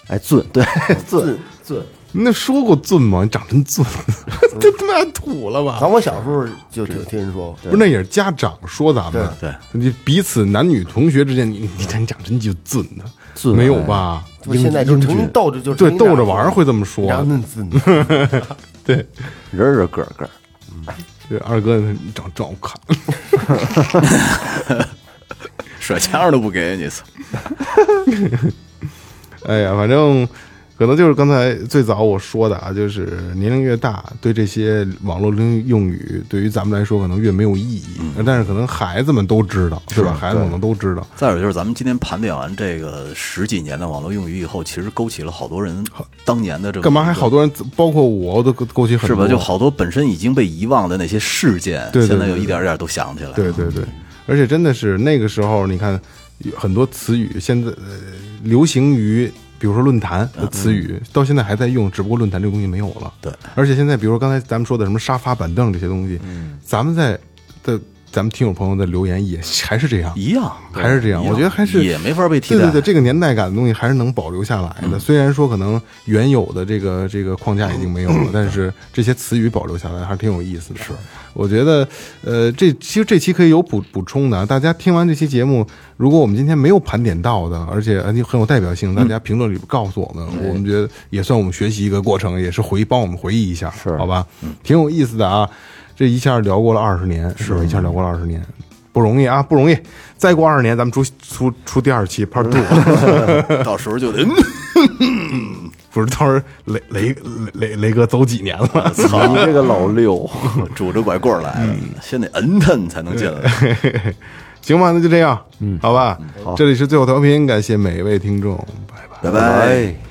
Speaker 3: 哎，俊，对，
Speaker 4: 俊俊。
Speaker 2: 那说过俊吗？你长真 俊，这他妈土了吧？
Speaker 4: 反正我小时候就挺听人说过，
Speaker 2: 不是，那也是家长说咱们，
Speaker 5: 对对，
Speaker 2: 你彼此男女同学之间，你你你长真就俊呢，
Speaker 3: 俊
Speaker 2: 没有吧？
Speaker 5: 哎
Speaker 4: 就现在就
Speaker 2: 英俊
Speaker 4: 成逗着就
Speaker 2: 对逗着玩儿会这么说，
Speaker 4: 然后那俊，
Speaker 2: 对，
Speaker 3: 人儿人个儿个儿。
Speaker 2: 这二哥你长真好看，
Speaker 5: 甩枪都不给你， 操
Speaker 2: 哎呀，反正可能就是刚才最早我说的啊，就是年龄越大，对这些网络用用语，对于咱们来说可能越没有意义，
Speaker 5: 嗯
Speaker 2: 但是可能孩子们都知道，对吧？孩子们可能都知道，
Speaker 5: 再有就是，咱们今天盘点完这个十几年的网络用语以后，其实勾起了好多人当年的这个
Speaker 2: 干嘛还好多人，包括我都勾勾起很
Speaker 5: 是
Speaker 2: 多，
Speaker 5: 吧？就好多本身已经被遗忘的那些事件，
Speaker 2: 对对
Speaker 5: 现在
Speaker 2: 对
Speaker 5: 又
Speaker 2: 对
Speaker 5: 一点点都想起来。
Speaker 2: 对对对，而且真的是那个时候，你看有很多词语现在、呃、流行于。比如说论坛的词语，到现在还在用，只不过论坛这个东西没有了。
Speaker 5: 嗯对，
Speaker 2: 而且现在，比如说刚才咱们说的什么沙发、板凳这些东西，
Speaker 5: 嗯
Speaker 2: 咱们在在咱们听友朋友的留言也还是这样，
Speaker 5: 一样，
Speaker 2: 还是这样。
Speaker 5: 一样
Speaker 2: 我觉得还是
Speaker 5: 也没法被替代。
Speaker 2: 对对对，这个年代感的东西还是能保留下来的。虽然说可能原有的这个这个框架已经没有了，但是这些词语保留下来还是挺有意思的。嗯是，我觉得呃，这其实这期可以有补补充的啊。大家听完这期节目，如果我们今天没有盘点到的，而且呃很有代表性，大家评论里告诉我们，我们觉得也算我们学习一个过程，也是回帮我们回忆一下，
Speaker 3: 是
Speaker 2: 好吧？挺有意思的啊。这一下聊过了二十年，嗯是吧一下聊过了二十年，不容易啊，不容易。再过二十年，咱们出出出第二期 Part Two，
Speaker 5: 到时候就得
Speaker 2: 不是到时候雷雷雷雷雷哥走几年 了？
Speaker 3: 你这个老六，
Speaker 5: 拄着拐棍儿来了，
Speaker 2: 嗯
Speaker 5: 先得摁摁才能进来。
Speaker 2: 行吧，那就这样，嗯，好吧。这里是最后调频，感谢每一位听众，拜拜。
Speaker 5: 拜
Speaker 3: 拜。